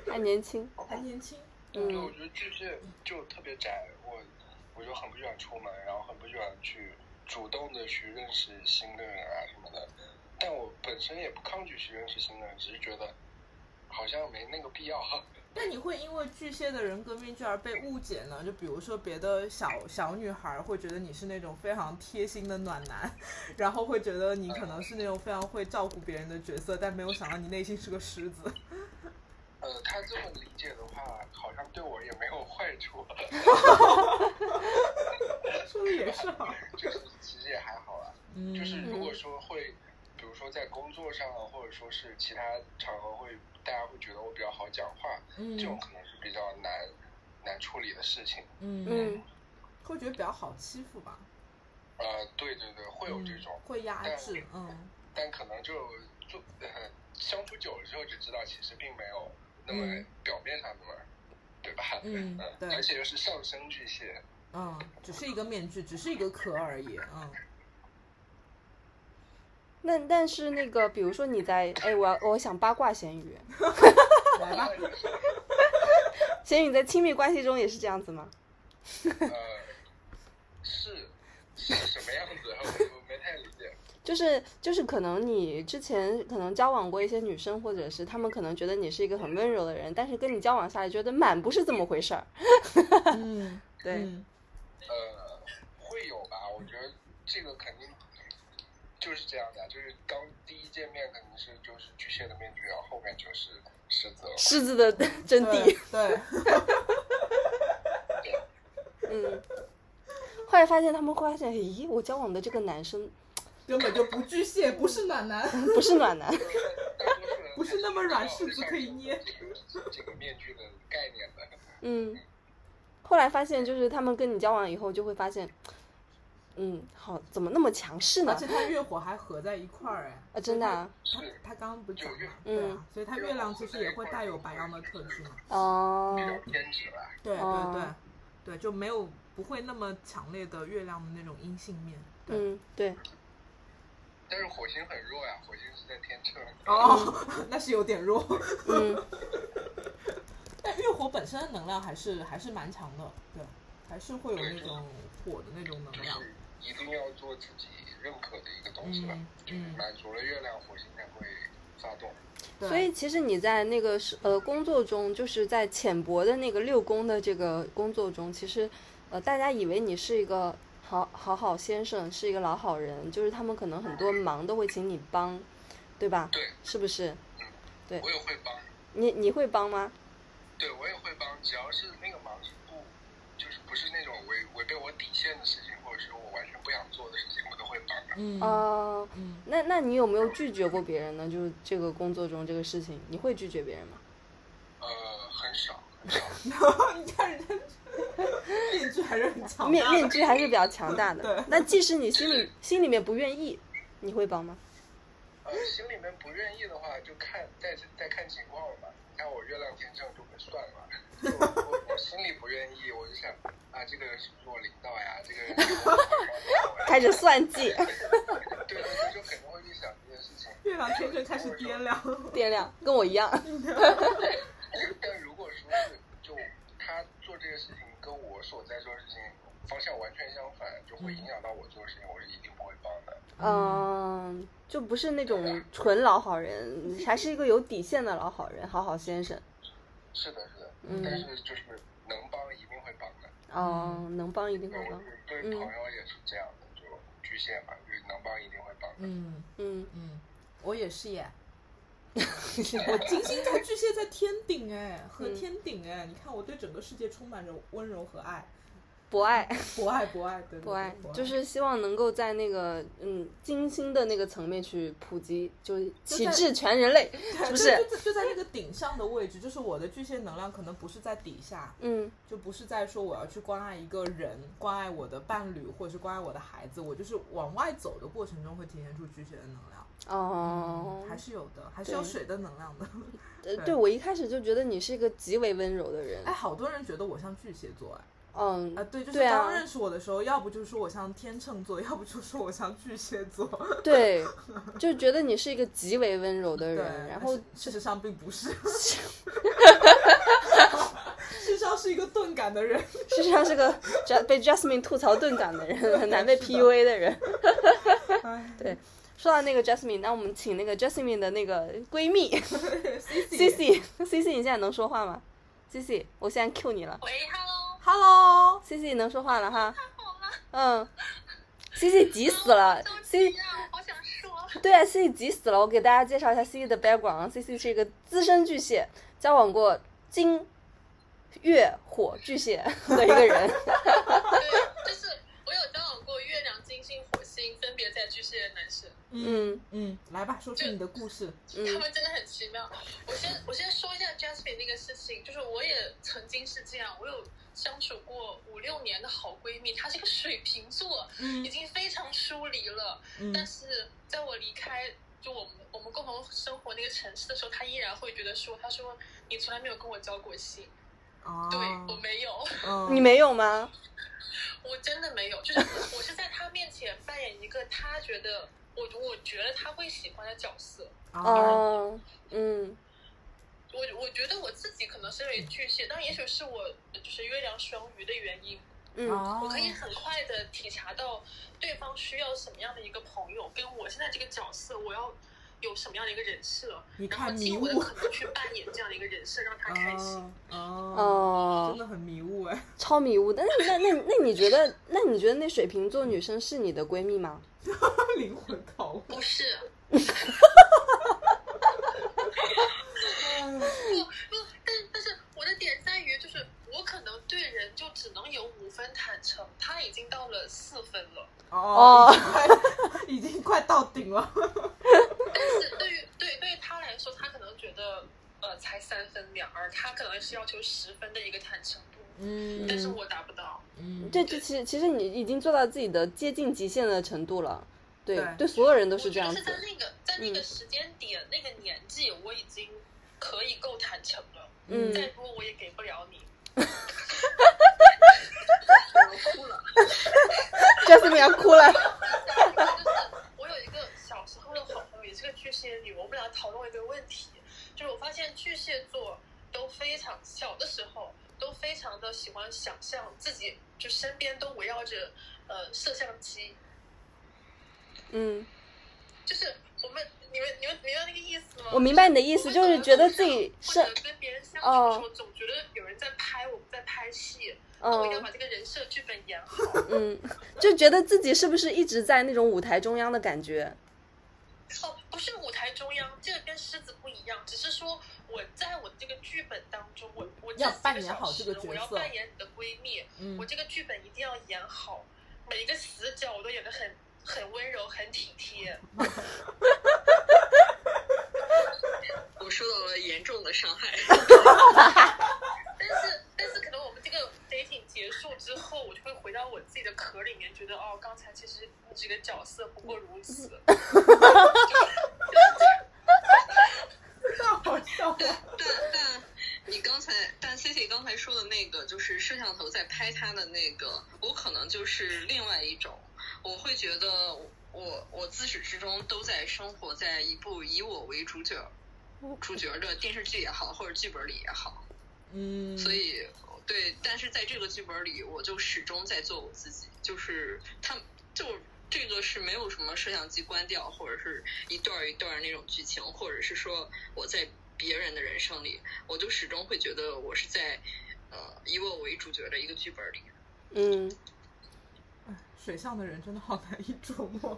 还年轻，还年轻。对，我嗯觉得巨蟹就特别宅，我我就很不喜欢出门，然后很不喜欢去主动的去认识新的人啊什么的。但我本身也不抗拒去认识新的人，只是觉得好像没那个必要。那你会因为巨蟹的人格面具而被误解呢？就比如说别的小小女孩会觉得你是那种非常贴心的暖男，然后会觉得你可能是那种非常会照顾别人的角色，但没有想到你内心是个狮子。呃，他这么理解的话，好像对我也没有坏处， 说的也是哈。 就是其实也还好啊。嗯就是如果说会，比如说在工作上啊，或者说是其他场合会，大家会觉得我比较好讲话，嗯这种可能是比较难难处理的事情。嗯，嗯会觉得比较好欺负吧？呃，对对对，会有这种嗯，会压但制，嗯但可能就就、呃、相处久了之后就知道，其实并没有那么嗯表面上那么，对吧？呃嗯对而且又是上升巨蟹，嗯，只是一个面具，只是一个壳而已，嗯那但是那个，比如说你在，哎，我要我想八卦咸鱼， 来吧，咸鱼在亲密关系中也是这样子吗？呃，是是什么样子？啊我我没太理解。就是就是，可能你之前可能交往过一些女生，或者是她们可能觉得你是一个很温柔的人，但是跟你交往下来，觉得满不是这么回事儿。嗯， 对嗯呃，会有吧？我觉得这个肯定就是这样的，就是刚第一见面肯定是就是巨蟹的面具，然后后面就是狮子了。狮子的真谛对，对，嗯。后来发现他们会发现，咦，我交往的这个男生嗯根本就不巨蟹，不是暖男。不是暖男，大多数人 不是那么软柿子可以捏这个这个面具的概念的，嗯。后来发现就是他们跟你交往以后，就会发现，嗯，好，怎么那么强势而呢且？他月火还合在一块儿哎，啊，真的、啊，他他刚刚不是讲嘛，嗯对啊，所以他月亮其实也会带有白羊的特质嘛，哦比，较偏执吧。对对对哦，对就没有不会那么强烈的月亮的那种阴性面，对，嗯，对，但是火星很弱呀，哦火星是在天秤。哦，那是有点弱，嗯， 但月火本身的能量还是还是蛮强的，对，还是会有那种火的那种能就量。是一定要做自己认可的一个东西吧，嗯就是嗯满足了月亮，火星才会发动。对所以其实你在那个是呃工作中，就是在浅薄的那个六宫的这个工作中，其实呃大家以为你是一个好好好先生，是一个老好人，就是他们可能很多忙都会请你帮，对吧？对是不是？嗯对我也会帮，你你会帮吗？对我也会帮，只要是那个忙是不，就是不是那种违违背我底线的事情，或者是我完全不想做的事情，我都会帮的。嗯哦、嗯，那那你有没有拒绝过别人呢？就是这个工作中这个事情，你会拒绝别人吗？呃，很少很少， 你看人家面具还是很强面大的面具还是比较强大的对。那即使你心 里心里面不愿意，你会帮吗？ 呃，心里面不愿意的话，就看再再看情况了吧。你看我月亮天秤就不算了，就我我我心里不愿意，我就想啊，这个人是不是我领导呀？这个人是不是我领导呀开始算 计 对对对，就肯定会去想这件事情。月亮天秤开始掂量，掂量，跟我一 样。 但如果说是就他做这个事情跟我所在做的事情方向完全相反，就会影响到我做的事情，我是一定不会帮的。嗯，就不是那种纯老好人，还是一个有底线的老好人，好好先生。是的，是的，嗯但是就是能帮一定会帮的。嗯哦，能帮一定会对，我帮。对朋友也是这样的，就局限嘛，就是能帮一定会帮的。嗯嗯，嗯，我也 是耶。我金星在巨蟹在天顶哎，和嗯天顶哎，你看我对整个世界充满着温柔和爱，博爱， 博爱博爱，对对对博爱博，爱，就是希望能够在那个嗯精心的那个层面去普及，就是启在智全人类，对是不？就是就在就在那个顶上的位置，就是我的巨蟹能量可能不是在底下，嗯就不是在说我要去关爱一个人，关爱我的伴侣或者是关爱我的孩子，我就是往外走的过程中会体现出巨蟹的能量，哦，嗯还是有的，还是有对水的能量的。呃， 对对我一开始就觉得你是一个极为温柔的人哎，，好多人觉得我像巨蟹座哎。嗯啊，，对，就是对啊刚认识我的时候，要不就说我像天秤座，要不就说我像巨蟹座。 对，就觉得你是一个极为温柔的对，人，然但后是事实上并 不是， 事实上是一个钝感的人。事实上是个 Ja- 被 Jasmine 吐槽钝感的人，很难被是的 PUA 的人。 哎说到那个 Jasmine，那我们请那个 Jasmine 的那个闺蜜，C C Cici，Cici，你现在能说话吗？Cici，我现在 Q 你了喂，Hello， ，Hello， ，Cici 能说话了哈，好了，嗯，Cici 急死了都这，Cici。样，啊我好想说，对啊，C C 急死了！我给大家介绍一下 C C 的 background。C C 是一个资深巨蟹，交往过金、月、火巨蟹的一个人。对，就是我有交往过月亮、金星、火星分别在巨蟹的男生，嗯嗯，来吧，说出你的故事。他嗯们真的很奇妙。我先我先说一下 Jasmine 那个事情，就是我也曾经是这样，我有相处过五六年的好闺蜜，她是个水瓶座，嗯已经非常疏离了，但嗯是在我离开就我们我们共同生活那个城市的时候，她依然会觉得说，她说你从来没有跟我交过心，啊，对我没有，嗯你没有吗？我真的没有，就是我是在她面前扮演一个她觉得我我觉得她会喜欢的角色。啊，哦，嗯我我觉得我自己可能身为巨蟹，但也许是我就是月亮双鱼的原因，嗯哦我可以很快的体察到对方需要什么样的一个朋友，跟我现在这个角色我要有什么样的一个人设，你然后看迷尽我的雾可能去扮演这样的一个人设，让他开心。啊哦，哦，真的很迷雾哎。超迷雾的。那那那那你觉得？那你觉得那水瓶座女生是你的闺蜜吗？灵魂拷问。不是，嗯 不不，但但是我的点在于，就是我可能对人就只能有五分坦诚，他已经到了四分了。哦，已经快 已经快到顶了。但是对于对对于他来说，他可能觉得呃才三分两，而他可能是要求十分的一个坦诚度，嗯但是我达不到。嗯这这其实其实你已经做到自己的接近极限的程度了。对对对，所有人都我是觉这样得子是。在那个在那个嗯时间点、那个年纪，我已经可以够坦诚了，嗯再多我也给不了你。我哭了。 Jasmine 要哭 了。就是我有一个小时候的好朋友，也是个巨蟹女，我们俩讨论一个问题，就是我发现巨蟹座都非常小的时候都非常的喜欢想象自己就身边都围绕着呃摄像机，嗯，就是我们你们你们明白那个意思吗？我明白你的意思，就是觉得自己是是哦或者跟别人相处的时候，总觉得有人在拍我们在拍戏，那我一定要嗯把这个人设剧本演好。嗯，就觉得自己是不是一直在那种舞台中央的感觉？哦，不是舞台中央，这个跟狮子不一样，只是说我在我这个剧本当中，我我这要四扮演小好这个时角我要色扮演你的闺蜜，嗯我这个剧本一定要演好，每一个死角我都演得很很温柔，很体贴。我受到了严重的伤害。但是，但是可能我们这个 dating 结束之后，我就会回到我自己的壳里面，觉得哦，刚才其实你这个角色不过如 此。 好笑。 但但你刚才，但 C C 刚才说的那个，就是摄像头在拍他的那个，我可能就是另外一种，我会觉得我我自始至终都在生活在一部以我为主角主角的电视剧也好，或者剧本里也好，嗯，所以对，但是在这个剧本里，我就始终在做我自己，就是他就。这个是没有什么摄像机关掉，或者是一段儿一段儿那种剧情，或者是说我在别人的人生里，我就始终会觉得我是在呃以我为主角的一个剧本里。 嗯，哎水象的人真的好难以琢磨。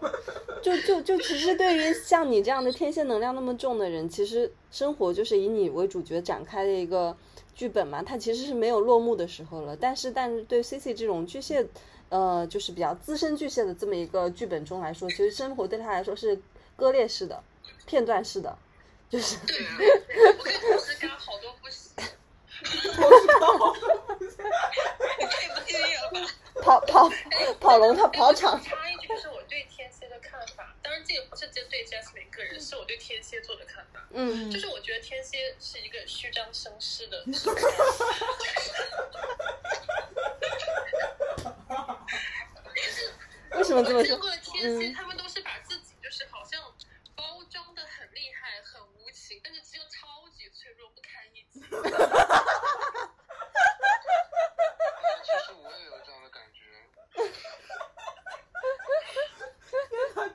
就就就其实对于像你这样的天蝎能量那么重的人，其实生活就是以你为主角展开的一个剧本嘛，它其实是没有落幕的时候了。但是但是对 C C 这种巨蟹，呃，就是比较资深巨蟹的这么一个剧本中来说，其实生活对他来说是割裂式的、片段式的，就是对啊，我可以同时干好多部戏，你太不敬业了吧？ 跑跑跑龙套跑场。哎插一句，就是我对天蝎的看法，当然这个不是针对 Jasmine 个人，是我对天蝎座的看法。嗯，就是我觉得天蝎是一个虚张声 势的， 为什么这么见说？过的天蝎，嗯他们都是把自己就是好像包装的很厉害、很无情，但是其实超级脆弱、不堪一击。其实我也有这样的感觉，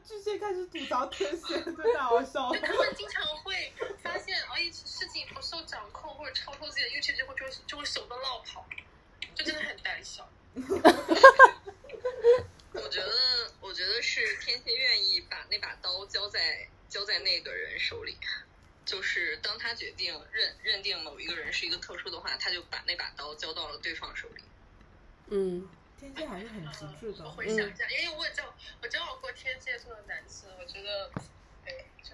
巨蟹开始吐槽天蝎，真的好笑。就他们经常会发现，哎，事情不受掌控或者超出自己的预期之后，就就会手动落跑，就真的很胆小。我觉得，我觉得是天蝎愿意把那把刀交在交在那个人手里，就是当他决定认认定某一个人是一个特殊的话，他就把那把刀交到了对方手里。 嗯天蝎还是很极致的哦我。回想一下，因为我也交我交往过天蝎座的男生，我觉得，哎，就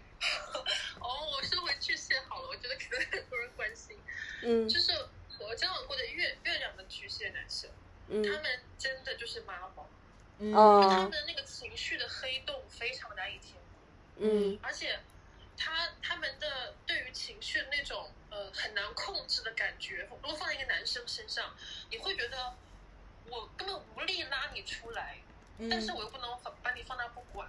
哦，我说回巨蟹好了，我觉得可能很多人关心，嗯就是我交往过的月月亮的巨蟹男生，他嗯们真的就是妈宝，嗯他们哦的那个情绪的黑洞非常难以填补，嗯而且他他们的对于情绪的那种呃很难控制的感觉，如果放在一个男生身上，你会觉得我根本无力拉你出来。嗯但是我又不能放把你放那不管，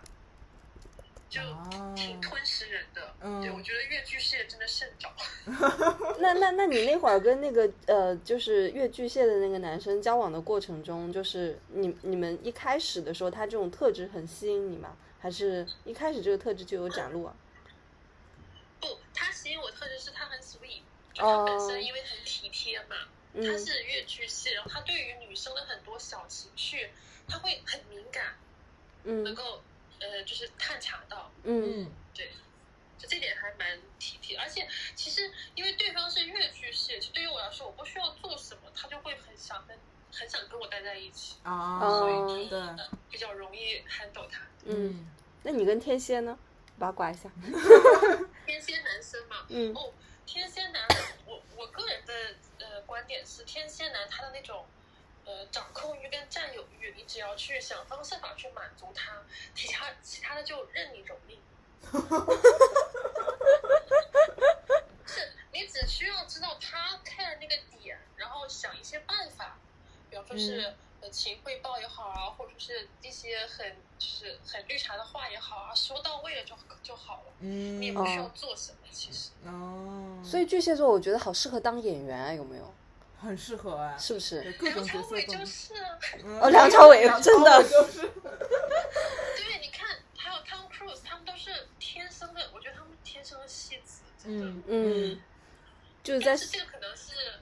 就啊挺吞食人的。嗯对，我觉得越剧蟹真的甚少。 那那那你那会儿跟那个呃，就是越巨蟹的那个男生交往的过程中，就是你你们一开始的时候，他这种特质很吸引你吗？还是一开始这个特质就有展露啊？不，他吸引我特质是他很 sweet，就他本哦身因为很体贴嘛，嗯他是越剧蟹，然后他对于女生的很多小情绪，他会很敏感，能嗯够呃就是探查到。嗯嗯对，就这点还蛮体贴。而且其实因为对方是越剧蟹，就对于我来说，我不需要做什么，他就会很想跟很想跟我待在一起，呃啊，哦对，比较容易 handle 他。嗯，，那你跟天蝎呢？八卦一下。天蝎男生嘛，嗯哦，天蝎男，我我个人的呃观点是，天蝎男他的那种。呃，掌控欲跟占有欲，你只要去想方设法去满足他，其他其他的就任你蹂躏。是你只需要知道他 care 那个点，然后想一些办法，比方说是、呃勤汇报也好啊，或者是一些很就是很绿茶的话也好啊，说到位了就就好了，嗯你也不需哦要做什么，其实。 哦，所以巨蟹座我觉得好适合当演员啊，有没有？很适合哎，是不是？对各种梁角朝色伟都就。是啊，嗯哦梁朝伟真的 梁朝伟哦就是 对，你看，还有 Tom Cruise，他们都是天生的，我觉得他们天生的戏子，真的。嗯嗯，就是在但是这个可能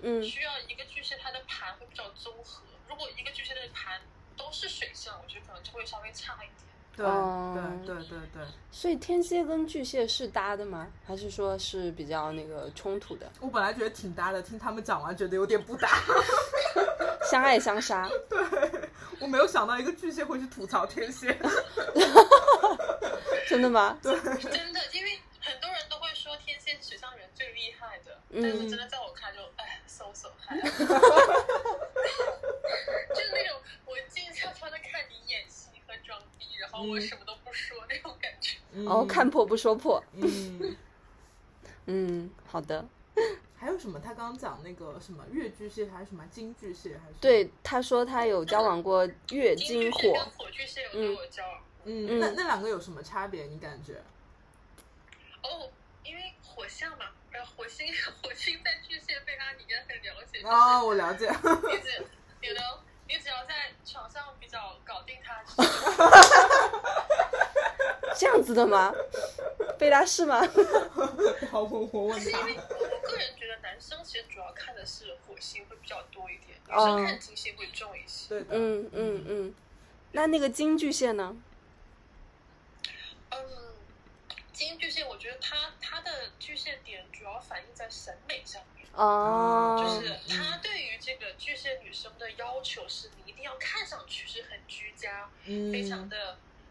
嗯是需要一个巨蟹，它的盘会比较综合。如果一个巨蟹的盘都是水象，我觉得可能就会稍微差一点。对哦对对对对，所以天蝎跟巨蟹是搭的吗？还是说是比较那个冲突的，我本来觉得挺搭的，听他们讲完觉得有点不搭。 相爱相杀？我没有想到一个巨蟹会去吐槽 天蝎。真的 吗？真的，因为很多人都会说天蝎水象人最厉害的，嗯但是真的在我看就哎，so so 嗨，就是那种我静悄悄的看你演戏和装逼，然后我嗯什么都不说那种感觉。哦，看破不说破。嗯， 嗯，好的。还有什么？他刚刚讲那个什么月巨蟹还是什么金巨蟹还是？对，，他说他有交往过月金经 巨蟹火跟，火巨蟹有啊对我交往，嗯，嗯那那两个有什么差别？你感觉？哦，因为火象嘛，然后火星 火星在巨蟹被他里面很了解，哦，我了解。就是一 直你能，你只要在床上比较搞定他，就是这样子的吗？贝拉是吗？ 好，我我问是因他。为我个人觉得男生其实主要看的是火星会比较多一点，女生看金星会重一些。哦对的。嗯嗯嗯。那那个金巨蟹呢？嗯，金巨蟹我觉得他他的巨蟹点主要反映在审美上面。哦，就是嗯他对于这个巨蟹女生的要求是，你一定要看上去是很居家，嗯非常的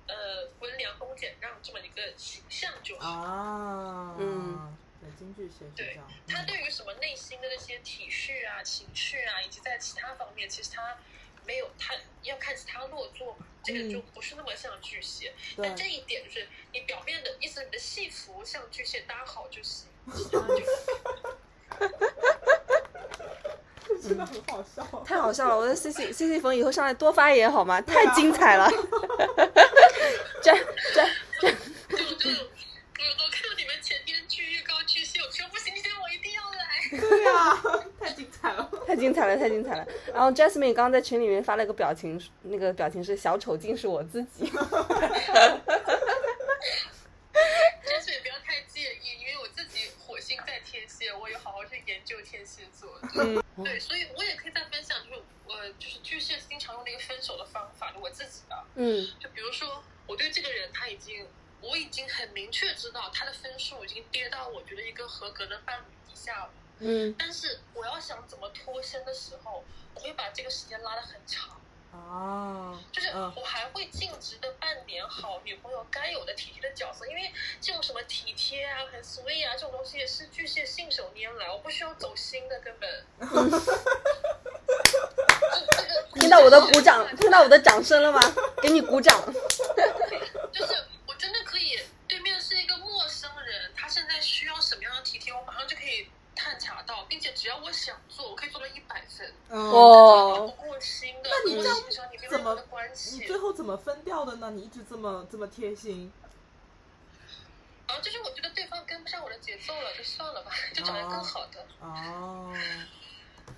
呃温良恭俭让这么一个形象就好。啊。嗯。对，金巨蟹是这对样。他对于什么内心的那些体恤啊、情绪啊，以及在其他方面，其实他没有他要看其他落座嘛，这个嗯就不是那么像巨蟹。但这对。一点就是你表面的意思，你的戏服像巨蟹搭好就 行，其他就 真的很好笑。啊太好笑了！我的 C C C C 冯以后上来多发言好吗？太精彩 了！这这对我就。我我看到你们前天去预告巨蟹，我说不行不行，我一定要来。对啊呀， 太精彩了。太精彩了，太精彩了！然后 Jasmine 刚刚在群里面发了个表情，那个表情是小丑竟是我自 己。 但是也不要太介意，因为我自己火星在天蝎，我有好好去研究天蝎座。嗯对，所以我也可以再分享，就是我就是巨蟹经常用的一个分手的方法，就我自己的。嗯就比如说，我对这个人他已经，我已经很明确知道他的分数已经跌到我觉得一个合格的伴侣以下了，嗯但是我要想怎么脱身的时候，我会把这个时间拉得很长。啊。就是嗯我还会尽职的扮演好女朋友该有的体贴的角色，因为这种什么体贴啊、很 sweet 啊这种东西也是巨蟹信手拈来，我不需要走心的，根本。这这个听到我的鼓掌，听到我的掌声了吗？给你鼓掌。就是我真的可以，对面是一个陌生人，他现在需要什么样的体贴，我马上就可以探查到，并且只要我想做，我可以做到一百分，嗯。哦不过心的，那你我这样欣赏你没有任何的关系。你最后怎么分掉的呢？你一直这么这么贴心，然后就是我觉得对方跟不上我的节奏了，就算了吧，就找一个更好的。哦，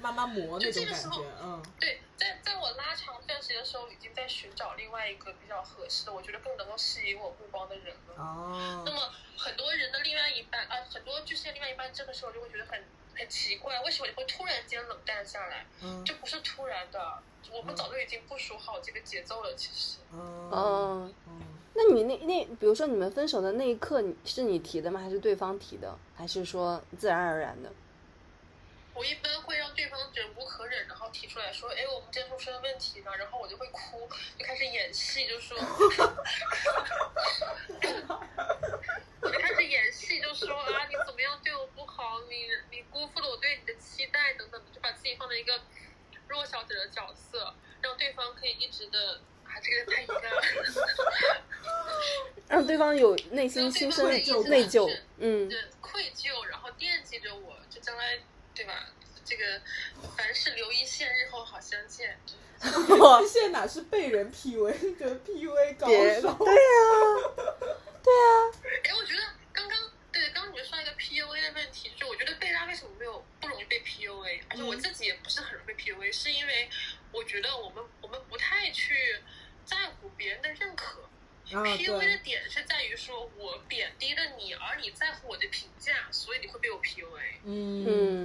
慢慢磨那种感就这个时候觉， 嗯对，在在我拉长这段时间的时候，已经在寻找另外一个比较合适的，我觉得更能够吸引我目光的人了。哦那，么很多人的另外一半啊，很多巨蟹另外一半，这个时候就会觉得很很奇怪，为什么你会突然间冷淡下来？嗯这不是突然的，我们早就已经部署好这个节奏了，其实。嗯哦，嗯，那你那那，比如说你们分手的那一刻，你是你提的吗？还是对方提的？还是说自然而然的？我一般会让对方忍无可忍，然后提出来说：“哎，我们今天出现问题呢。”然后我就会哭，就开始演戏，就说， 我就开始演戏，就说啊，你怎么样对我不好，你你辜负了我对你的期待等等的，就把自己放在一个弱小者的角色，让对方可以一直的。啊，这个太阴暗了。 让对方有内心心生内疚内呃疚是。嗯对，愧疚，然后惦记着 我，就将来，对吧？这个凡事留一线，日后好相见。巨蟹哪是被人 PUA 的 PUA 高别对呀、啊手？对啊呀、哎，我觉得刚刚对，刚刚你们说那个 PUA 的问题，就我觉得贝拉为什么没有不容易被 PUA，而且嗯我自己也不是很容易被 PUA，是因为我觉得我们我们不太去在乎别人的认可。啊， PUA 的对，点是在于说我贬低了你，而你在乎我的评价，所以你会被我 PUA。 嗯，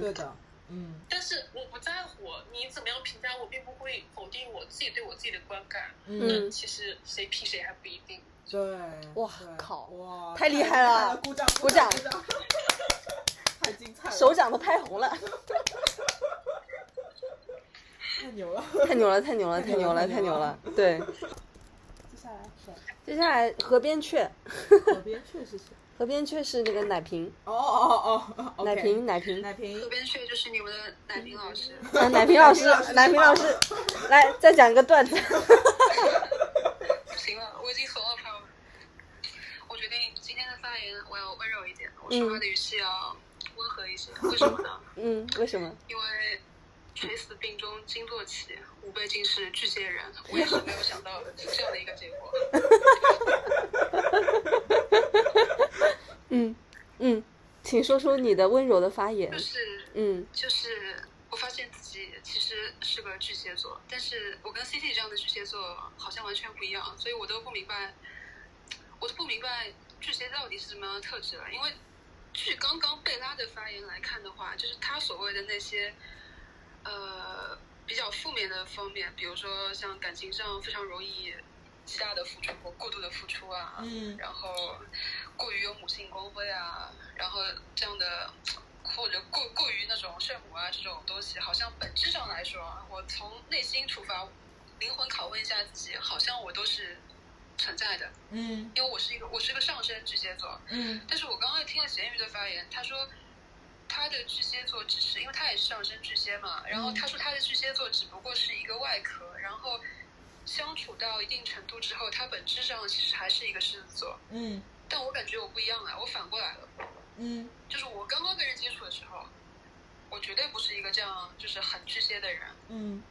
嗯对的，嗯但是我不在乎你怎么样评价我，并不会否定我自己对我自己的观感。嗯，其实谁 P 谁还不一定。对，哇对靠哇，太厉害了鼓掌，鼓掌鼓掌，太精彩了，手掌都拍红了，太牛了。嗯太牛 了，太牛了，太牛了，太牛了！对，Mm. 接下来是接下来河边雀，左边确实是，河边雀是那个奶瓶，哦 哦哦哦，奶瓶，奶瓶，奶瓶，河边雀就是你们的奶瓶老师，啊，奶瓶老 师，奶瓶老师，来再讲一个段子。不行了，我已经很好看了。我决定今天的发言我要温柔一点， 我说话的语气要温和一些。为什么呢？ 嗯，为什么？因为垂死病中惊坐起，吾辈竟是巨蟹人。我也是没有想到这样的一个结果。嗯嗯，请说出你的温柔的发言就。是 嗯就是我发现自己其实是个巨蟹座，但是我跟 CT 这样的巨蟹座好像完全不一样，所以我都不明白，我都不明白巨蟹到底是什么样的特质了。因为据刚刚贝拉的发言来看的话，就是他所谓的那些呃比较负面的方面，比如说像感情上非常容易极大的付出或过度的付出啊，嗯然后过于有母性光辉啊，然后这样的或者过过于那种炫舞啊这种东西，好像本质上来说啊，我从内心出发，灵魂拷问一下自己，好像我都是存在的，嗯因为我是一个我是个上升巨蟹座，嗯但是我刚刚听了咸鱼的发言，他说。他的巨蟹座只是因为他也是上升巨蟹嘛，然后他说他的巨蟹座只不过是一个外壳，然后相处到一定程度之后，他本质上其实还是一个狮子座。嗯但我感觉我不一样啊，我反过来了，嗯就是我刚刚跟人接触的时候，我绝对不是一个这样就是很巨蟹的人，嗯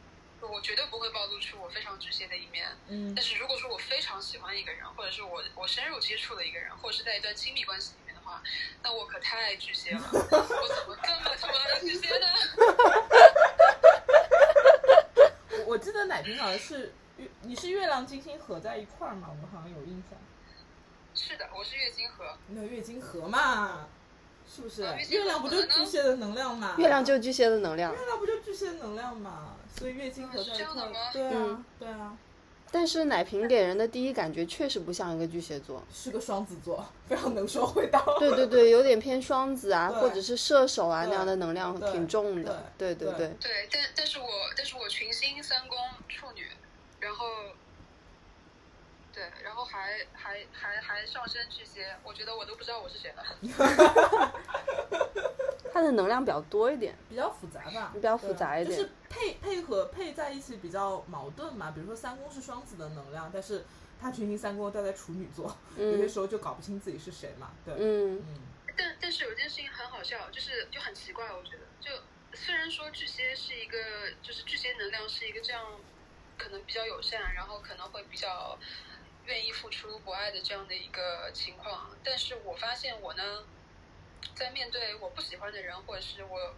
我绝对不会暴露出我非常巨蟹的一面。嗯但是如果说我非常喜欢一个人，或者是我我深入接触了一个人，或者是在一段亲密关系里面的话，那我可太巨蟹了，我怎么这么他妈的巨蟹呢？ 我我记得奶瓶好像是月，你是月亮金星合在一块儿嘛？我好像有印象。是的，我是月经河，那月经合嘛，是不是？啊月经合月亮不就是巨蟹的能量嘛？月亮就是巨蟹的能量，月亮不就巨蟹的能量嘛？所以月经合在一是这块样的儿，吗对啊嗯，对啊，但是奶瓶给人的第一感觉确实不像一个巨蟹座。是个双子座， 非常能说会道。对对对，有点偏双子啊，对或者是射手啊对那样的能量对挺重的。对对对对，对对，但但是我但是我群星三宫处女，然后，对，然后还还还还上升巨蟹，我觉得我都不知道我是谁了。 它的能量比较多一点。比较复杂吧，比较复杂一对啊点 就是配配合配在一起比较矛盾嘛。比如说三宫是双子的能量，但是他群星三宫都在处女座，有些嗯时候就搞不清自己是谁嘛。对，嗯嗯但但是有件事情很好笑，就是就很奇怪，我觉得，就虽然说巨蟹是一个，就是巨蟹能量是一个这样，可能比较友善，然后可能会比较愿意付出博爱的这样的一个情况，但是我发现我呢，在面对我不喜欢的人，或者是我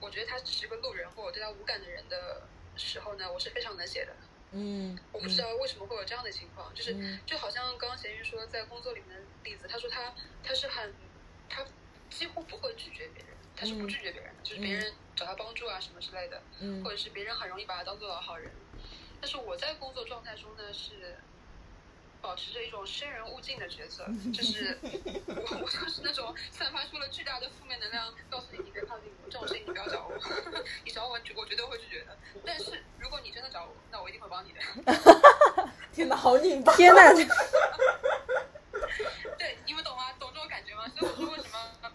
我觉得他只是个路人，或者我对他无感的人的时候呢，我是非常难写的。嗯，我不知道为什么会有这样的情况，就是嗯就好像刚刚咸鱼说在工作里面的例子，他说他他是很他几乎不会拒绝别人，他是不嗯拒绝别人的，就是嗯别人找他帮助啊什么之类的，嗯，或者是别人很容易把他当做老好人。但是我在工作状态中呢是。保持着一种生人勿近的角色，就是 我，我就是那种散发出了巨大的负面能量，告诉你你别靠近我，这种事情你不要找我， 你找我我绝对会拒绝的。但是如果你真的找我，那我一定会帮你的。天哪，好拧巴！天 呐，对，你们懂吗？懂这种感觉吗？所以我说为什么，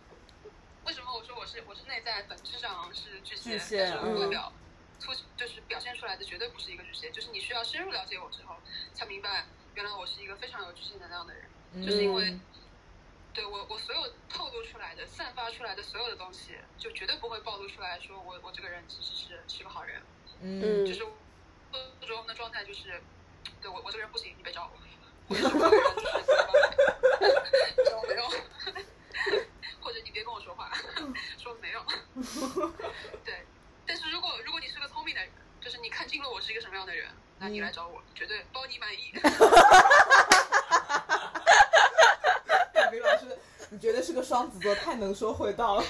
为什么我说我是我是内在本质上是巨蟹，巨蟹但是我外嗯表出就是表现出来的绝对不是一个巨蟹，就是你需要深入了解我之后，才明白原来我是一个非常有巨蟹能量的人。就是因为嗯对我，我所有透露出来的、散发出来的所有的东西，就绝对不会暴露出来说我我这个人其实是是个好人，嗯嗯就是四周的状态就是，对我我这个人不行，你别找我。我就是这样就是找没有，或者你别跟我说话，说没有。对，但是如果如果你是个聪明的人，就是你看清了我是一个什么样的人，那你来找我，绝对包你满意。大明老师，你觉得是个双子座，太能说会道了。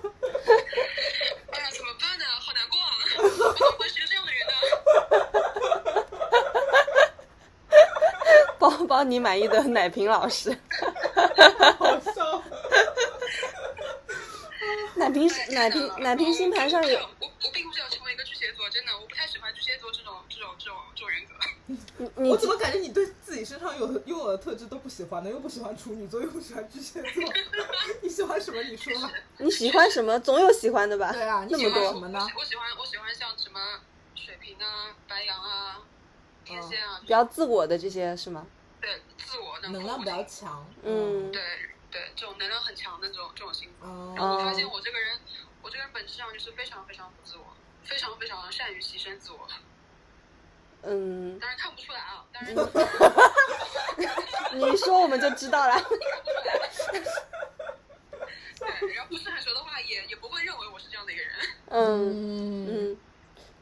哎呀，怎么办呢？好难过啊！我怎么会是个这样的人呢？包包你满意的奶瓶老 师，好笑。奶瓶哎奶真的瓶奶瓶星盘上有我我并不是要成为一个巨蟹座，真的，我不太喜欢巨蟹座这种这种这种这种人格。你我你怎么感觉你对自己身上有的拥有的特质都不喜欢呢？又不喜欢处女座，又不喜欢巨蟹座， 你喜欢什么？你说吧。你喜欢什么？总有喜欢的吧？对啊，你那喜么欢多什么呢？我喜欢我喜欢像什么水瓶啊、白羊啊、天嗯蝎啊，比较自我的这些是吗？对自我能能量比较强。嗯，对对这种能量很强的这种这种星座。嗯。然后我发哦现我这个人，我这个人本质上就是非常非常不自我，非常非常善于牺牲自我。嗯，当然看不出来啊，当然 你一说我们就知道了。对，然后不是很熟的话，也也不会认为我是这样的一个人。嗯嗯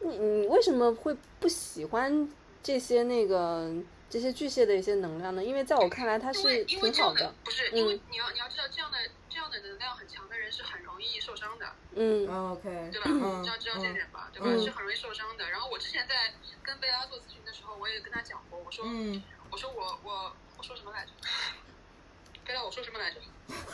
嗯，你你为什么会不喜欢这些那个这些巨蟹的一些能量呢？因为在我看来，它因为是因为挺这样好的的。不是，嗯因为你要你要知道，这样的这样的能量很强的人是很容易受伤的，嗯嗯，OK。 对吧？嗯你知道知道这一嗯点吧？对吧？嗯是很容易受伤的。然后我之前在跟贝拉做咨询的时候，我也跟他讲过，我说、嗯，我说我我我说什么来着？贝拉，我说什么来着？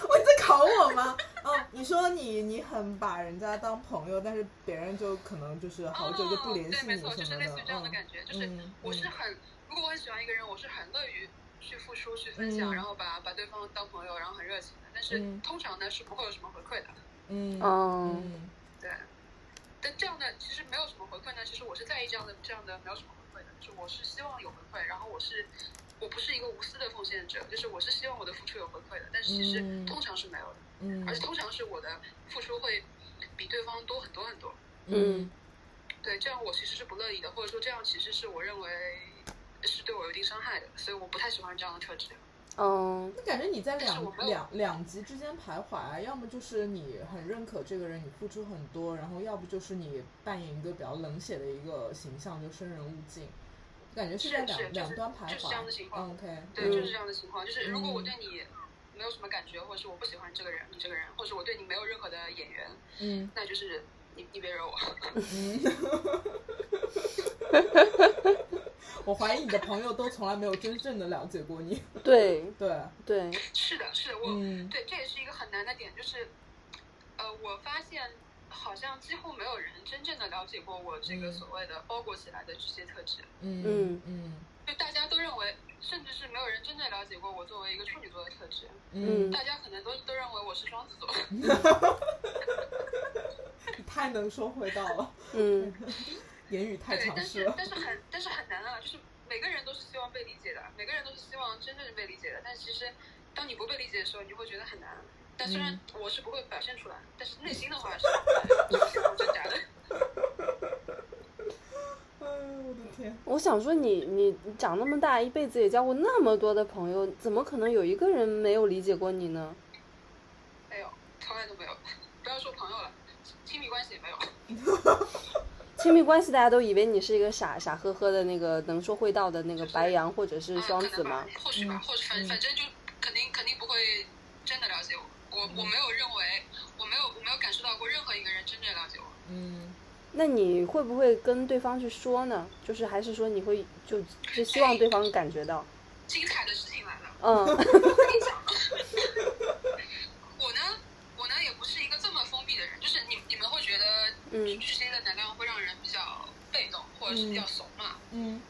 哇，你在考我吗？哦，你说你你很把人家当朋友，但是别人就可能就是好久就不联哦、系对，没你错，就什是么类似于这样的的。感觉，就是嗯我是嗯很，如果我很喜欢一个人，我是很乐于去付出、去分享，嗯然后把把对方当朋友，然后很热情的。但是、嗯通常呢是不会有什么回馈的，嗯嗯哦，嗯对。但这样的其实没有什么回馈呢，其实我是在意这样的这样的没有什么回馈的，就是我是希望有回馈，然后我是我不是一个无私的奉献者，就是我是希望我的付出有回馈的，但是其实嗯通常是没有的，嗯而且通常是我的付出会比对方多很多很多。嗯对，这样我其实是不乐意的，或者说这样其实是我认为是对我有一定伤害的，所以我不太喜欢这样的特质。嗯那感觉你在但是我两没有两两极之间徘徊啊，要么就是你很认可这个人，你付出很多，然后要不就是你扮演一个比较冷血的一个形象，就生人勿近，感觉是在是两是就是两端徘就是这样的情徊。况 OK，对，就嗯是这样的情况，就是如果我嗯对你没有什么感觉，或者是我不喜欢这个人，你这个人，或者是我对你没有任何的眼缘，嗯那就是你你别惹我。嗯。 我怀疑你的朋友都从来没有真正的了解过你。 对对，对， 是的，是的，我、嗯对这也是一个很难的点，就是呃，我发现好像几乎没有人真正的了解过我这个嗯所谓的包裹起来的这些特质。嗯嗯嗯就大家都认为，甚至是没有人真的了解过我作为一个处女座的特质。嗯，大家可能都都认为我是双子座，你 太能说会道了，嗯 言语太对，强但势 是了。但是很但是很难啊，就是每个人都是希望被理解的，每个人都是希望真正的被理解的，但其实当你不被理解的时候，你就会觉得很难。但虽嗯然我是不会表现出来，但是内心的 话是是很挣扎的。哎呦我的天！我想说你你你长那么大，一辈子也交过那么多的朋友，怎么可能有一个人没有理解过你呢？没有，哎从来都没有，不要说朋友了，亲密关系也没有。亲密关系大家都以为你是一个傻傻呵呵的那个能说会道的那个白羊或者是嗯双可子能吧吗？，或许嗯，吧或许反嗯反正就肯定肯定不会真的了解我。我嗯我没有认为，我没有我没有感受到过任何一个人真正了解我。嗯，那你会不会跟对方去说呢？就是还是说你会就就希望对方感觉到，精彩的事情来了，嗯我跟你讲，我呢我呢也不是一个这么封闭的人，就是你你们会觉得嗯巨蟹的能量会让人比较被动或者是比较怂嘛？嗯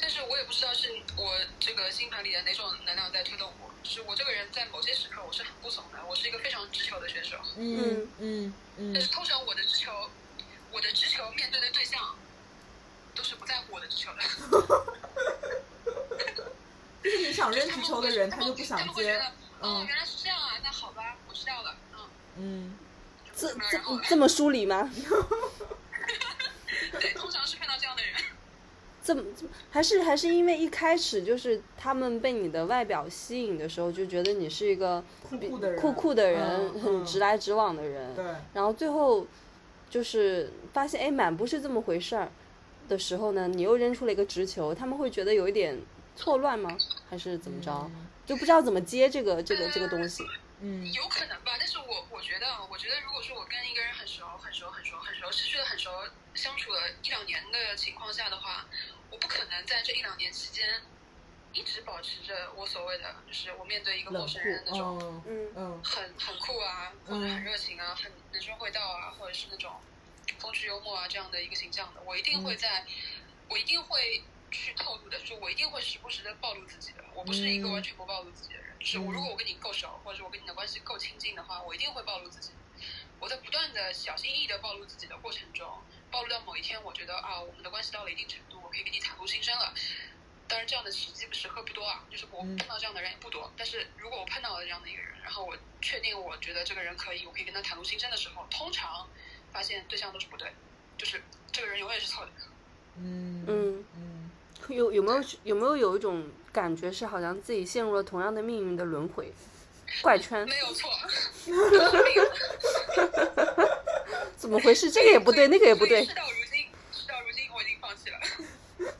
但是我也不知道是我这个星盘里的哪种能量在推动我，就是我这个人在某些时刻我是很不怂的，我是一个非常直球的选手。嗯嗯嗯但是通常我的直球，我的直球面对的对象都是不在乎我的直球的。就是你想扔皮球的人，他他们就会不他想们会觉接。得，哦，原来是这样啊，那好吧，我知道了。嗯，嗯，这然这后这么梳理吗？嗯对，通常是看到这样的人。怎么怎么还是还是因为一开始就是他们被你的外表吸引的时候，就觉得你是一个酷酷的人，酷酷的人，嗯很嗯直来直往的人。对，然后最后就是发现哎满不是这么回事儿的时候呢，你又扔出了一个直球，他们会觉得有一点错乱吗？还是怎么着？就不知道怎么接这个这个这个东西。嗯？嗯，有可能吧，但是我我觉得啊，我觉得如果说我跟一个人很熟、很熟、很熟、很熟，持续的很熟，相处了一两年的情况下的话，我不可能在这一两年期间一直保持着我所谓的，就是我面对一个陌冷生人那酷，种嗯嗯嗯很很酷啊，或者很热情啊，很能说会道啊，或者是那种风趣幽默啊这样的一个形象的，我一嗯定会在，我一定会去透露的，就是我一定会时不时的暴露自己的。我不是一个嗯完全不暴露自己的人，就是我嗯如果我跟你够熟，或者是我跟你的关系够亲近的话，我一定会暴露自己。我在不断的小心翼翼的暴露自己的过程中，暴露到某一天，我觉得啊，我们的关系到了一定程度，我可以跟你袒露心声了。当然，这样的时机时刻不多啊，就是我嗯碰到这样的人也不多。但是如果我碰到了这样的一个人，然后我确定我觉得这个人可以，我可以跟他袒露心声的时候，通常发现对象都是不对，就是这个人永远是错的。嗯嗯，嗯，有有没有有没有有一种感觉是好像自己陷入了同样的命运的轮回，怪圈？没有错， 怎么回事？这个也不对，那个也不所以对事，到如今，事到如今我已经放弃了。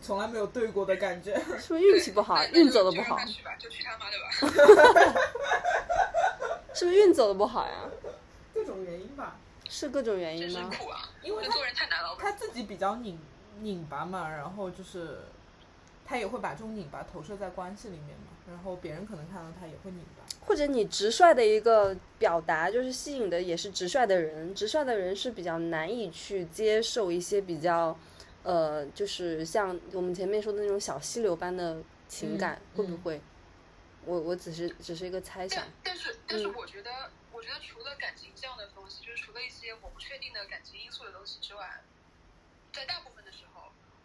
从来没有对过的感觉，是不是运气不好那，那运就走的就不让好他？去吧，就去他妈的吧。 是不是运走的不好呀？各种原因吧。是各种原真因是吗？苦啊！因为他做人太难了，他自己比较拧拧巴嘛，然后就是他也会把这种拧巴投射在关系里面嘛，然后别人可能看到他也会拧巴。或者你直率的一个表达，就是吸引的也是直率的人，直率的人是比较难以去接受一些比较，呃，就是像我们前面说的那种小溪流般的情感，嗯会不会？我我只是只是一个猜想但，但是但是嗯我觉得、我觉得除了感情这样的东西，就是除了一些我不确定的感情因素的东西之外，在大部分的时候，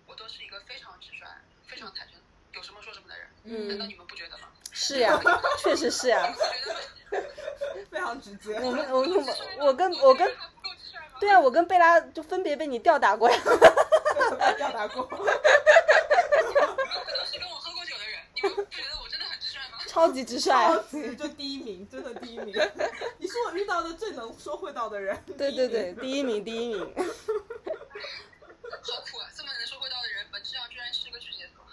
我都是一个非常直率、非常坦诚，有什么说什么的人。难道嗯，你们不觉得吗？是呀，确实是呀，觉得吗非常直接。我们我啊你们不直率吗我跟我我跟觉得还不够直率吗？对啊，我跟贝拉就分别被你吊打 过呀，被吊打过，你们可能是跟我喝过酒的人，你们不觉得我真的很直率吗？超级直率超，级就第一名，真的第一名。你是我遇到的最能说会道的人。对对第一对，名第一名第一 名，好苦啊！这么能说会道的人，本质上居然是个巨蟹座。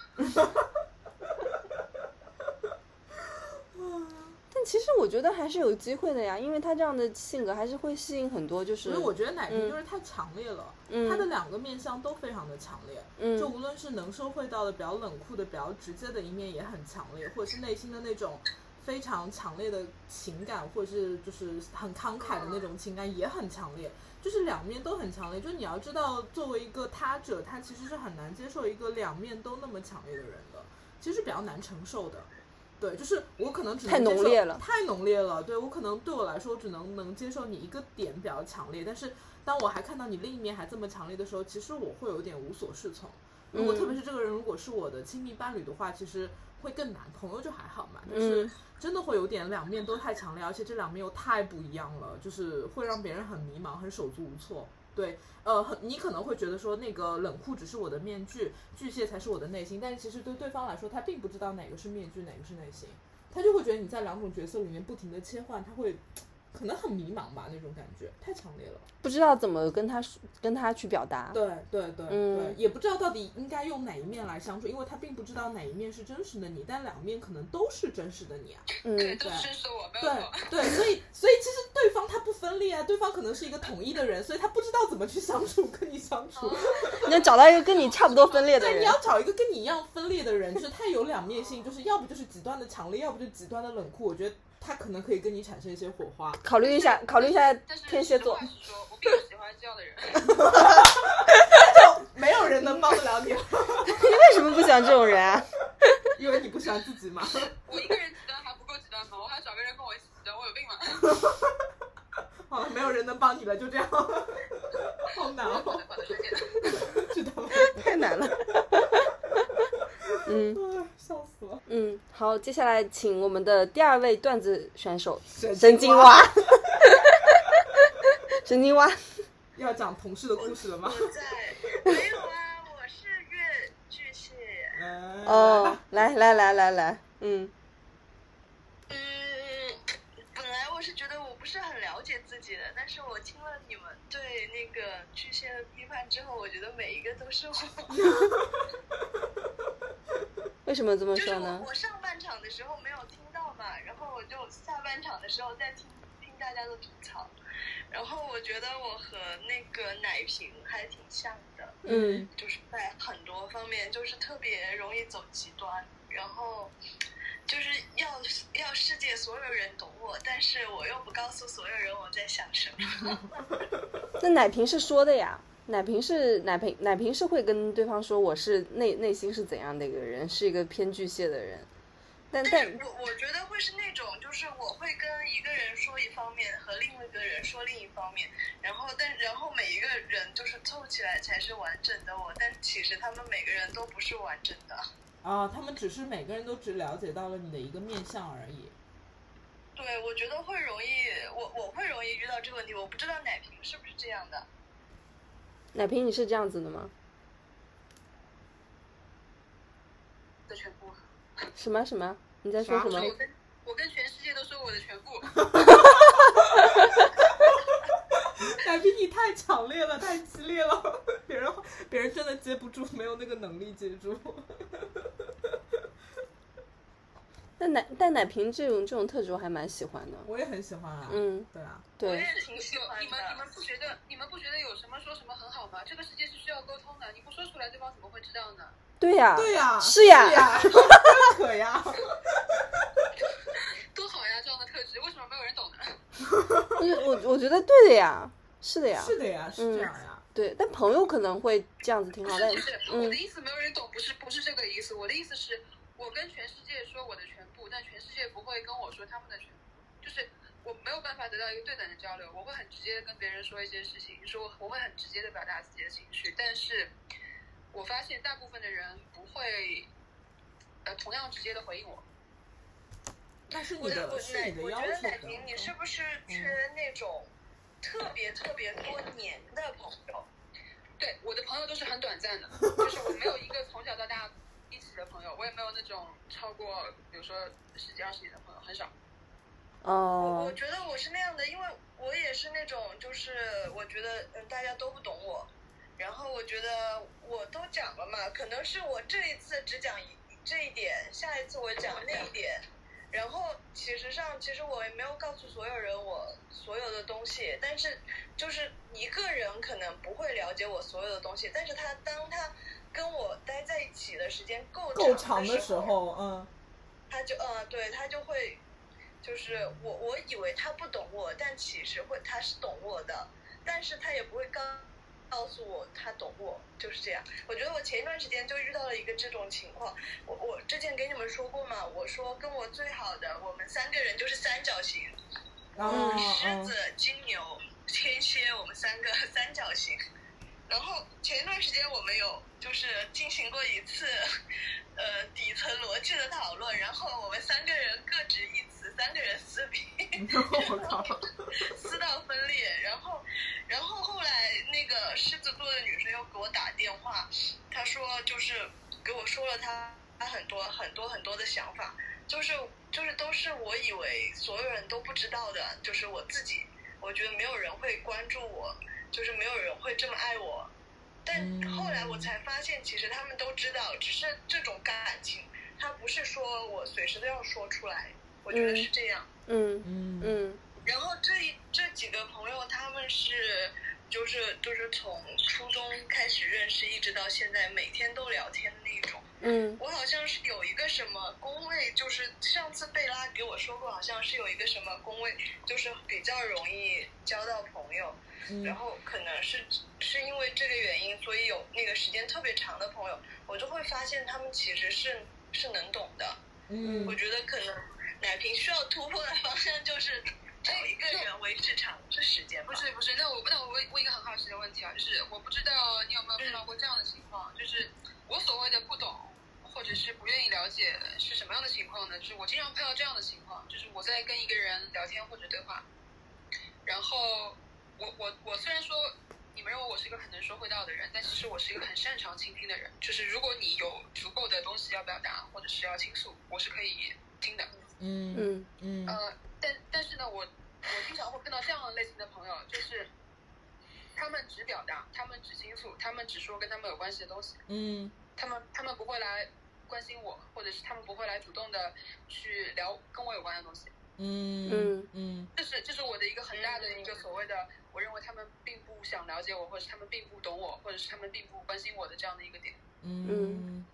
但其实我觉得还是有机会的呀，因为他这样的性格还是会吸引很多，就是所以我觉得奶嗯瓶就是太强烈了，嗯他的两个面相都非常的强烈，嗯就无论是能说会道的比较冷酷的、比较直接的一面也很强烈，或者是内心的那种非常强烈的情感，或者是就是很慷慨的那种情感也很强烈，就是两面都很强烈。就是你要知道，作为一个他者，他其实是很难接受一个两面都那么强烈的人的，其实是比较难承受的。对，就是我可能只能太接浓受烈了太浓烈了。对我可能对我来说，只能能接受你一个点比较强烈，但是当我还看到你另一面还这么强烈的时候，其实我会有点无所适从。如果嗯特别是这个人如果是我的亲密伴侣的话，其实会更难。朋友就还好嘛，但是嗯真的会有点两面都太强烈，而且这两面又太不一样了，就是会让别人很迷茫，很手足无措。对，呃，很你可能会觉得说那个冷酷只是我的面具，巨蟹才是我的内心，但是其实对对方来说，他并不知道哪个是面具，哪个是内心，他就会觉得你在两种角色里面不停的切换，他会可能很迷茫吧，那种感觉太强烈了。不知道怎么跟他说跟他去表达。对对对、啊嗯对，也不知道到底应该用哪一面来相处，因为他并不知道哪一面是真实的你，但两面可能都是真实的你啊。对，嗯都是真实的我，没有对错。对，所以所以其实对方他不分裂啊，对方可能是一个统一的人，所以他不知道怎么去相处跟你相处。哦你要找到一个跟你差不多 分裂的对，你人要。找一个跟你一样分裂的人，就是他有两面性，就是要不就是极端的强烈，要不就极端的冷酷。我觉得他可能可以跟你产生一些火花。考虑一下，考虑一下但是天蝎座实话。实说，我并不喜欢这样的人。没有人能帮得了你了， 你为什么不喜欢这种人啊？ 因为你不喜欢自己嘛。我一个人极端还不够极端吗？我还找个人跟我一起极端，我有病吗？ 好了，没有人能帮你了，就这样。 好难好哦，的，好的，再见。知道吗？太难了。嗯啊笑死了。嗯，好，接下来请我们的第二位段子选手神神经蛙， 神经蛙，要讲同事的故事了吗？我在没有来哦吧，来来来来来，嗯嗯，本来我是觉得我不是很了解自己的，但是我听了你们对那个巨蟹的批判之后，我觉得每一个都是 我。为什么这么就是说我呢？我上半场的时候没有听到嘛，然后我就下半场的时候再听听大家的吐槽，然后我觉得我和那个奶瓶还挺像的，嗯就是在很多方面就是特别容易走极端，然后就是要要世界所有人懂我，但是我又不告诉所有人我在想什么。 那奶瓶是说的呀，奶瓶是奶瓶奶瓶是会跟对方说我是内内心是怎样的一个人，是一个偏巨蟹的人，但但但是我我觉得会是那种，就是我会跟一个人说一方面，和另一个人说另一方面，然后但然后每一个人就是凑起来才是完整的我，但其实他们每个人都不是完整的。啊，他们只是每个人都只了解到了你的一个面相而已。对，我觉得会容易，我我会容易遇到这个问题，我不知道奶瓶是不是这样的。奶瓶你是这样子的吗？的全部，什么什么？你在说啥什么？ 跟我跟全世界都说我的全部。奶瓶，你太强烈了，太激烈了，别人别人真的接不住，没有那个能力接住。但奶但奶瓶这种这种特质我还蛮喜欢的，我也很喜欢啊，嗯，对啊，我对也挺喜欢的。你们你们不觉得你们不觉得有什么说什么很好吗？这个世界是需要沟通的，你不说出来，对方怎么会知道呢？对呀、对呀、是呀对 呀、大可呀， 多好呀，这样的特质为什么没有人懂呢？ 我我我觉得对的呀，是的呀，嗯是的呀，是这样呀。对。但朋友可能会这样子挺不好，是但不是，嗯我的意思没有人懂，不是不是这个意思，我的意思是，我跟全世界说我的全部，但全世界不会跟我说他们的全部，就是我没有办法得到一个对等的交流，我会很直接的跟别人说一些事情，说我会很直接的表达自己的情绪，但是我发现大部分的人不会，呃，同样直接的回应我。那是你我的，我是你的我要觉求得奶的。嗯瓶，你是不是缺那种特别特别多年的朋友？对，我的朋友都是很短暂的，就是我没有一个从小到大一起的朋友，我也没有那种超过，比如说十几二十年的朋友，很少。我我哦，觉得我是那样的，因为我也是那种，就是我觉得嗯大家都不懂我，然后我觉得我都讲了嘛，可能是我这一次只讲一这一点，下一次我讲那一点，然后其实上其实我也没有告诉所有人我所有的东西，但是就是一个人可能不会了解我所有的东西，但是他当他跟我待在一起的时间够够长长的的时候，嗯，他就呃，对他就会，就是我我以为他不懂我，但其实会他是懂我的，但是他也不会告告诉我他懂我，就是这样。我觉得我前一段时间就遇到了一个这种情况，我我之前给你们说过嘛，我说跟我最好的我们三个人就是三角形，然后嗯狮嗯子、金牛、天蝎，我们三个 三角形。然后前一段时间我们有就是进行过一次，呃，底层逻辑的讨论，然后我们三个人各执一词，三个人撕逼，我靠， 撕到分裂。然后，然后后来那个狮子座的女生又给我打电话，她说就是给我说了她她很多很多很多的想法，就是就是都是我以为所有人都不知道的，就是我自己，我觉得没有人会关注我，就是没有人会这么爱我。但嗯后来我才发现，其实他们都知道，只是这种感情，它不是说我随时都要说出来，我觉得是这样。嗯嗯嗯然后这一这几个朋友，他们是就是就是从初中开始认识，一直到现在，每天都聊天的那种。嗯我好像是有一个什么工位，就是上次贝拉给我说过，好像是有一个什么工位，就是比较容易交到朋友，然嗯，后可能是是因为这个原因，所以有那个时间特别长的朋友，我就会发现他们其实是是能懂的。嗯我觉得可能奶瓶需要突破的方向就是找一个人维持长这时间吧不。是不是，那我那我问问一个很好奇的问题啊，就是我不知道你有没有碰到过这样的情况，就是我所谓的不懂或者是不愿意了解是什么样的情况呢？就是我经常碰到这样的情况，就是我在跟一个人聊天或者对话，然后我我我虽然说你们认为我是一个很能说会道的人，但其实我是一个很擅长倾听的人。就是如果你有足够的东西要表达，或者是要倾诉，我是可以听的。嗯嗯嗯呃，但但是呢，我我经常会碰到这样的类型的朋友，就是他们只表达，他们只倾诉，他们只说跟他们有关系的东西，嗯他们他们不会来关心我，或者是他们不会来主动的去聊跟我有关的东西。嗯嗯嗯这是这是我的一个很大的一个所谓的，我认为他们并不想了解我，或者是他们并不懂我，或者是他们并不关心我的这样的一个点。嗯嗯，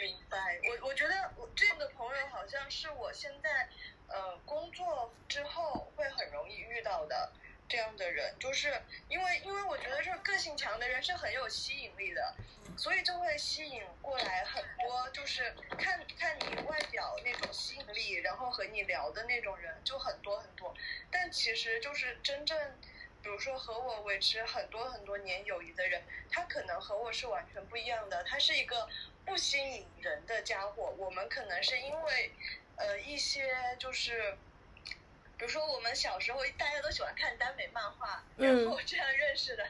明白。哎我我觉得我这样的朋友好像是我现在呃工作之后会很容易遇到的这样的人，就是因为因为我觉得这个性强的人是很有吸引力的，所以就会吸引过来很多就是看看你外表那种吸引力，然后和你聊的那种人就很多很多，但其实就是真正。比如说和我维持很多很多年友谊的人，他可能和我是完全不一样的，他是一个不吸引人的家伙。我们可能是因为，呃，一些就是，比如说我们小时候大家都喜欢看耽美漫画，然嗯后这样认识的，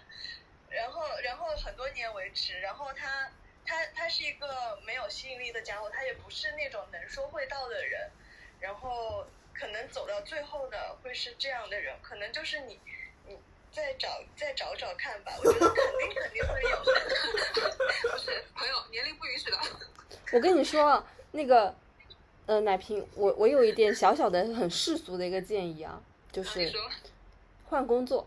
然后然后很多年维持，然后他他他是一个没有吸引力的家伙，他也不是那种能说会道的人，然后可能走到最后的会是这样的人，可能就是你。你再找再找找看吧，我觉得肯定肯定会有的。不是朋友年龄不允许的，我跟你说，那个，呃，奶瓶，我我有一点小小的很世俗的一个建议啊，就你是说换工作，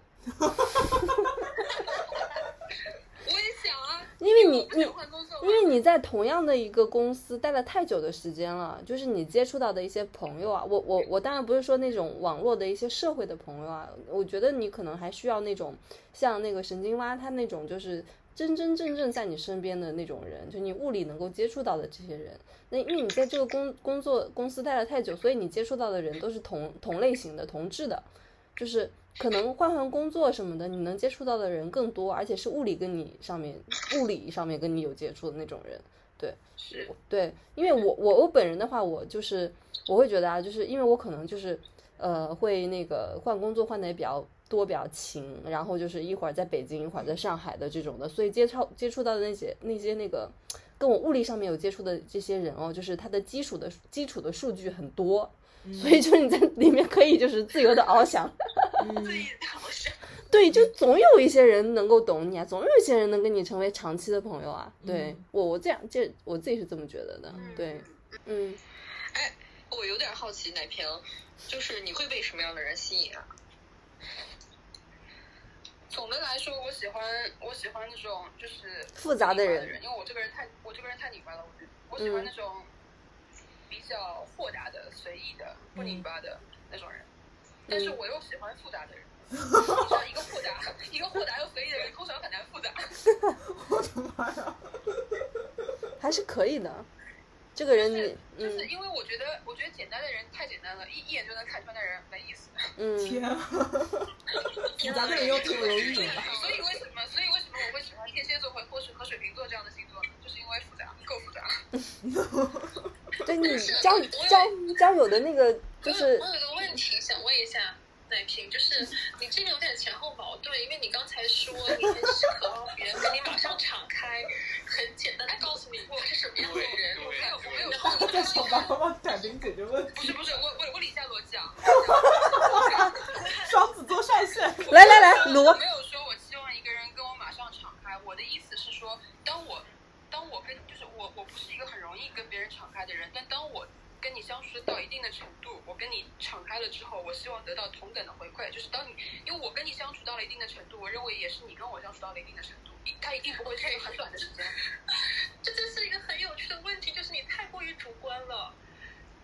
我也想啊，因为你我不你想换工作因吗？为你在同样的一个公司待了太久的时间了，就是你接触到的一些朋友啊，我我我当然不是说那种网络的一些社会的朋友啊，我觉得你可能还需要那种像那个神经蛙他那种就是真真正正在你身边的那种人，就你物理能够接触到的这些人。那因为你在这个工工作公司待了太久，所以你接触到的人都是同同类型的、同质的，就是可能换换工作什么的，你能接触到的人更多，而且是物理跟你上面物理上面跟你有接触的那种人。是对，因为我我我本人的话，我就是我会觉得啊，就是因为我可能就是呃会那个换工作换的也比较多，比较勤，然后就是一会儿在北京，一会儿在上海的这种的，所以接触接触到的那些那些那个跟我物理上面有接触的这些人哦，就是他的基础的基础的数据很多，所以就是你在里面可以就是自由的翱翔。对，好像对，就总有一些人能够懂你啊，总有一些人能跟你成为长期的朋友啊。对、嗯我，我这样这我自己是这么觉得的。对，嗯。我有点好奇，奶瓶，就是你会被什么样的人吸引啊？总的来说，我喜欢我喜欢那种就是复杂的拧巴人的人，因为我这个人太我这个人太拧巴了，我我喜欢嗯那种比较豁达的、随意的、不嗯拧巴的那种人，但是我又喜欢复杂的人。你知道一个豁达， 一个豁达又随意的人，通常很难复杂。 我的妈呀！还是可以的。这个人你，就是嗯因为我觉得，我觉得简单的人太简单了，一一眼就能看穿的人没意思。 嗯，天啊，复杂的人又特容易所以拧巴。所以为什么？所以为什么我会喜欢天蝎座和或是和水瓶座这样的星座呢？就是因为复杂，够复杂。对你交交交友的那个就是嗯我有我有个问题想问一下奶瓶，就是你这个有点前后矛盾，因为你刚才说你很渴望别人跟你马上敞开，很简单的告诉你我是什么样的人，对我没有我没 有对说你在想办法帮奶瓶解决问不题是。不是，我我我理一下逻 辑啊，双子座上线。来来来，我罗，没有说我希望一个人跟我马上敞开，我的意思是说，当我当我跟就是我我不是一个很容易跟别人敞开的人，但当我跟你相处到一定的程度，我跟你敞开了之后，我希望得到同等的回馈，就是当你因为我跟你相处到了一定的程度，我认为也是你跟我相处到了一定的程度，一他一定不会是一个很短的时间。这就是一个很有趣的问题，就是你太过于主观了。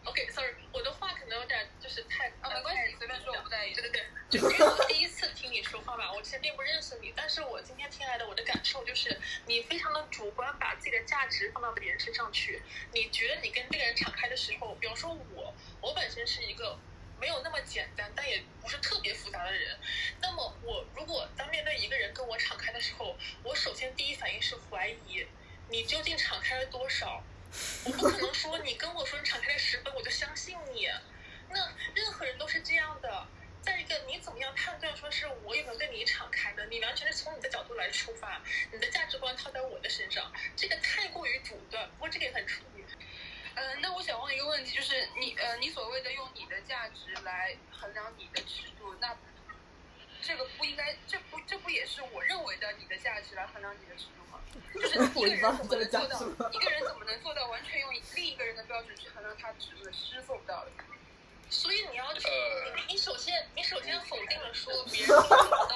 OK，sorry，、我的话可能有点就是太啊，没关系，随便说，我不在意。对对对，就因为我第一次听你说话 嘛，我其实并不认识你，但是我今天听来的我的感受就是，你非常的主观，把自己的价值放到别人身上去。你觉得你跟这个人敞开的时候，比如说我，我本身是一个没有那么简单，但也不是特别复杂的人。那么我如果当面对一个人跟我敞开的时候，我首先第一反应是怀疑，你究竟敞开了多少？我不可能说你跟我说你敞开了十分，我就相信你。那任何人都是这样的。再一个，你怎么么样判断说是我有没有对你敞开呢？你完全是从你的角度来出发，你的价值观套在我的身上，这个太过于主断，不过这个也很呃处女。嗯、那 我想问一个问题，就是你呃，你所谓的用你的价值来衡量你的尺度，那这个不应该，这不这不也是我认为的你的价值来衡量你的尺度吗？就是一个人怎么能做到，一个人怎么能做到完全用另一个人的标准去衡量他尺度的，是做不到的。所以你要去，呃你你首先你首先否定了说别人做不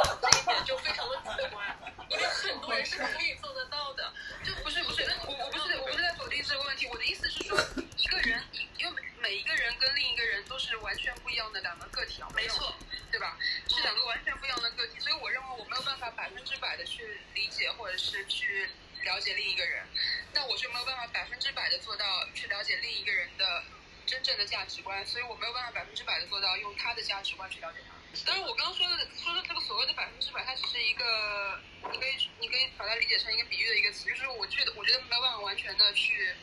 到这一点就非常的主观，因为很多人是可以做得到的。就不是不是，我我不是我不是在否定这个问题，我的意思是说，一个人，因为每一个人跟另一个人都是完全不一样的两个个体啊，没错，对吧？是两个完全不一样的个体，所以我认为我没有办法百分之百的去理解或者是去了解另一个人，那我就没有办法百分之百的做到去了解另一个人的真正的价值观，所以我没有办法百分之百的做到用他的价值观去了解他。当然，我刚刚说的说的这个所谓的百分之百，它只是一个，你可以你可以把它理解成一个比喻的一个词，就是我觉得我觉得没有办法完全的去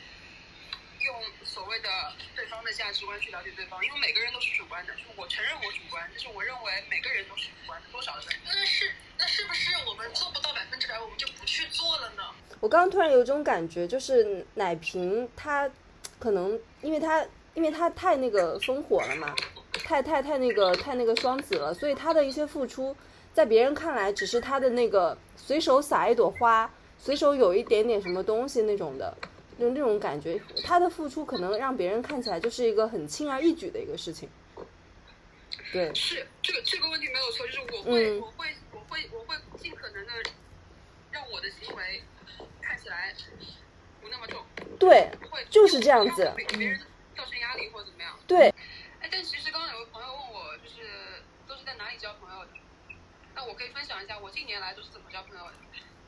用所谓的对方的价值观去了解对方，因为每个人都是主观的，就是我承认我主观，但是我认为每个人都是主观的，多少的人。那是那是不是我们做不到百分之百，我们就不去做了呢？我刚刚突然有一种感觉，就是奶瓶它可能因为它因为它太那个烽火了嘛，太太太那个太那个双子了，所以它的一些付出，在别人看来只是它的那个随手撒一朵花，随手有一点点什么东西那种的。就那种感觉，它的付出可能让别人看起来就是一个很轻而易举的一个事情。对，是这个这个问题没有错，就是我会、嗯我会我会我会尽可能的让我的行为看起来不那么重，对，不会就是这样子嗯不会给别人造成压力或怎么样。对，哎，但其实刚刚有个朋友问我，就是都是在哪里交朋友的？那我可以分享一下我近年来都是怎么交朋友的。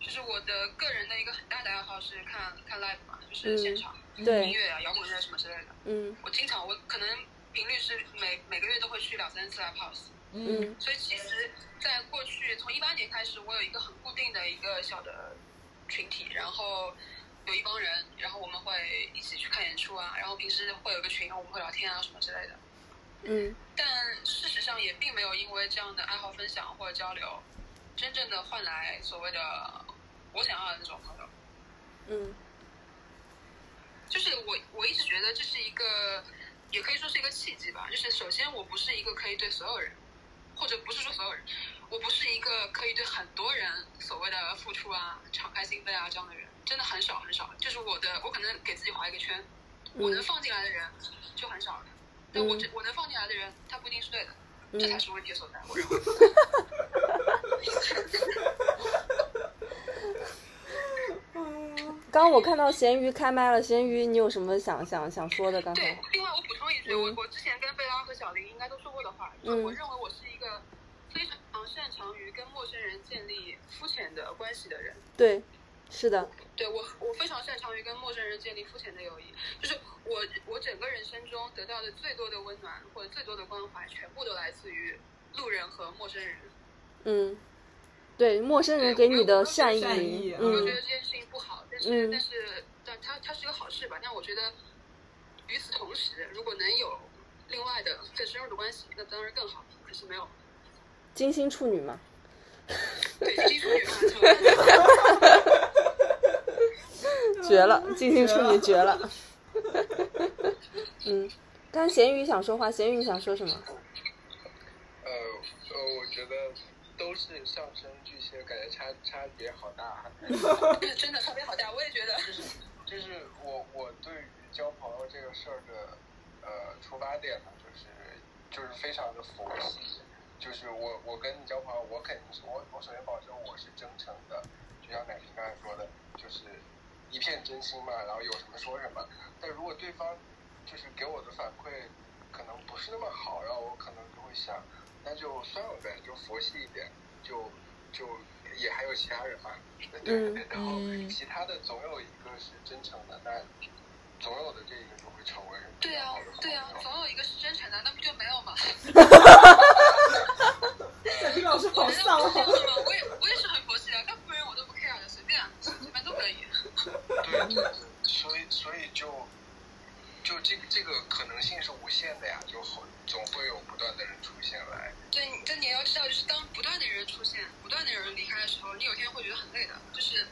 就是我的个人的一个很大的爱好是看看 live 嘛，就是现场、嗯对音乐啊、摇滚乐什么之类的。嗯我经常我可能频率是每每个月都会去两三次 live house。嗯所以其实，在过去从一八年开始，我有一个很固定的一个小的群体，然后有一帮人，然后我们会一起去看演出啊，然后平时会有个群，我们会聊天啊什么之类的。嗯但事实上也并没有因为这样的爱好分享或者交流，真正的换来所谓的我想要的那种朋友。嗯就是我我一直觉得这是一个，也可以说是一个契机吧。就是首先我不是一个可以对所有人，或者不是说所有人，我不是一个可以对很多人所谓的付出啊、敞开心扉啊这样的人，真的很少很少。就是我的，我可能给自己划一个圈，我能嗯放进来的人就很少了。但我这我能放进来的人，他不一定是对的，这才嗯，是问 题所在。 我认为。刚刚我看到咸鱼开麦了，咸鱼你有什么想想想说的？刚对才，另外我补充一句，嗯我我之前跟贝拉和小林应该都说过的话，就是嗯我认为我是一个非常擅长于跟陌生人建立肤浅的关系的人。对，是的，对我，我非常擅长于跟陌生人建立肤浅的友谊，就是我我整个人生中得到的最多的温暖或者最多的关怀，全部都来自于路人和陌生人。嗯，对，陌生人给你的善意，善意啊我就嗯觉得这件事情不好，但是、嗯但是但它它是一个好事吧。但我觉得，与此同时，如果能有另外的更深入的关系，那当然更好。可是没有，金星处女嘛，对基础女汉绝了，金星处女绝了。 嗯，刚才咸鱼想说话，咸鱼你想说什么？呃呃，我觉得都是上升巨蟹，感觉差差别好大。啊 真的差别好大。我也觉得，就是就是我我对于交朋友这个事儿的呃出发点呢，就是就是非常的佛系，就是我我跟你交朋友，我肯定是我我首先保证我是真诚的，就像奶瓶刚才说的，就是一片真心嘛，然后有什么说什么。但如果对方就是给我的反馈可能不是那么好，然后我可能就会想，那就算了呗，就佛系一点，就就也还有其他人嘛，对，嗯然后嗯其他的总有一个是真诚的，那总有的这一个就会成为对啊好的，朋对友啊，总有一个是真诚的，那不就没有吗？小皮老师好难丧道不是这啊！样的吗？我也我也是很佛系的，但不然我都不 care 的，随便随便都可以。对对对，所以所以就就这个这个可能性是无限的呀，就会总会有不断的人出现来。对，但你要知道，断的有人离开的时候，你有一天会觉得很累的，就是，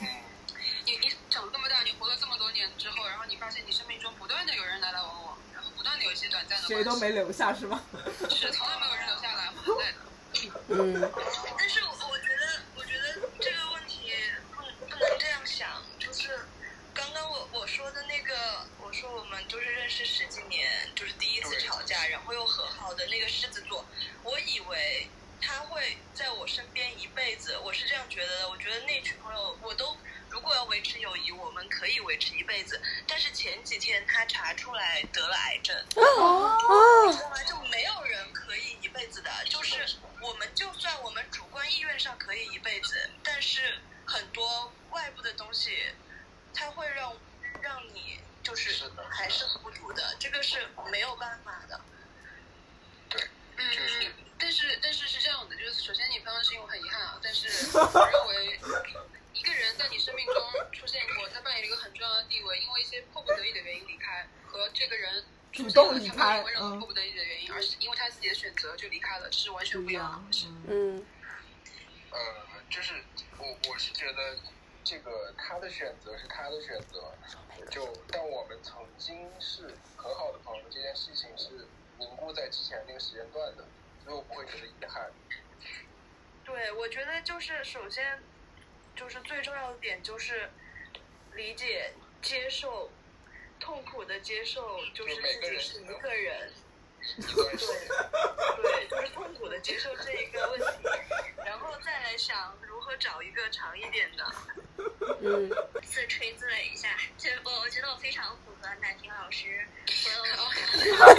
嗯， 你你长这么大，你活了这么多年之后，然后你发现你生命中不断的有人来来往往，然后不断的有一些短暂的谁都没留下是吗？是从来没 有人留下来，会很累的。嗯，但是我我觉得，我觉得这个问题不不能这样想，就是刚刚我我说的那个，我说我们就是认识十几年，就是第一次吵架，然后又和好的那个狮子座，我以为他会在我身边一辈子，我是这样觉得的。我觉得那群朋友，我都如果要维持友谊，我们可以维持一辈子。但是前几天他查出来得了癌症，你知道吗？就没有人可以一辈子的，就是我们就算我们主观意愿上可以一辈子，但是很多外部的东西，它会让让你就是是的还是孤独的，这个是没有办法的。嗯，但是但是是这样的，就是首先你发生事情我很遗憾啊，但 是我认为一个人在你生命中出现过，他扮演了一个很重要的地位，因为一些迫不得已的原因离开，和这个人主动离他没开有因为任何嗯迫不得已的原因，而是因为他自己的选择就离开了，这是完全不一样的嗯回事。嗯呃，就是我我是觉得这个他的选择是他的选择，就但我们曾经是很好的朋友，这件事情是凝固在之前那个时间段的，所以我不会觉得遗憾。对，我觉得就是首先，就是最重要的点就是理解、接受，痛苦的接受，就是就每个自己人是一个人，一段时间，对，就是痛苦的接受这一个问 题，然后再来想如何找一个长一点的。嗯，自吹自擂一下，这我我觉得我非常符合南平老师，我我。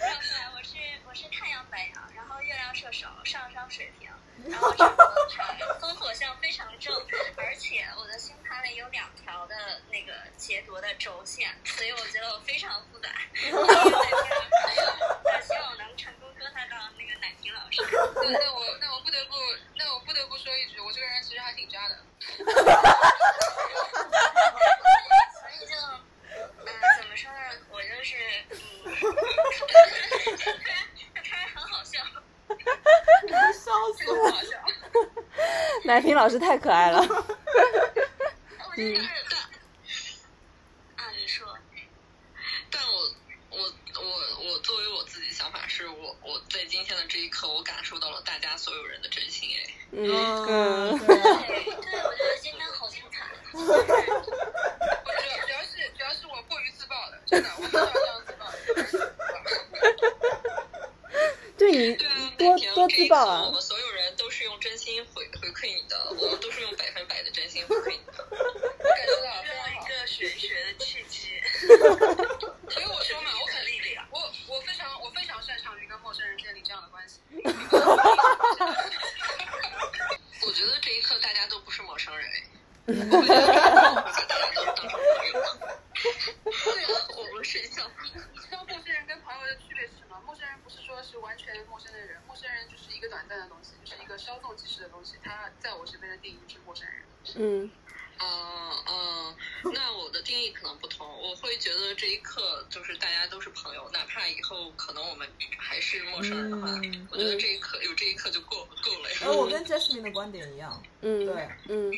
出来，我是我是太阳白羊，然后月亮射手，上升水瓶，然后长得长，风火象非常正，而且我的星盘里有两条的那个劫夺的轴线，所以我觉得我非常复杂。那希望我能成功勾搭到那个奶瓶老师。那那我那我不得不那我不得不说一句，我这个人其实还挺渣的。所以就，嗯、怎么说呢？我就是，嗯，突然很好笑。笑死我了！奶瓶老师太可爱了。嗯我就是啊，你说，但我我我我作为我自己想法是我我在今天的这一刻，我感受到了大家所有人的真心哎。嗯，对啊对，我觉得今天好精彩。我主要主要是主要是我过于自爆了，真的，我很少这样自爆。 对你对多啊，奶瓶多这自一刻爆啊我！们所有人都是用真心回回馈你的，我们都是用百分百的真心回馈你的。感受到了，非这样常一。好个玄学的契机，所以我说嘛，我很力量。我我非常我非常擅长于跟陌生人建立这样的关系。我觉得这一刻大家都不是陌生人哎。对啊，我们是一项 你知道陌生人跟朋友的区别是什么？陌生人不是说是完全陌生的人，陌生人就是一个短暂的东西，就是一个稍纵即逝的东西。他在我这边的定义就是陌生人。嗯嗯嗯，那我的定义可能不同，我会觉得这一刻就是大家都是朋友，哪怕以后可能我们还是陌生人的话，嗯我觉得这一刻有这一刻就够够了呀。哎，我跟 Jasmine 的观点一样，嗯对嗯，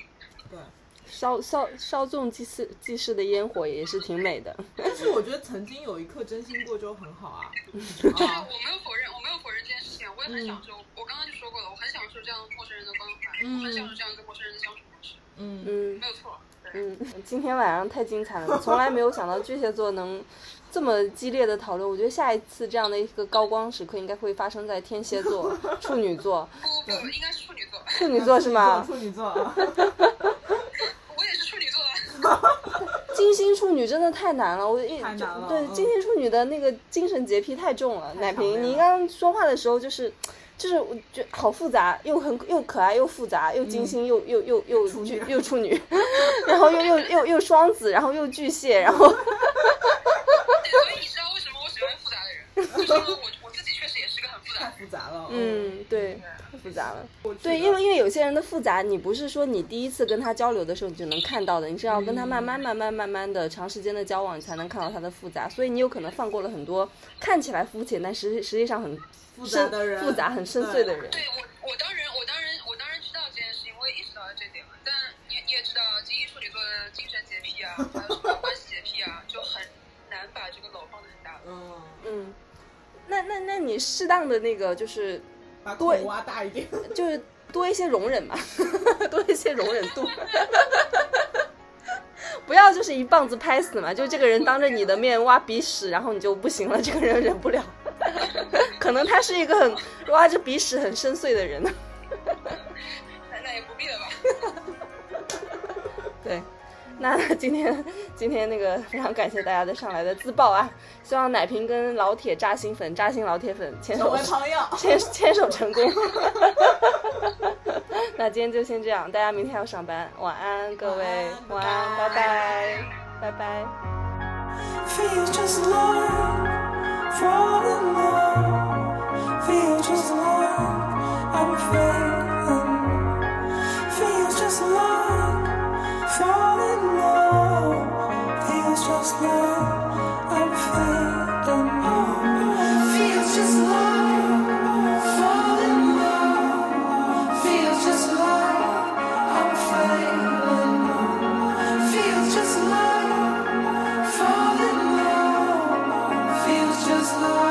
对。稍稍稍纵即逝即逝的烟火也是挺美的。但是我觉得曾经有一刻真心过就很好啊。就是啊，我没有否认，我没有否认这件事情，我也很享受。嗯我刚刚就说过了，我很享受这样陌生人的关怀，嗯我很享受这样跟陌生人的相处模式，嗯，嗯没有错。对嗯，今天晚上太精彩了，从来没有想到巨蟹座能这么激烈的讨论。我觉得下一次这样的一个高光时刻应该会发生在天蝎 座、处女座、不不不，应该是处女座，处女座是 吗？处女座啊，我也是处女座啊。金星处女真的太难了，我一太难了对嗯金星处女的那个精神洁癖太重了。太奶强烈瓶，你了刚刚说话的时候就是，就是我觉得好复杂，又很又可爱又复杂，又金星又又又又嗯处女巨又处女， 然后又又又又双子，然后又巨蟹，然后对，所以 你知道为什么我喜欢复杂的人，就是因为我我自己确实也是个很复杂的人。太复杂了。嗯对，太复杂了。对，因为因为有些人的复杂，你不是说你第一次跟他交流的时候你就能看到的，你是要跟他慢嗯慢、慢慢、慢慢的长时间的交往，你才能看到他的复杂。所以你有可能放过了很多看起来肤浅，但实实际上很复杂的人，深复杂很深邃的人。对我，我当然，我当然，我当然知道这件事情，我也意识到了这点了。但你你也知道，精英处女座的精神洁癖啊，还有什么关系洁癖啊，就很难把这个楼放得很大。嗯，嗯，那那那你适当的那个就是把口挖大一点。 就是多一些容忍嘛，多一些容忍度， 不要就是一棒子拍死嘛。就这个人当着你的面挖鼻屎，然后你就不行了，这个人忍不了。 可能他是一个很挖着鼻屎很深邃的 人呢。那那也不必了吧？对，那 今天今天那个非常感谢大家的上来的自爆啊！希望奶瓶跟老铁扎心粉、扎心老铁粉牵成手为朋友， 牵牵手成 功。那今天就先这样，大家明天要上班，晚安各位，晚晚安，安拜拜，拜拜。 Feel just like falling in love. Feel just like I'm failing. Feel just like falling in love. Feels just like I'm failing. Feels just like falling in love. Feels just like I'm failing. Feels just like. Fall in love, feels just love.